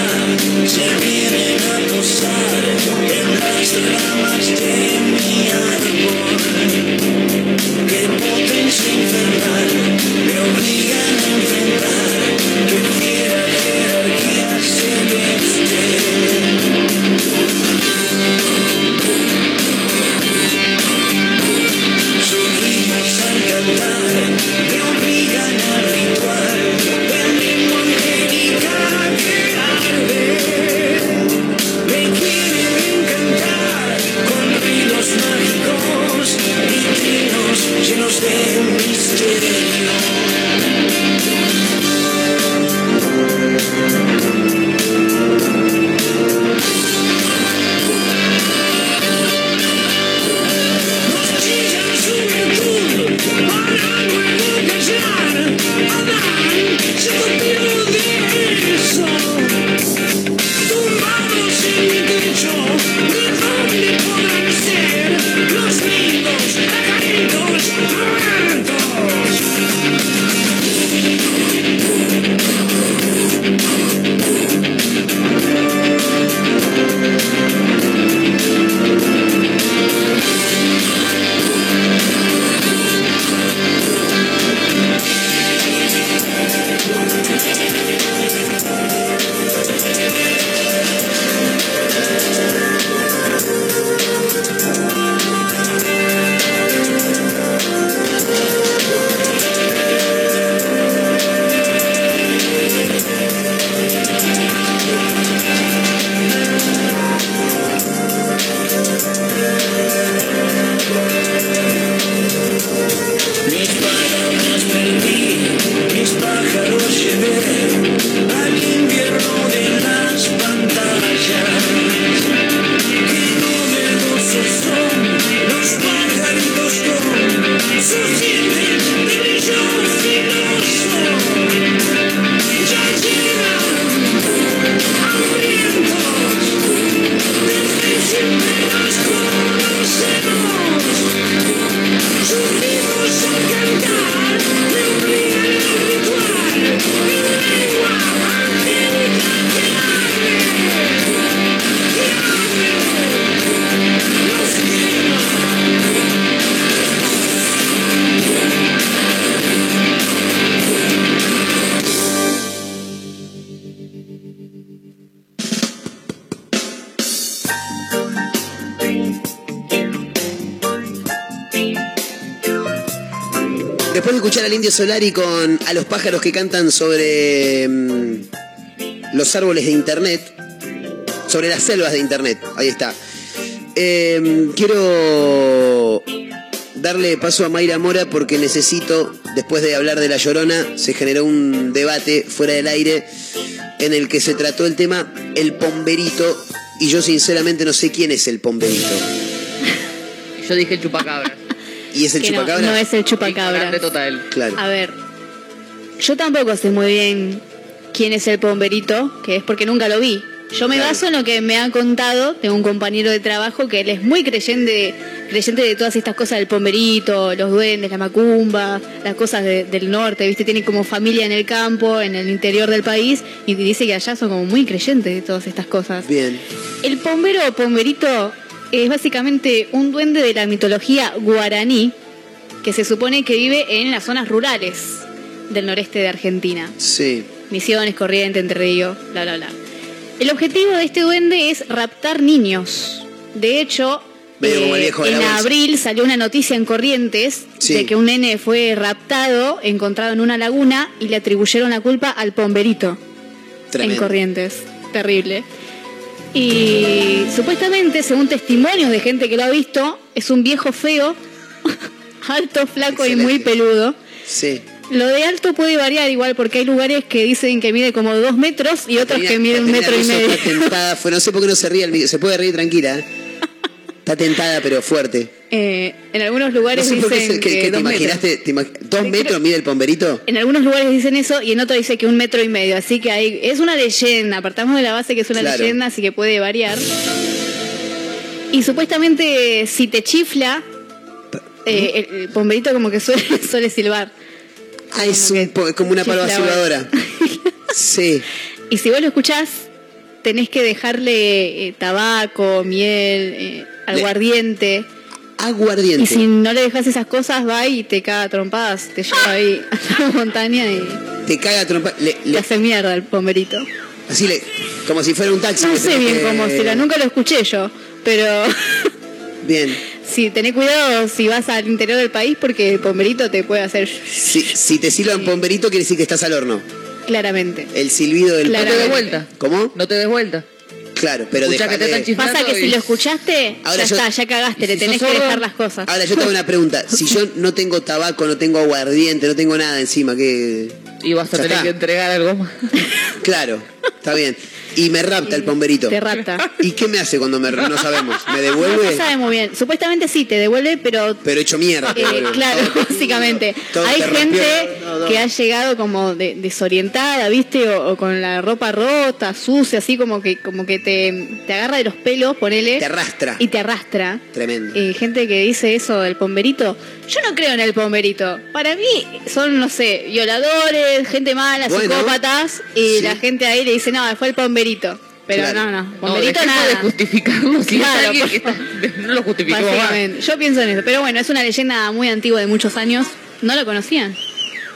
[SPEAKER 8] se vienen a posar en las ramas de mi árbol. Qué potencia infernal me obligan a enfrentar, que fiera jerarquía celeste. Sus ritmos al cantar me obligan al ritual del ritmo angelical que arde. Me quieren encantar con ruidos mágicos y trinos llenos de misterio. Nos chillan su virtud para luego callar. Adán se copió de eso. Tumbados en mi techo, ¿de dónde podrán ser los nidos pajaritos muertos? Mis palabras perdí, mis pájaros llevé al invierno de las pantallas. Qué novedosos son los pajaritos con sus dientes de brillo filoso. Ya llegan hambrientos, desde siempre los conocemos. Subimos a cantar, me obligan al ritual, mi lengua angélica que arde, que arde, nos quema.
[SPEAKER 6] Después de escuchar al Indio Solari con a los pájaros que cantan sobre mm, los árboles de Internet, sobre las selvas de Internet, ahí está. Eh, quiero darle paso a Mayra Mora porque necesito, después de hablar de La Llorona, se generó un debate fuera del aire en el que se trató el tema el pomberito y yo sinceramente no sé quién es el pomberito.
[SPEAKER 11] Yo dije el chupacabra.
[SPEAKER 6] ¿Y es el
[SPEAKER 10] Que no,
[SPEAKER 6] chupacabra?
[SPEAKER 10] No, es el chupacabra.
[SPEAKER 11] Grande total. Ah,
[SPEAKER 6] Claro.
[SPEAKER 10] A ver, Yo tampoco sé muy bien quién es el pomberito, que es porque nunca lo vi. Yo me baso en lo que me ha contado de un compañero de trabajo que él es muy creyente, creyente de todas estas cosas del pomberito, los duendes, la macumba, las cosas de- del norte, ¿viste? Tiene como familia en el campo, en el interior del país, y dice que allá son como muy creyentes de todas estas cosas.
[SPEAKER 6] Bien.
[SPEAKER 10] El pombero o pomberito es básicamente un duende de la mitología guaraní que se supone que vive en las zonas rurales del noreste de Argentina.
[SPEAKER 6] Sí.
[SPEAKER 10] Misiones, Corriente, Entre Ríos, bla, bla, bla. El objetivo de este duende es raptar niños. De hecho, eh,
[SPEAKER 6] Medio como el viejo de la
[SPEAKER 10] en
[SPEAKER 6] bolsa.
[SPEAKER 10] abril salió una noticia en Corrientes
[SPEAKER 6] Sí.
[SPEAKER 10] de que un nene fue raptado, encontrado en una laguna y le atribuyeron la culpa al pomberito en
[SPEAKER 6] Tremendo.
[SPEAKER 10] Corrientes. Terrible. Y supuestamente, según testimonios de gente que lo ha visto, es un viejo feo, <laughs> alto, flaco y muy peludo.
[SPEAKER 6] Sí.
[SPEAKER 10] Lo de alto puede variar igual porque hay lugares que dicen que mide como dos metros y otros que miden un
[SPEAKER 6] Caterina
[SPEAKER 10] metro y
[SPEAKER 6] Russo
[SPEAKER 10] medio.
[SPEAKER 6] está tentada, fue- no sé por qué no se ríe, el mic- se puede reír tranquila. ¿eh? Está tentada, pero fuerte.
[SPEAKER 10] Eh, en algunos lugares
[SPEAKER 6] No sé por qué
[SPEAKER 10] dicen
[SPEAKER 6] se- que,
[SPEAKER 10] que,
[SPEAKER 6] que te
[SPEAKER 10] dos metros.
[SPEAKER 6] imaginaste, te imag- ¿dos metros mide el pomberito?
[SPEAKER 10] En algunos lugares dicen eso y en otros dice que un metro y medio. Así que ahí es una leyenda. Apartamos de la base que es una
[SPEAKER 6] Claro.
[SPEAKER 10] leyenda, así que puede variar. Y supuestamente si te chifla, eh, el, el pomberito como que suele, <laughs> suele silbar.
[SPEAKER 6] Ah, es un po- como una paloma silbadora. Sí.
[SPEAKER 10] <laughs> Y si vos lo escuchás, tenés que dejarle eh, tabaco, miel, eh, aguardiente.
[SPEAKER 6] Aguardiente.
[SPEAKER 10] Y si no le dejas esas cosas, va y te caga a trompadas, te
[SPEAKER 6] Ah.
[SPEAKER 10] lleva ahí a la montaña y
[SPEAKER 6] Te caga a trompa. Le,
[SPEAKER 10] le hace mierda el pomberito.
[SPEAKER 6] así le, como si fuera un taxi.
[SPEAKER 10] No
[SPEAKER 6] que
[SPEAKER 10] sé
[SPEAKER 6] tenés
[SPEAKER 10] bien
[SPEAKER 6] que-
[SPEAKER 10] cómo será, nunca lo escuché yo, pero <laughs>
[SPEAKER 6] Bien.
[SPEAKER 10] sí, tené cuidado si vas al interior del país porque el pomberito te puede hacer sh-
[SPEAKER 6] Si, si te silban pomberito, quiere decir que estás al horno.
[SPEAKER 10] claramente.
[SPEAKER 6] El silbido del
[SPEAKER 10] Claro. No te des
[SPEAKER 11] vuelta.
[SPEAKER 6] ¿Cómo?
[SPEAKER 11] No te des vuelta.
[SPEAKER 6] Claro, pero
[SPEAKER 11] Escuchá que te
[SPEAKER 6] déjale-
[SPEAKER 11] están chiflando
[SPEAKER 10] Pasa que
[SPEAKER 11] y-
[SPEAKER 10] si lo escuchaste,
[SPEAKER 6] Ahora
[SPEAKER 10] ya
[SPEAKER 6] yo-
[SPEAKER 10] está, ya cagaste, le tenés que dejar las cosas.
[SPEAKER 6] Ahora, yo te hago
[SPEAKER 10] <laughs>
[SPEAKER 6] una pregunta. Si yo no tengo tabaco, no tengo aguardiente, no tengo nada encima, ¿qué...?
[SPEAKER 11] Y vas a
[SPEAKER 6] Ya
[SPEAKER 11] tener
[SPEAKER 6] está.
[SPEAKER 11] que entregar algo más.
[SPEAKER 6] Claro, está bien. Y me rapta el pomberito.
[SPEAKER 10] Te rapta.
[SPEAKER 6] ¿Y qué me hace cuando me No sabemos. ¿Me devuelve?
[SPEAKER 10] No se sabe muy bien. Supuestamente sí, te devuelve, pero.
[SPEAKER 6] Pero hecho mierda. te
[SPEAKER 10] Eh,
[SPEAKER 6] devuelve.
[SPEAKER 10] claro, básicamente.
[SPEAKER 6] Todo
[SPEAKER 10] Hay
[SPEAKER 6] te rompió.
[SPEAKER 10] gente
[SPEAKER 6] No, no.
[SPEAKER 10] que ha llegado como de- desorientada, ¿viste? O, o con la ropa rota, sucia, así como que como que te, te agarra de los pelos, ponele.
[SPEAKER 6] Te arrastra.
[SPEAKER 10] Y te arrastra.
[SPEAKER 6] Tremendo.
[SPEAKER 10] Eh, gente que dice eso del pomberito. Yo no creo en el pomberito. Para mí son, no sé, violadores, gente mala,
[SPEAKER 11] Bueno.
[SPEAKER 10] psicópatas. Y la gente ahí le dice, no, fue el pomberito. Pero no,
[SPEAKER 11] Claro.
[SPEAKER 10] no, pomberito
[SPEAKER 11] dejemos
[SPEAKER 10] nada.
[SPEAKER 11] de justificarlo. si es
[SPEAKER 10] Claro,
[SPEAKER 11] alguien que está- no lo justificamos más.
[SPEAKER 10] Básicamente, yo pienso en eso. Pero bueno, es una leyenda muy antigua de muchos años. No lo conocían.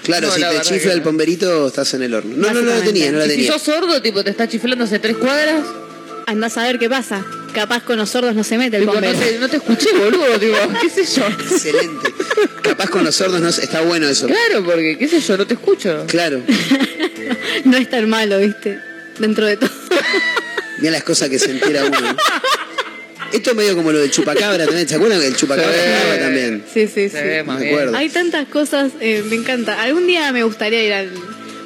[SPEAKER 6] Claro,
[SPEAKER 11] No,
[SPEAKER 6] si
[SPEAKER 11] la
[SPEAKER 6] te
[SPEAKER 11] verdad que
[SPEAKER 6] chifla
[SPEAKER 11] no.
[SPEAKER 6] el pomberito, estás en el horno. No, no, no la
[SPEAKER 10] Básicamente.
[SPEAKER 6] tenía, no la
[SPEAKER 11] Y si
[SPEAKER 6] tenía.
[SPEAKER 11] sos sordo, tipo, te está chiflando hace tres cuadras.
[SPEAKER 10] Andás a ver qué pasa. Capaz con los sordos no se mete el
[SPEAKER 11] Digo, no
[SPEAKER 10] bombero.
[SPEAKER 11] te, no te escuché, boludo, digo, <laughs> qué sé yo.
[SPEAKER 6] Excelente. Capaz con los sordos no sé, está bueno eso.
[SPEAKER 11] Claro, porque, qué sé yo, no te escucho.
[SPEAKER 6] Claro.
[SPEAKER 10] <laughs> No es tan malo, viste. Dentro de todo. <laughs>
[SPEAKER 6] Mira las cosas que se entera uno. Esto es medio como lo del chupacabra también. ¿Se acuerdan del chupacabra estaba también?
[SPEAKER 10] Sí, sí, sí.
[SPEAKER 6] Se ve más Me bien. acuerdo.
[SPEAKER 10] Hay tantas cosas, eh, me encanta. Algún día me gustaría ir al,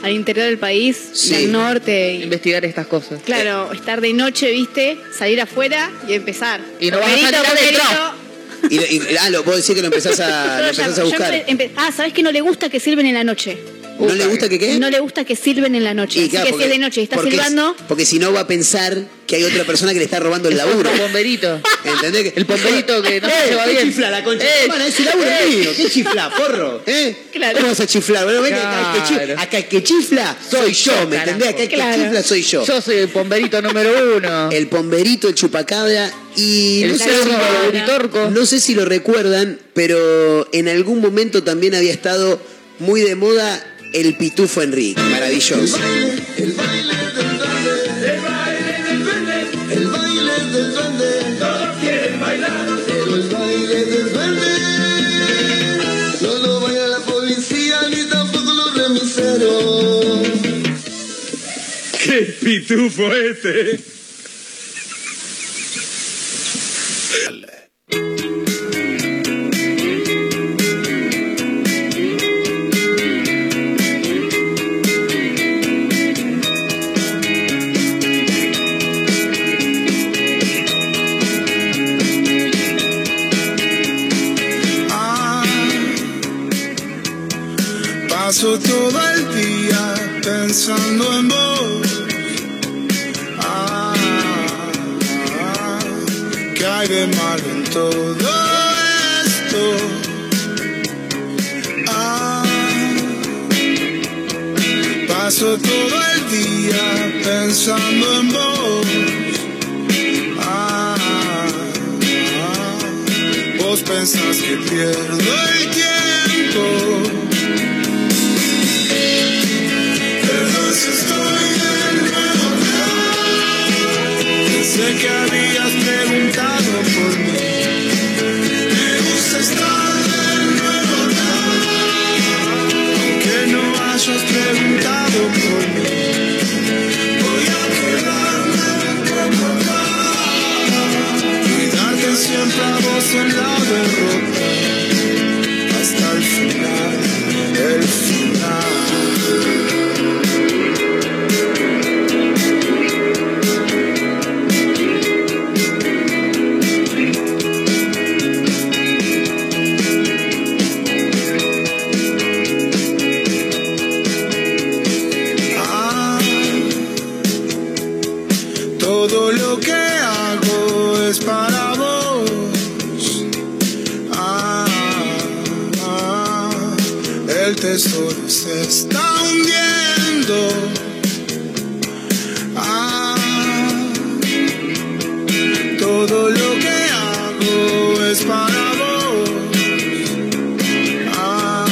[SPEAKER 10] al interior del país, y
[SPEAKER 11] Sí.
[SPEAKER 10] al norte. y-
[SPEAKER 11] Investigar estas cosas.
[SPEAKER 10] claro, estar de noche, viste, salir afuera y empezar.
[SPEAKER 11] Y no vas a
[SPEAKER 10] Pomerito,
[SPEAKER 11] salir adentro.
[SPEAKER 10] pomerito.
[SPEAKER 6] Y, y- ah, lo, vos decís que lo empezás
[SPEAKER 10] <laughs>
[SPEAKER 6] a, lo
[SPEAKER 10] Yo
[SPEAKER 6] empezás
[SPEAKER 10] ya-
[SPEAKER 6] a
[SPEAKER 10] yo
[SPEAKER 6] buscar.
[SPEAKER 10] empe- empe- ah, ¿sabes que no le gusta que sirven en la noche?
[SPEAKER 6] ¿No le gusta que qué?
[SPEAKER 10] No le gusta que sirven en la noche.
[SPEAKER 6] Y
[SPEAKER 10] Así
[SPEAKER 6] claro,
[SPEAKER 10] que si es de noche y está
[SPEAKER 6] porque-
[SPEAKER 10] silbando,
[SPEAKER 6] Porque si no va a pensar que hay otra persona que le está robando el laburo.
[SPEAKER 11] El pomberito.
[SPEAKER 6] ¿Entendés? Eh,
[SPEAKER 11] El pomberito que no se lleva
[SPEAKER 6] ¿qué
[SPEAKER 11] bien.
[SPEAKER 6] chifla la concha? de tu hermana? ese laburo
[SPEAKER 11] eh.
[SPEAKER 6] es mío. ¿Qué chifla, porro? ¿Eh?
[SPEAKER 10] Claro.
[SPEAKER 6] ¿Cómo vas a chiflar? Bueno, ven acá, este el que chifla,
[SPEAKER 11] Claro.
[SPEAKER 6] acá el que chifla soy yo, ¿me
[SPEAKER 11] Carajo.
[SPEAKER 6] entendés? Acá el que
[SPEAKER 11] Claro.
[SPEAKER 6] chifla soy yo.
[SPEAKER 11] Yo soy el pomberito número
[SPEAKER 6] <laughs>
[SPEAKER 11] uno.
[SPEAKER 6] El pomberito, el chupacabra y
[SPEAKER 11] El
[SPEAKER 6] no sé,
[SPEAKER 11] cerdo
[SPEAKER 6] si lo, no sé si lo recuerdan, pero en algún momento también había estado muy de moda el pitufo Enrique, maravilloso.
[SPEAKER 17] El baile del duende, todos quieren bailar. El baile del duende, no lo baila la policía ni tampoco los remiseros.
[SPEAKER 8] ¡Qué pitufo este!
[SPEAKER 17] Ah, pa
[SPEAKER 8] Paso todo el día pensando en vos. Ah, ah, que hay de malo en todo esto. Ah, paso todo el día pensando en vos. Ah, ah, vos pensás que pierdo el tiempo. Perdón si estoy enredado. Sé que habías preguntado por mí. Me gusta estar enredado. Aunque no hayas preguntado por mí. Voy a quedarme como tal. Cuidarte siempre a vos en la derrota. Hasta el final, el final. Ah, Todo lo que hago es para vos. Ah, ah, el tesoro se está hundiendo. Ah, todo lo que hago es para vos. Ah,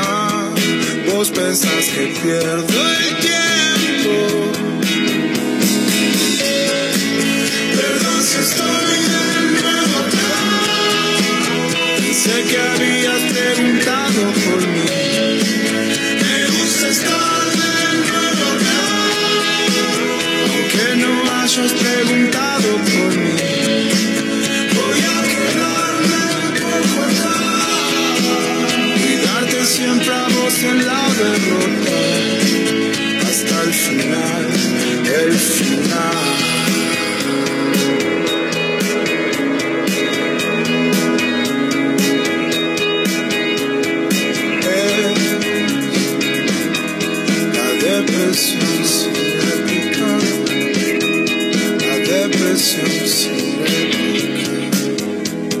[SPEAKER 8] ah, vos pensás que pierdo el tiempo. Perdón si estoy de nuevo acá. Sé que habías preguntado por mí. Me gusta estar de nuevo acá. Aunque no hayas preguntado por mí. Voy a quedarme como acá. Cuidarte siempre a vos en la derrota. Hasta el final, el final. La depresión sin réplica. La depresión sin réplica.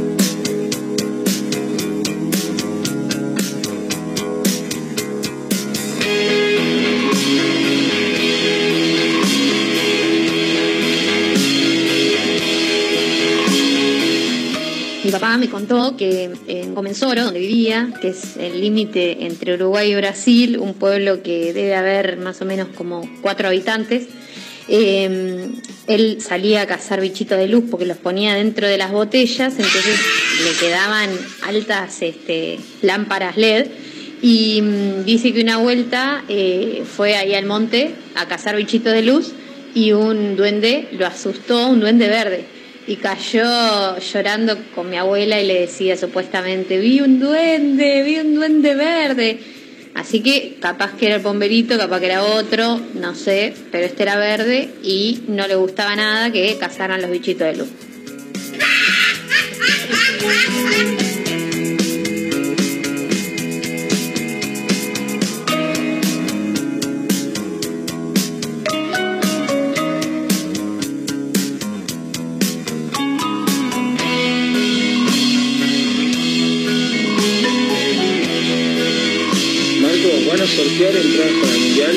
[SPEAKER 1] Mi papá me contó que eh, en Comensoro, donde vivía, que es el límite entre Uruguay y Brasil, un pueblo que debe haber más o menos como cuatro habitantes, eh, él salía a cazar bichitos de luz porque los ponía dentro de las botellas, entonces le quedaban altas este, lámparas LED. Y mm, dice que una vuelta eh, fue ahí al monte a cazar bichitos de luz y un duende lo asustó, un duende verde y cayó llorando con mi abuela y le decía supuestamente, vi un duende, vi un duende verde. Así que capaz que era el bomberito, capaz que era otro, no sé, pero este era verde y no le gustaba nada que cazaran los bichitos de luz.
[SPEAKER 2] Marco, ¿van a sortear entradas para el mundial?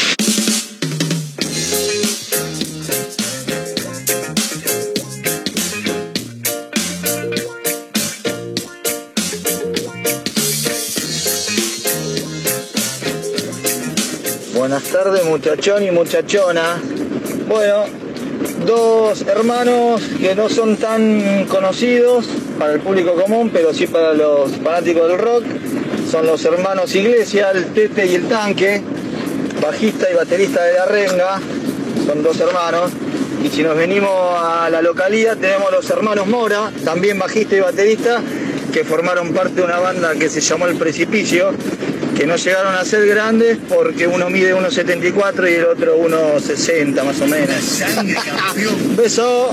[SPEAKER 2] Buenas tardes muchachón y muchachona. Bueno, dos hermanos que no son tan conocidos para el público común, pero sí para los fanáticos del rock, son los hermanos Iglesia, el Tete y el Tanque, bajista y baterista de la Renga, son dos hermanos. Y si nos venimos a la localidad tenemos los hermanos Mora, también bajista y baterista, que formaron parte de una banda que se llamó El Precipicio, que no llegaron a ser grandes porque uno mide 1,74 y el otro 1,60 más o menos. Beso.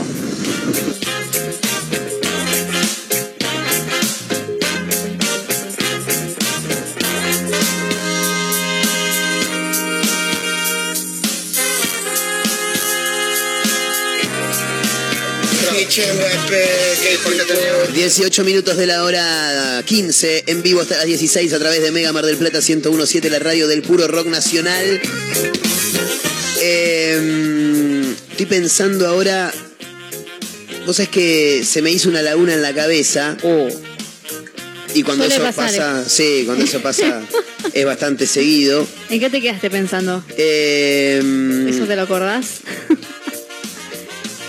[SPEAKER 18] Gracias.
[SPEAKER 6] 18 minutos de la hora 15, en vivo hasta las 16 a través de Mega Mar del Plata 1017, la radio del puro rock nacional. Eh, estoy pensando ahora. Vos sabés que se me hizo una laguna en la cabeza. Y cuando
[SPEAKER 10] Oh. Suele
[SPEAKER 6] eso
[SPEAKER 10] pasar, eh.
[SPEAKER 6] pasa. Sí, cuando eso
[SPEAKER 10] <laughs>
[SPEAKER 6] pasa es bastante seguido.
[SPEAKER 10] ¿En qué te quedaste pensando?
[SPEAKER 6] Eh,
[SPEAKER 10] ¿Eso te lo acordás?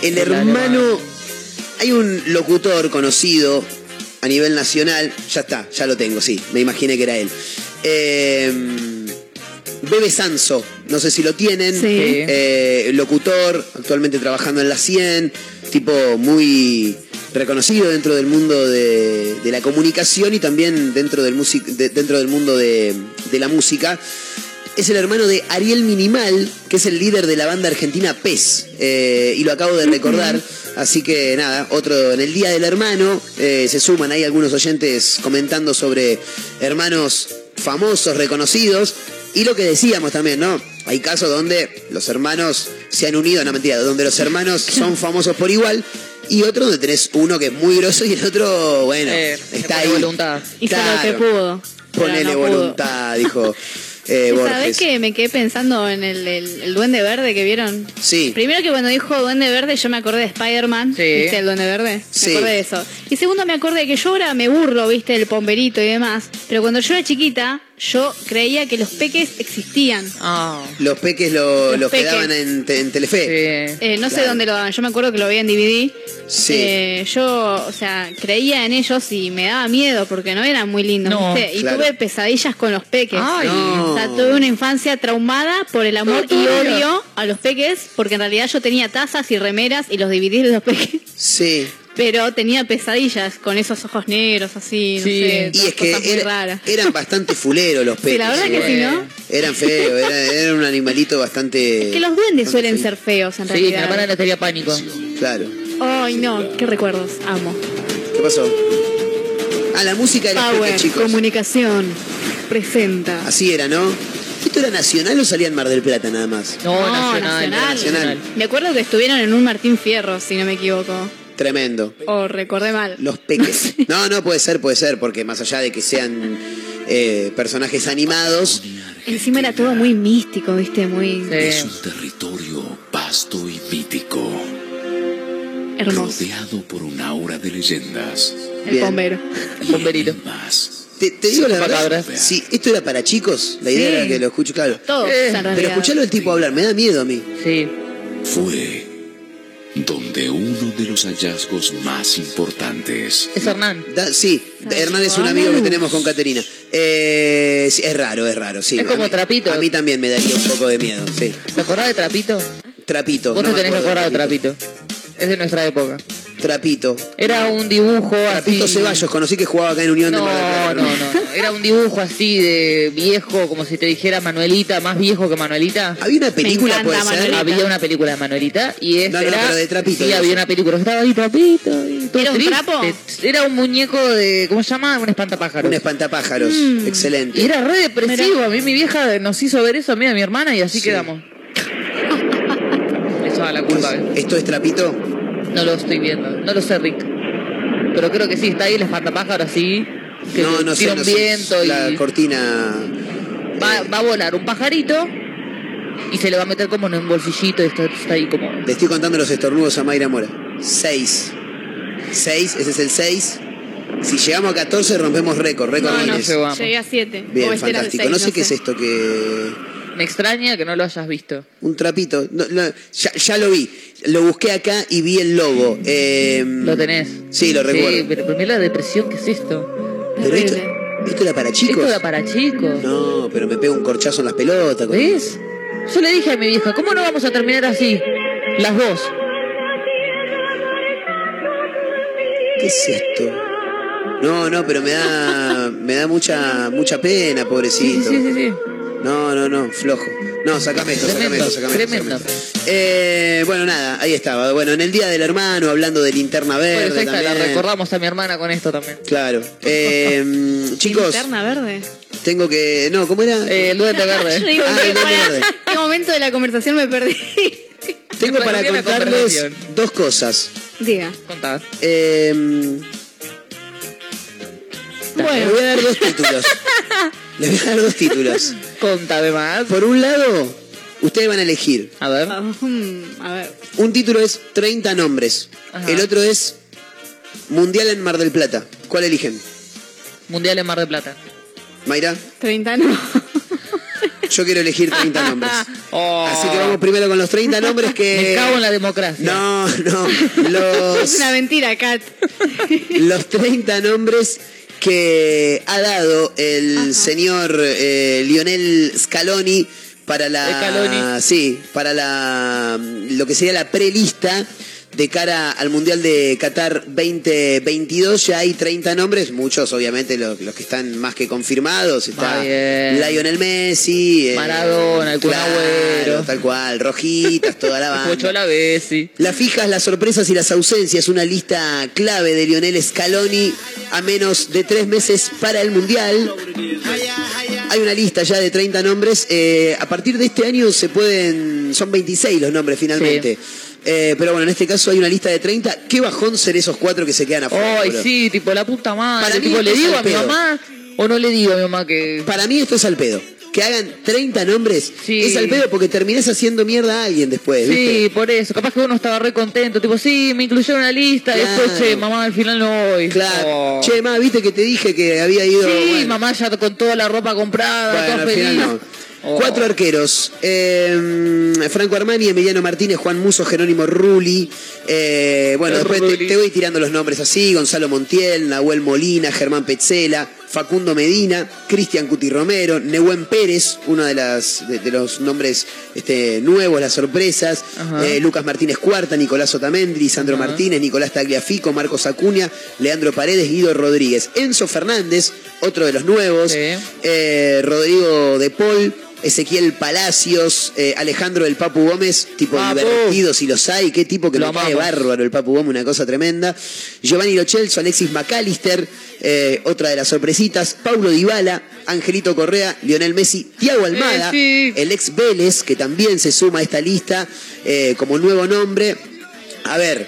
[SPEAKER 6] El hermano. Hay un locutor conocido a nivel nacional. Ya está, ya lo tengo, sí. Me imaginé que era él. Eh, Bebe Sanso. No sé si lo tienen. Eh, locutor, actualmente trabajando en la 100. Tipo muy reconocido dentro del mundo de, de la comunicación y también dentro del, music- de- dentro del mundo de- de la música es el hermano de Ariel Minimal, que es el líder de la banda argentina Pez. Eh, y lo acabo de recordar. Así que nada, otro en el Día del Hermano. eh, se suman ahí algunos oyentes comentando sobre hermanos famosos, reconocidos. Y lo que decíamos también, ¿no? Hay casos donde los hermanos se han unido, no mentira, donde los
[SPEAKER 11] <laughs>
[SPEAKER 6] hermanos son famosos por igual. Y otro donde tenés uno que es muy grosso y el otro, bueno,
[SPEAKER 11] Eh, le
[SPEAKER 6] está
[SPEAKER 11] pone
[SPEAKER 6] ahí.
[SPEAKER 11] voluntad.
[SPEAKER 10] Hizo lo que
[SPEAKER 6] Claro.
[SPEAKER 10] pudo. pero
[SPEAKER 6] Ponele
[SPEAKER 10] no pudo.
[SPEAKER 6] voluntad,
[SPEAKER 10] <laughs>
[SPEAKER 6] dijo eh,
[SPEAKER 10] ¿Y
[SPEAKER 6] Borges.
[SPEAKER 10] ¿Sabés que me quedé pensando en el, el- el duende verde que vieron?
[SPEAKER 6] Sí.
[SPEAKER 10] Primero que cuando dijo duende verde yo me acordé de Spider-Man, ¿viste el duende verde? Me
[SPEAKER 6] Sí.
[SPEAKER 10] acordé de eso. Y segundo me acordé que yo ahora me burlo, ¿viste? El pomberito y demás. Pero cuando yo era chiquita, yo creía que los peques existían.
[SPEAKER 6] Los peques lo,
[SPEAKER 10] Los
[SPEAKER 6] los
[SPEAKER 10] peques.
[SPEAKER 6] quedaban en, te- en Telefe.
[SPEAKER 10] Eh, no sé
[SPEAKER 6] Claro.
[SPEAKER 10] dónde lo daban, yo me acuerdo que lo veía en DVD.
[SPEAKER 6] Sí.
[SPEAKER 10] Eh, yo, o sea, creía en ellos y me daba miedo porque no eran muy lindos.
[SPEAKER 11] No,
[SPEAKER 10] ¿viste? Y
[SPEAKER 11] claro.
[SPEAKER 10] tuve pesadillas con los peques.
[SPEAKER 11] Ay. No.
[SPEAKER 10] O sea, tuve una infancia traumada por el amor
[SPEAKER 11] Todo
[SPEAKER 10] y
[SPEAKER 11] tuyo.
[SPEAKER 10] odio a los peques porque en realidad yo tenía tazas y remeras y los dividí de los peques. <laughs>
[SPEAKER 6] Sí.
[SPEAKER 10] Pero tenía pesadillas con esos ojos negros así, no sé,
[SPEAKER 6] y
[SPEAKER 10] todas
[SPEAKER 6] es que
[SPEAKER 10] cosas muy
[SPEAKER 6] era-
[SPEAKER 10] raras.
[SPEAKER 6] eran bastante fuleros los peques.
[SPEAKER 10] Sí, la verdad que sí, ¿no?
[SPEAKER 6] Eran feos, era, era un animalito bastante...
[SPEAKER 10] Que
[SPEAKER 6] <laughs>
[SPEAKER 10] los duendes suelen ser feos en
[SPEAKER 11] Sí, mi
[SPEAKER 10] realidad.
[SPEAKER 11] hermana le tenía pánico.
[SPEAKER 6] Claro.
[SPEAKER 10] Ay, no, qué recuerdos, amo.
[SPEAKER 6] ¿Qué pasó? A la música de los
[SPEAKER 10] Power,
[SPEAKER 6] peques, chicos. Ah,
[SPEAKER 10] comunicación, presenta.
[SPEAKER 6] Así era, ¿no? ¿Esto era nacional o salía en Mar del Plata nada más?
[SPEAKER 10] No, nacional. Me acuerdo que estuvieron en un Martín Fierro, si no me equivoco.
[SPEAKER 6] Tremendo.
[SPEAKER 10] O recordé mal.
[SPEAKER 6] Los
[SPEAKER 10] <laughs>
[SPEAKER 6] peques. No, no, puede ser, puede ser, porque más allá de que sean eh, personajes animados,
[SPEAKER 10] Encima era todo muy místico, viste, muy
[SPEAKER 7] Es un territorio vasto y mítico,
[SPEAKER 10] hermoso.
[SPEAKER 7] rodeado por una aura de leyendas.
[SPEAKER 10] El bombero.
[SPEAKER 11] Bomberito.
[SPEAKER 6] Te, te digo la verdad, si esto era para chicos, la idea
[SPEAKER 11] Sí.
[SPEAKER 6] era que lo escucho, claro. Eh,
[SPEAKER 10] Todo, en realidad.
[SPEAKER 6] pero escucharlo el tipo hablar, me da miedo a mí.
[SPEAKER 11] Sí.
[SPEAKER 7] Fue donde uno de los hallazgos más importantes
[SPEAKER 11] Es Hernán.
[SPEAKER 6] sí, Hernán es un amigo que tenemos con Caterina. Eh, sí, es raro, es raro, sí.
[SPEAKER 11] Es como
[SPEAKER 6] A mí-
[SPEAKER 11] Trapito.
[SPEAKER 6] A mí también me daría un poco de miedo, sí.
[SPEAKER 11] ¿Te acordás de Trapito?
[SPEAKER 6] Trapito.
[SPEAKER 11] Vos
[SPEAKER 6] no
[SPEAKER 11] te
[SPEAKER 6] me
[SPEAKER 11] tenés que
[SPEAKER 6] acuerdo
[SPEAKER 11] acordar de Trapito. <laughs> Es de nuestra época.
[SPEAKER 6] Trapito.
[SPEAKER 11] Era un dibujo
[SPEAKER 6] Trapito
[SPEAKER 11] así.
[SPEAKER 6] Ceballos, conocí que jugaba acá en Unión de
[SPEAKER 11] No,
[SPEAKER 6] Mar del Plata,
[SPEAKER 11] no,
[SPEAKER 6] pero
[SPEAKER 11] no. Era un dibujo así de viejo, como si te dijera Manuelita, más viejo que Manuelita.
[SPEAKER 6] Había una película, Me encanta puede ser. Manuelita.
[SPEAKER 11] Había una película de Manuelita y
[SPEAKER 6] No,
[SPEAKER 11] esta
[SPEAKER 6] no,
[SPEAKER 11] era...
[SPEAKER 6] pero de Trapito,
[SPEAKER 11] Sí,
[SPEAKER 6] digo.
[SPEAKER 11] había una película. Estaba ahí Trapito. y todo
[SPEAKER 10] ¿Era un
[SPEAKER 11] triste.
[SPEAKER 10] trapo?
[SPEAKER 11] Era un muñeco de... ¿Cómo se llama? Un espantapájaros.
[SPEAKER 6] Un espantapájaros,
[SPEAKER 11] Mm.
[SPEAKER 6] excelente.
[SPEAKER 11] Y era re depresivo. A mí mi vieja nos hizo ver eso a mí y a mi hermana y así quedamos. Le echaba la culpa.
[SPEAKER 6] Pues, ¿Esto es Trapito?
[SPEAKER 11] No lo estoy viendo. No lo sé, Rick. pero creo que sí, está ahí el espantapájaro así. Que
[SPEAKER 6] No, no
[SPEAKER 11] tira
[SPEAKER 6] sé, Eh.
[SPEAKER 11] un
[SPEAKER 6] no sé,
[SPEAKER 11] viento y
[SPEAKER 6] la cortina...
[SPEAKER 11] va, va a volar un pajarito y se le va a meter como en un bolsillito y está, está ahí como...
[SPEAKER 6] Le estoy contando los estornudos a Mayra Mora. Seis. Seis, ese es el seis. Si llegamos a 14 rompemos récord, récord
[SPEAKER 10] No, no,
[SPEAKER 6] Guinness.
[SPEAKER 10] llegué a este 7.
[SPEAKER 6] Bien, fantástico. no sé qué es esto que...
[SPEAKER 11] Me extraña que no lo hayas visto.
[SPEAKER 6] Un trapito. No, no, ya, ya lo vi. Lo busqué acá y vi el logo. ¿Lo
[SPEAKER 11] tenés?
[SPEAKER 6] Sí, lo
[SPEAKER 11] Sí,
[SPEAKER 6] recuerdo.
[SPEAKER 11] pero primero la depresión, ¿qué es esto?
[SPEAKER 6] Pero esto, esto era para chicos.
[SPEAKER 11] Esto era para chicos.
[SPEAKER 6] No, pero me pega un corchazo en las pelotas. con-
[SPEAKER 11] ¿Ves? Yo le dije a mi vieja, ¿cómo no vamos a terminar así? Las dos.
[SPEAKER 6] ¿Qué es esto? No, no, pero me da me da mucha mucha pena, pobrecito.
[SPEAKER 11] Sí, sí, sí.
[SPEAKER 6] No, no, no, flojo. No, sacame esto, sacame
[SPEAKER 11] Tremendo,
[SPEAKER 6] esto, sacame esto.
[SPEAKER 11] tremendo.
[SPEAKER 6] Eh, bueno, nada, ahí estaba. Bueno, en el Día del Hermano, hablando de linterna verde
[SPEAKER 11] Bueno, ahí está, Pues, la
[SPEAKER 6] también.
[SPEAKER 11] recordamos a mi hermana con esto también.
[SPEAKER 6] Claro.
[SPEAKER 11] <laughs>
[SPEAKER 6] Eh, chicos,
[SPEAKER 10] Linterna verde.
[SPEAKER 6] tengo que... No, ¿cómo era?
[SPEAKER 11] Eh, duete
[SPEAKER 10] <laughs> Yo digo,
[SPEAKER 6] Ah,
[SPEAKER 10] ¿en
[SPEAKER 6] el
[SPEAKER 10] qué,
[SPEAKER 6] duende
[SPEAKER 11] <laughs>
[SPEAKER 10] <laughs>
[SPEAKER 6] verde.
[SPEAKER 10] para- qué momento de la conversación me perdí?
[SPEAKER 6] Tengo
[SPEAKER 10] Me
[SPEAKER 6] para
[SPEAKER 10] perdí la
[SPEAKER 6] contarles
[SPEAKER 10] conversación.
[SPEAKER 6] dos cosas.
[SPEAKER 10] Diga.
[SPEAKER 11] Contad.
[SPEAKER 6] Bueno. Em, voy a dar dos títulos. Les voy a dar dos títulos.
[SPEAKER 11] <laughs> Contame más.
[SPEAKER 6] Por un lado, ustedes van a elegir.
[SPEAKER 11] A ver.
[SPEAKER 10] Mm, A ver.
[SPEAKER 6] Un título es 30 nombres.
[SPEAKER 10] Ajá.
[SPEAKER 6] El otro es Mundial en Mar del Plata. ¿Cuál eligen?
[SPEAKER 11] Mundial en Mar del Plata.
[SPEAKER 6] Mayra,
[SPEAKER 10] 30 no.
[SPEAKER 6] yo quiero elegir
[SPEAKER 11] <laughs>
[SPEAKER 6] 30 nombres.
[SPEAKER 11] Oh.
[SPEAKER 6] Así que vamos primero con los 30 nombres que...
[SPEAKER 11] Me cago en la democracia.
[SPEAKER 6] No, no.
[SPEAKER 10] Es
[SPEAKER 6] Los,
[SPEAKER 10] una mentira, Kat.
[SPEAKER 6] los 30 nombres que ha dado el señor eh, Lionel Scaloni para la
[SPEAKER 11] Scaloni.
[SPEAKER 6] sí, para la mm, lo que sería la prelista de cara al Mundial de Qatar 2022 ya hay 30 nombres, muchos obviamente los, los que están más que confirmados, está
[SPEAKER 11] Va bien.
[SPEAKER 6] Lionel Messi, eh,
[SPEAKER 11] Maradona, el Kun
[SPEAKER 6] claro,
[SPEAKER 11] Agüero.
[SPEAKER 6] tal cual, Rojitas, toda
[SPEAKER 11] <laughs>
[SPEAKER 6] la banda.
[SPEAKER 11] Pocho la vez, sí.
[SPEAKER 6] Las fijas, las sorpresas y las ausencias, una lista clave de Lionel Scaloni a menos de tres meses para el Mundial. Hay una lista ya de 30 nombres. eh, a partir de este año se pueden. Son 26 los nombres finalmente. Eh, pero bueno, en este caso hay una lista de 30. Qué bajón ser esos cuatro que se quedan afuera.
[SPEAKER 11] Ay,
[SPEAKER 6] boludo.
[SPEAKER 11] sí, tipo la puta madre.
[SPEAKER 6] Para mí
[SPEAKER 11] tipo, le
[SPEAKER 6] esto es
[SPEAKER 11] digo
[SPEAKER 6] al
[SPEAKER 11] a mi
[SPEAKER 6] pedo.
[SPEAKER 11] mamá o no le digo a mi mamá que.
[SPEAKER 6] Para mí esto es al pedo. Que hagan 30 nombres
[SPEAKER 11] Sí.
[SPEAKER 6] es al pedo porque terminás haciendo mierda a alguien después. ¿viste?
[SPEAKER 11] Sí, por eso. Capaz que uno estaba re contento. Tipo, sí, me incluyeron en la lista. Después,
[SPEAKER 6] Claro.
[SPEAKER 11] che, mamá, al final no voy.
[SPEAKER 6] Claro.
[SPEAKER 11] Oh.
[SPEAKER 6] Che, ma, viste que te dije que había ido.
[SPEAKER 11] sí,
[SPEAKER 6] bueno.
[SPEAKER 11] mamá ya con toda la ropa comprada,
[SPEAKER 6] Bueno,
[SPEAKER 11] toda
[SPEAKER 6] al
[SPEAKER 11] feliz.
[SPEAKER 6] final no. Cuatro arqueros. eh, Franco Armani, Emiliano Martínez, Juan Muso, Jerónimo Rulli. eh, bueno, después te, te voy tirando los nombres así. Gonzalo Montiel, Nahuel Molina, Germán Petzela, Facundo Medina, Cristian Cuti Romero, Nehuen Pérez, uno de, las, de, de los nombres este, nuevos, las sorpresas.
[SPEAKER 11] Ajá.
[SPEAKER 6] eh, Lucas Martínez Cuarta, Nicolás Otamendri, Sandro
[SPEAKER 11] Ajá.
[SPEAKER 6] Martínez, Nicolás Tagliafico, Marcos Acuña, Leandro Paredes, Guido Rodríguez. Enzo Fernández, otro de los nuevos. Eh, Rodrigo de Paul, Ezequiel Palacios, eh, Alejandro del Papu Gómez, tipo
[SPEAKER 11] Papu.
[SPEAKER 6] divertido si los hay, qué tipo que
[SPEAKER 11] Lo
[SPEAKER 6] lo cae
[SPEAKER 11] amamos.
[SPEAKER 6] bárbaro el Papu Gómez, una cosa tremenda. Giovanni Lochelso, Alexis McAllister, eh, otra de las sorpresitas, Paulo Dybala, Angelito Correa, Lionel Messi, Tiago Almada, el ex Vélez, que también se suma a esta lista eh, como nuevo nombre. A ver,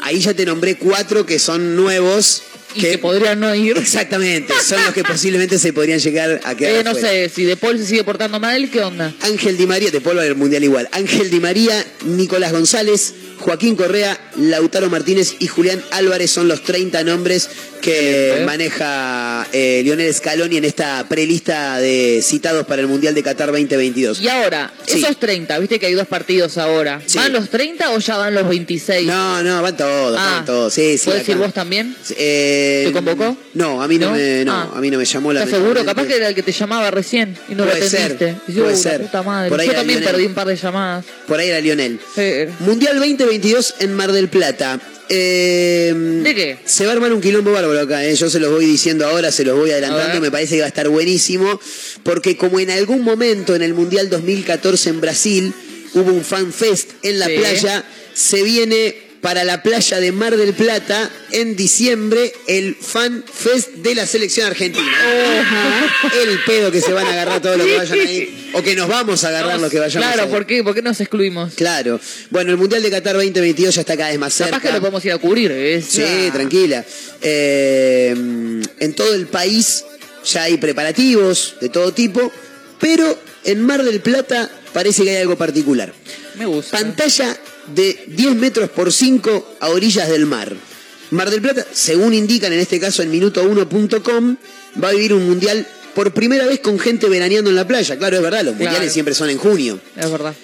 [SPEAKER 6] ahí ya te nombré cuatro que son nuevos. Que,
[SPEAKER 11] podrían no ir.
[SPEAKER 6] Exactamente, son
[SPEAKER 11] <laughs>
[SPEAKER 6] los que posiblemente se podrían llegar a quedar.
[SPEAKER 11] Eh, no
[SPEAKER 6] afuera.
[SPEAKER 11] sé, si De Paul se sigue portando mal, ¿qué onda?
[SPEAKER 6] Ángel Di María, te polvo al mundial igual. Ángel Di María, Nicolás González, Joaquín Correa, Lautaro Martínez y Julián Álvarez son los 30 nombres que maneja eh, Lionel Scaloni en esta prelista de citados para el Mundial de Qatar 2022.
[SPEAKER 11] Y ahora, esos 30, viste que hay dos partidos ahora. ¿Van los 30 o ya van los 26?
[SPEAKER 6] No, no, van todos,
[SPEAKER 11] Ah.
[SPEAKER 6] van todos. Sí, sí,
[SPEAKER 11] ¿Puedes
[SPEAKER 6] acá.
[SPEAKER 11] ir vos también?
[SPEAKER 6] Eh,
[SPEAKER 11] ¿Te convocó?
[SPEAKER 6] No, a mí no,
[SPEAKER 11] ¿No?
[SPEAKER 6] me no,
[SPEAKER 11] Ah.
[SPEAKER 6] a mí no me llamó la
[SPEAKER 11] ¿Estás seguro? Capaz que era el que te llamaba recién y no
[SPEAKER 6] Puede
[SPEAKER 11] lo atendiste.
[SPEAKER 6] ser,
[SPEAKER 11] Y yo,
[SPEAKER 6] puede
[SPEAKER 11] la
[SPEAKER 6] ser.
[SPEAKER 11] puta madre.
[SPEAKER 6] Por ahí
[SPEAKER 11] yo
[SPEAKER 6] era
[SPEAKER 11] también
[SPEAKER 6] Lionel.
[SPEAKER 11] perdí un par de llamadas.
[SPEAKER 6] Por ahí era Lionel.
[SPEAKER 11] Sí.
[SPEAKER 6] Mundial 2022 en Mar del Plata. Eh,
[SPEAKER 11] ¿De qué?
[SPEAKER 6] Se va a armar un quilombo bárbaro acá, eh. yo se los voy diciendo ahora, se los voy
[SPEAKER 11] A
[SPEAKER 6] adelantando,
[SPEAKER 11] ver.
[SPEAKER 6] me parece que va a estar buenísimo, porque como en algún momento en el Mundial 2014 en Brasil hubo un fan fest en la
[SPEAKER 11] Sí.
[SPEAKER 6] playa, se viene para la playa de Mar del Plata en diciembre el Fan Fest de la selección argentina. El pedo que se van a agarrar todos los que vayan ahí. O que nos vamos a agarrar los que vayan
[SPEAKER 11] Claro, ¿por qué, ¿por qué nos excluimos?
[SPEAKER 6] Claro. Bueno, el Mundial de Qatar 2022 ya está cada vez más cerca.
[SPEAKER 11] Capaz que lo podemos ir a cubrir. ¿eh?
[SPEAKER 6] Sí, tranquila. Eh, en todo el país ya hay preparativos de todo tipo, pero en Mar del Plata parece que hay algo particular.
[SPEAKER 11] Me gusta.
[SPEAKER 6] Pantalla de 10 metros por 5 a orillas del mar. Mar del Plata, según indican en este caso en minuto1.com, va a vivir un mundial por primera vez con gente veraneando en la playa. Claro, es verdad, los mundiales
[SPEAKER 11] Claro.
[SPEAKER 6] siempre son en junio.
[SPEAKER 11] Es verdad.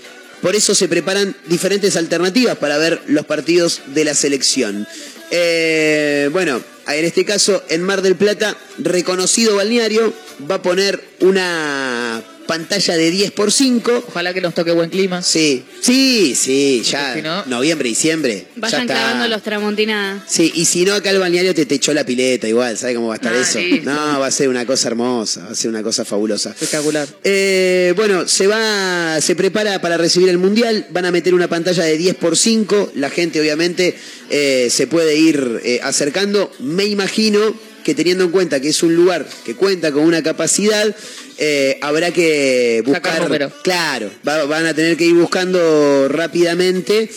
[SPEAKER 6] Por eso se preparan diferentes alternativas para ver los partidos de la selección. Eh, bueno, en este caso, en Mar del Plata, reconocido balneario va a poner una pantalla de 10 por 5.
[SPEAKER 11] Ojalá que nos toque buen clima.
[SPEAKER 6] Sí, sí, sí, ya
[SPEAKER 10] si no-
[SPEAKER 6] noviembre, diciembre. ya
[SPEAKER 10] Vayan
[SPEAKER 6] está.
[SPEAKER 10] clavando los tramontina.
[SPEAKER 6] Sí, y si no, acá el balneario te, te echó la pileta igual, ¿sabes cómo va a estar
[SPEAKER 10] Ah,
[SPEAKER 6] eso?
[SPEAKER 10] listo.
[SPEAKER 6] No, va a ser una cosa hermosa, va a ser una cosa fabulosa.
[SPEAKER 11] Espectacular.
[SPEAKER 6] Eh, bueno, se va, se prepara para recibir el mundial, van a meter una pantalla de 10 por 5 la gente obviamente eh, se puede ir eh, acercando, me imagino que teniendo en cuenta que es un lugar que cuenta con una capacidad, eh, habrá que buscar...
[SPEAKER 11] número.
[SPEAKER 6] Claro, va- van a tener que ir buscando rápidamente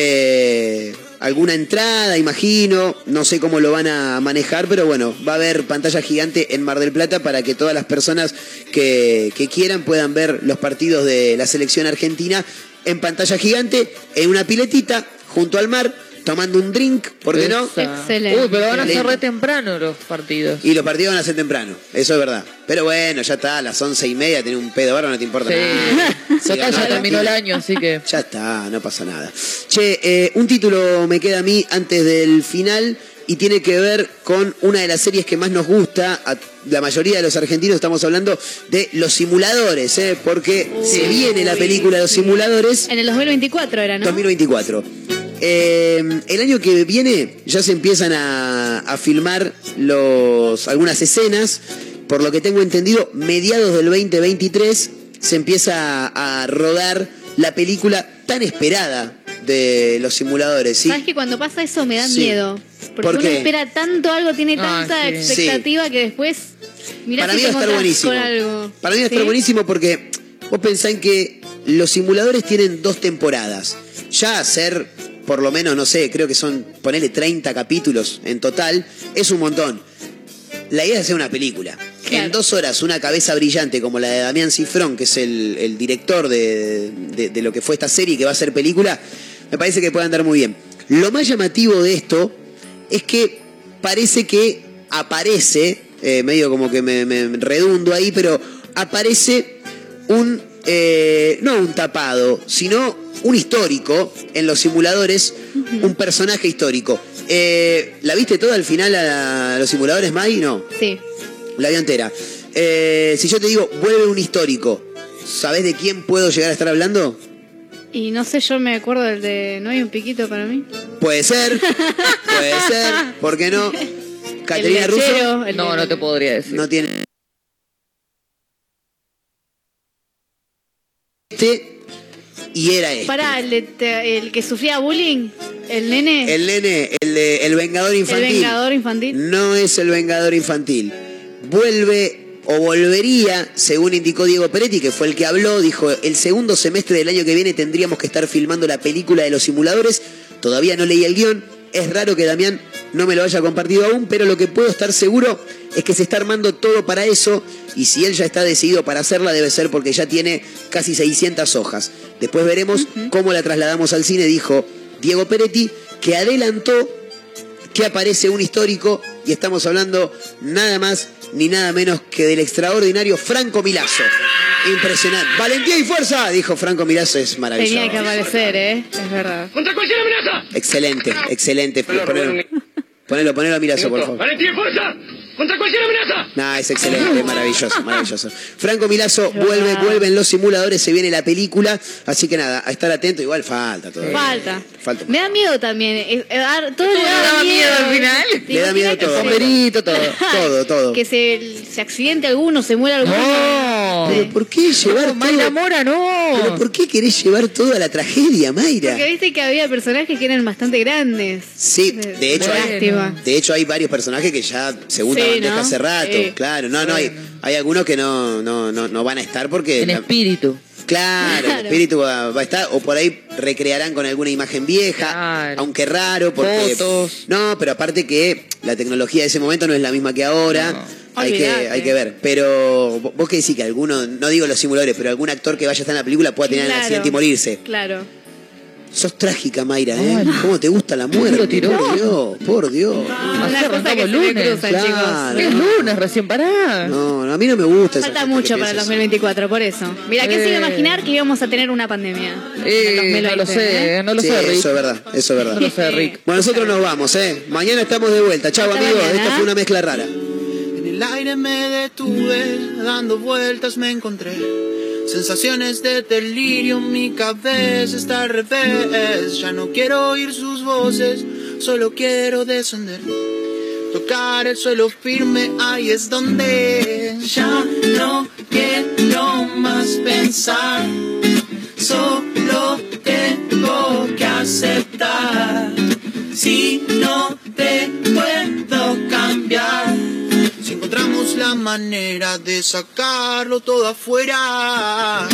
[SPEAKER 6] eh, alguna entrada, imagino. No sé cómo lo van a manejar, pero bueno, va a haber pantalla gigante en Mar del Plata para que todas las personas que, que quieran puedan ver los partidos de la selección argentina en pantalla gigante, en una piletita, junto al mar, tomando un drink, ¿por qué no?
[SPEAKER 11] Excelente. Uy, pero van a ser
[SPEAKER 6] Excelente.
[SPEAKER 11] re temprano los
[SPEAKER 6] <laughs>
[SPEAKER 11] partidos.
[SPEAKER 6] Y los partidos van a ser temprano, eso es verdad. Pero bueno, ya está, a las once y media, tener un pedo ahora no te importa
[SPEAKER 11] Sí.
[SPEAKER 6] nada. Se
[SPEAKER 11] Total,
[SPEAKER 6] ganó
[SPEAKER 11] ya
[SPEAKER 6] la
[SPEAKER 11] Eh, terminó el
[SPEAKER 6] pila.
[SPEAKER 11] año, así que.
[SPEAKER 6] Ya está, no pasa nada. Che, eh, un título me queda a mí antes del final y tiene que ver con una de las series que más nos gusta a la mayoría de los argentinos. Estamos hablando de Los Simuladores, ¿eh? porque se viene la película Los Simuladores
[SPEAKER 10] En el 2024 era, ¿no?
[SPEAKER 6] 2024. Eh, el año que viene ya se empiezan a, a filmar los, algunas escenas. Por lo que tengo entendido, mediados del 2023 se empieza a, a rodar la película tan esperada de los simuladores. ¿sí?
[SPEAKER 10] Sabes que cuando pasa eso me da
[SPEAKER 6] Sí.
[SPEAKER 10] miedo. Porque
[SPEAKER 6] ¿Por
[SPEAKER 10] uno
[SPEAKER 6] qué?
[SPEAKER 10] espera tanto algo, tiene
[SPEAKER 6] Ah,
[SPEAKER 10] tanta
[SPEAKER 6] sí.
[SPEAKER 10] expectativa que después. Mirá
[SPEAKER 6] Para
[SPEAKER 10] si
[SPEAKER 6] mí
[SPEAKER 10] te
[SPEAKER 6] va a estar
[SPEAKER 10] encontrás
[SPEAKER 6] buenísimo.
[SPEAKER 10] con algo.
[SPEAKER 6] Para mí va a estar
[SPEAKER 10] ¿Sí?
[SPEAKER 6] buenísimo porque vos pensás en que los simuladores tienen dos temporadas. Ya hacer, por lo menos, no sé, creo que son, ponele 30 capítulos en total, es un montón. La idea es hacer una película. En dos horas, una cabeza brillante como la de Damián Cifrón, que es el, el director de, de- de lo que fue esta serie y que va a ser película, me parece que puede andar muy bien. Lo más llamativo de esto es que parece que aparece, eh, medio como que me, me redundo ahí, pero aparece un, eh, no un tapado, sino un histórico en los simuladores, un personaje histórico. Eh, ¿La viste toda al final a, la- a los simuladores, Mai? No,
[SPEAKER 10] Sí.
[SPEAKER 6] la vi entera. Eh, si yo te digo, vuelve un histórico, ¿sabés de quién puedo llegar a estar hablando?
[SPEAKER 10] Y no sé, yo me acuerdo del de. ¿No hay un piquito para mí?
[SPEAKER 6] Puede
[SPEAKER 10] <laughs>
[SPEAKER 6] ser, puede ser, ¿por qué no? Caterina
[SPEAKER 10] El
[SPEAKER 6] Russo.
[SPEAKER 10] lechero, el-
[SPEAKER 11] No, no te podría decir.
[SPEAKER 6] No tiene. Este y era este.
[SPEAKER 10] Pará, el, de te- el que sufría bullying, el nene, el,
[SPEAKER 6] El nene, el, de- el Vengador Infantil.
[SPEAKER 10] vengador infantil.
[SPEAKER 6] No es el Vengador Infantil. Vuelve o volvería, según indicó Diego Peretti, que fue el que habló, dijo, el segundo semestre del año que viene tendríamos que estar filmando la película de los simuladores. Todavía no leí el guión. Es raro que Damián no me lo haya compartido aún, pero lo que puedo estar seguro es que se está armando todo para eso y si él ya está decidido para hacerla debe ser porque ya tiene casi 600 hojas. Después veremos cómo la trasladamos al cine, dijo Diego Peretti, que adelantó que aparece un histórico y estamos hablando nada más ni nada menos que del extraordinario Franco Milazzo. Impresionante. Valentía y fuerza, dijo Franco Milazzo, es maravilloso.
[SPEAKER 10] Tenía que aparecer, ¿eh? Es verdad.
[SPEAKER 8] ¡Contra cualquier amenaza!
[SPEAKER 6] Excelente, excelente. Ponelo, ponelo, ponelo a Milazzo, por favor.
[SPEAKER 8] ¡Valentía y fuerza! ¡Contra cualquier amenaza!
[SPEAKER 6] Nah, es excelente, maravilloso, maravilloso. Franco Milazzo vuelve, vuelven los simuladores, se viene la película, así que nada, a estar atento, igual falta todavía.
[SPEAKER 10] Falta.
[SPEAKER 6] Falta.
[SPEAKER 10] Me da miedo también. eh, eh, ah, todo le daba miedo al final.
[SPEAKER 6] Le da miedo todo.
[SPEAKER 11] Pomerito, <laughs> todo.
[SPEAKER 10] <laughs>
[SPEAKER 6] Todo, todo.
[SPEAKER 10] Que se, se accidente alguno, se muera alguno.
[SPEAKER 11] No, No.
[SPEAKER 6] Pero ¿por qué llevar
[SPEAKER 11] Mayra
[SPEAKER 6] todo-
[SPEAKER 11] Mora, no.
[SPEAKER 6] ¿Pero por qué querés llevar toda la tragedia, Mayra?
[SPEAKER 10] Porque viste que había personajes que eran bastante grandes.
[SPEAKER 6] Sí, de hecho, hay,
[SPEAKER 10] Lástima.
[SPEAKER 6] de hecho hay varios personajes que ya segunda
[SPEAKER 10] Sí,
[SPEAKER 6] bandeja
[SPEAKER 10] ¿no?
[SPEAKER 6] hace rato.
[SPEAKER 10] Sí.
[SPEAKER 6] Claro, no, no, hay, hay algunos que no, no, no, no van a estar porque...
[SPEAKER 11] En
[SPEAKER 6] la-
[SPEAKER 11] espíritu.
[SPEAKER 6] Claro, el
[SPEAKER 11] Claro.
[SPEAKER 6] espíritu va, va a estar, o por ahí recrearán con alguna imagen vieja, aunque raro, porque... No, pero aparte que la tecnología de ese momento no es la misma que ahora, hay, que,
[SPEAKER 10] Olvidate.
[SPEAKER 6] hay que ver. Pero vo- vos que decís que alguno, no digo los simuladores, pero algún actor que vaya a estar en la película pueda tener un
[SPEAKER 10] Claro.
[SPEAKER 6] accidente y morirse.
[SPEAKER 10] Claro.
[SPEAKER 6] Sos trágica, Mayra, ¿eh? ¿Cómo te gusta la muerte? Por Dios, por Dios.
[SPEAKER 11] Ayer arrancamos
[SPEAKER 10] se me
[SPEAKER 11] lunes.
[SPEAKER 10] cruzan,
[SPEAKER 6] Claro.
[SPEAKER 11] Es lunes, recién pará.
[SPEAKER 6] No, no, a mí no me gusta. esa
[SPEAKER 10] Falta
[SPEAKER 6] gente
[SPEAKER 10] mucho
[SPEAKER 6] que
[SPEAKER 10] para el
[SPEAKER 6] piensa eso.
[SPEAKER 10] 2024, por eso. Mira, ¿quién se iba a imaginar que íbamos a tener una pandemia? en el
[SPEAKER 11] Eh, no lo
[SPEAKER 10] 2020,
[SPEAKER 11] sé,
[SPEAKER 10] eh?
[SPEAKER 11] eh, no lo
[SPEAKER 6] Sí,
[SPEAKER 11] sé, Rick.
[SPEAKER 6] Eso es verdad, eso es verdad.
[SPEAKER 11] No lo sé, Rick.
[SPEAKER 6] Bueno, nosotros nos vamos, ¿eh? Mañana estamos de vuelta. Chau,
[SPEAKER 19] Hasta
[SPEAKER 6] amigos.
[SPEAKER 19] mañana.
[SPEAKER 6] Esta fue una mezcla rara.
[SPEAKER 19] En el aire me detuve, dando vueltas me encontré. Sensaciones de delirio, mi cabeza está al revés. Ya no quiero oír sus voces, solo quiero descender. Tocar el suelo firme, ahí es donde ya no quiero más pensar. Solo tengo que aceptar. Si no te puedo cambiar. Si encontramos la manera de sacarlo todo afuera.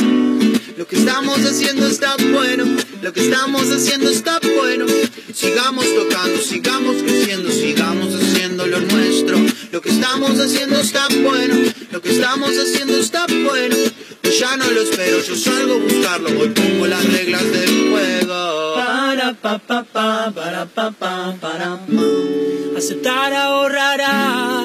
[SPEAKER 19] Lo que estamos haciendo está bueno, lo que estamos haciendo está bueno. Sigamos tocando, sigamos creciendo, sigamos haciendo lo nuestro. Lo que estamos haciendo está bueno, lo que estamos haciendo está bueno. Yo ya no lo espero, yo salgo a buscarlo, hoy pongo las reglas del juego.
[SPEAKER 8] Para pa pa pa, para pa pa, para pa. Aceptar ahorrará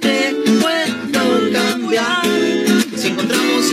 [SPEAKER 19] te puedo cambiar, si encontramos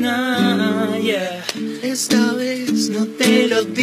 [SPEAKER 8] Na, yeah.
[SPEAKER 19] Esta vez no te lo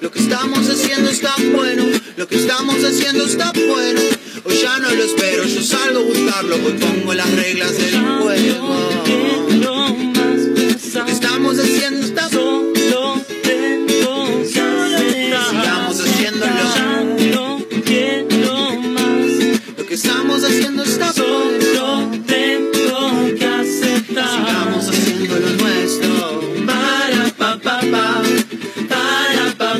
[SPEAKER 19] Lo que estamos haciendo está bueno, lo que estamos haciendo está bueno.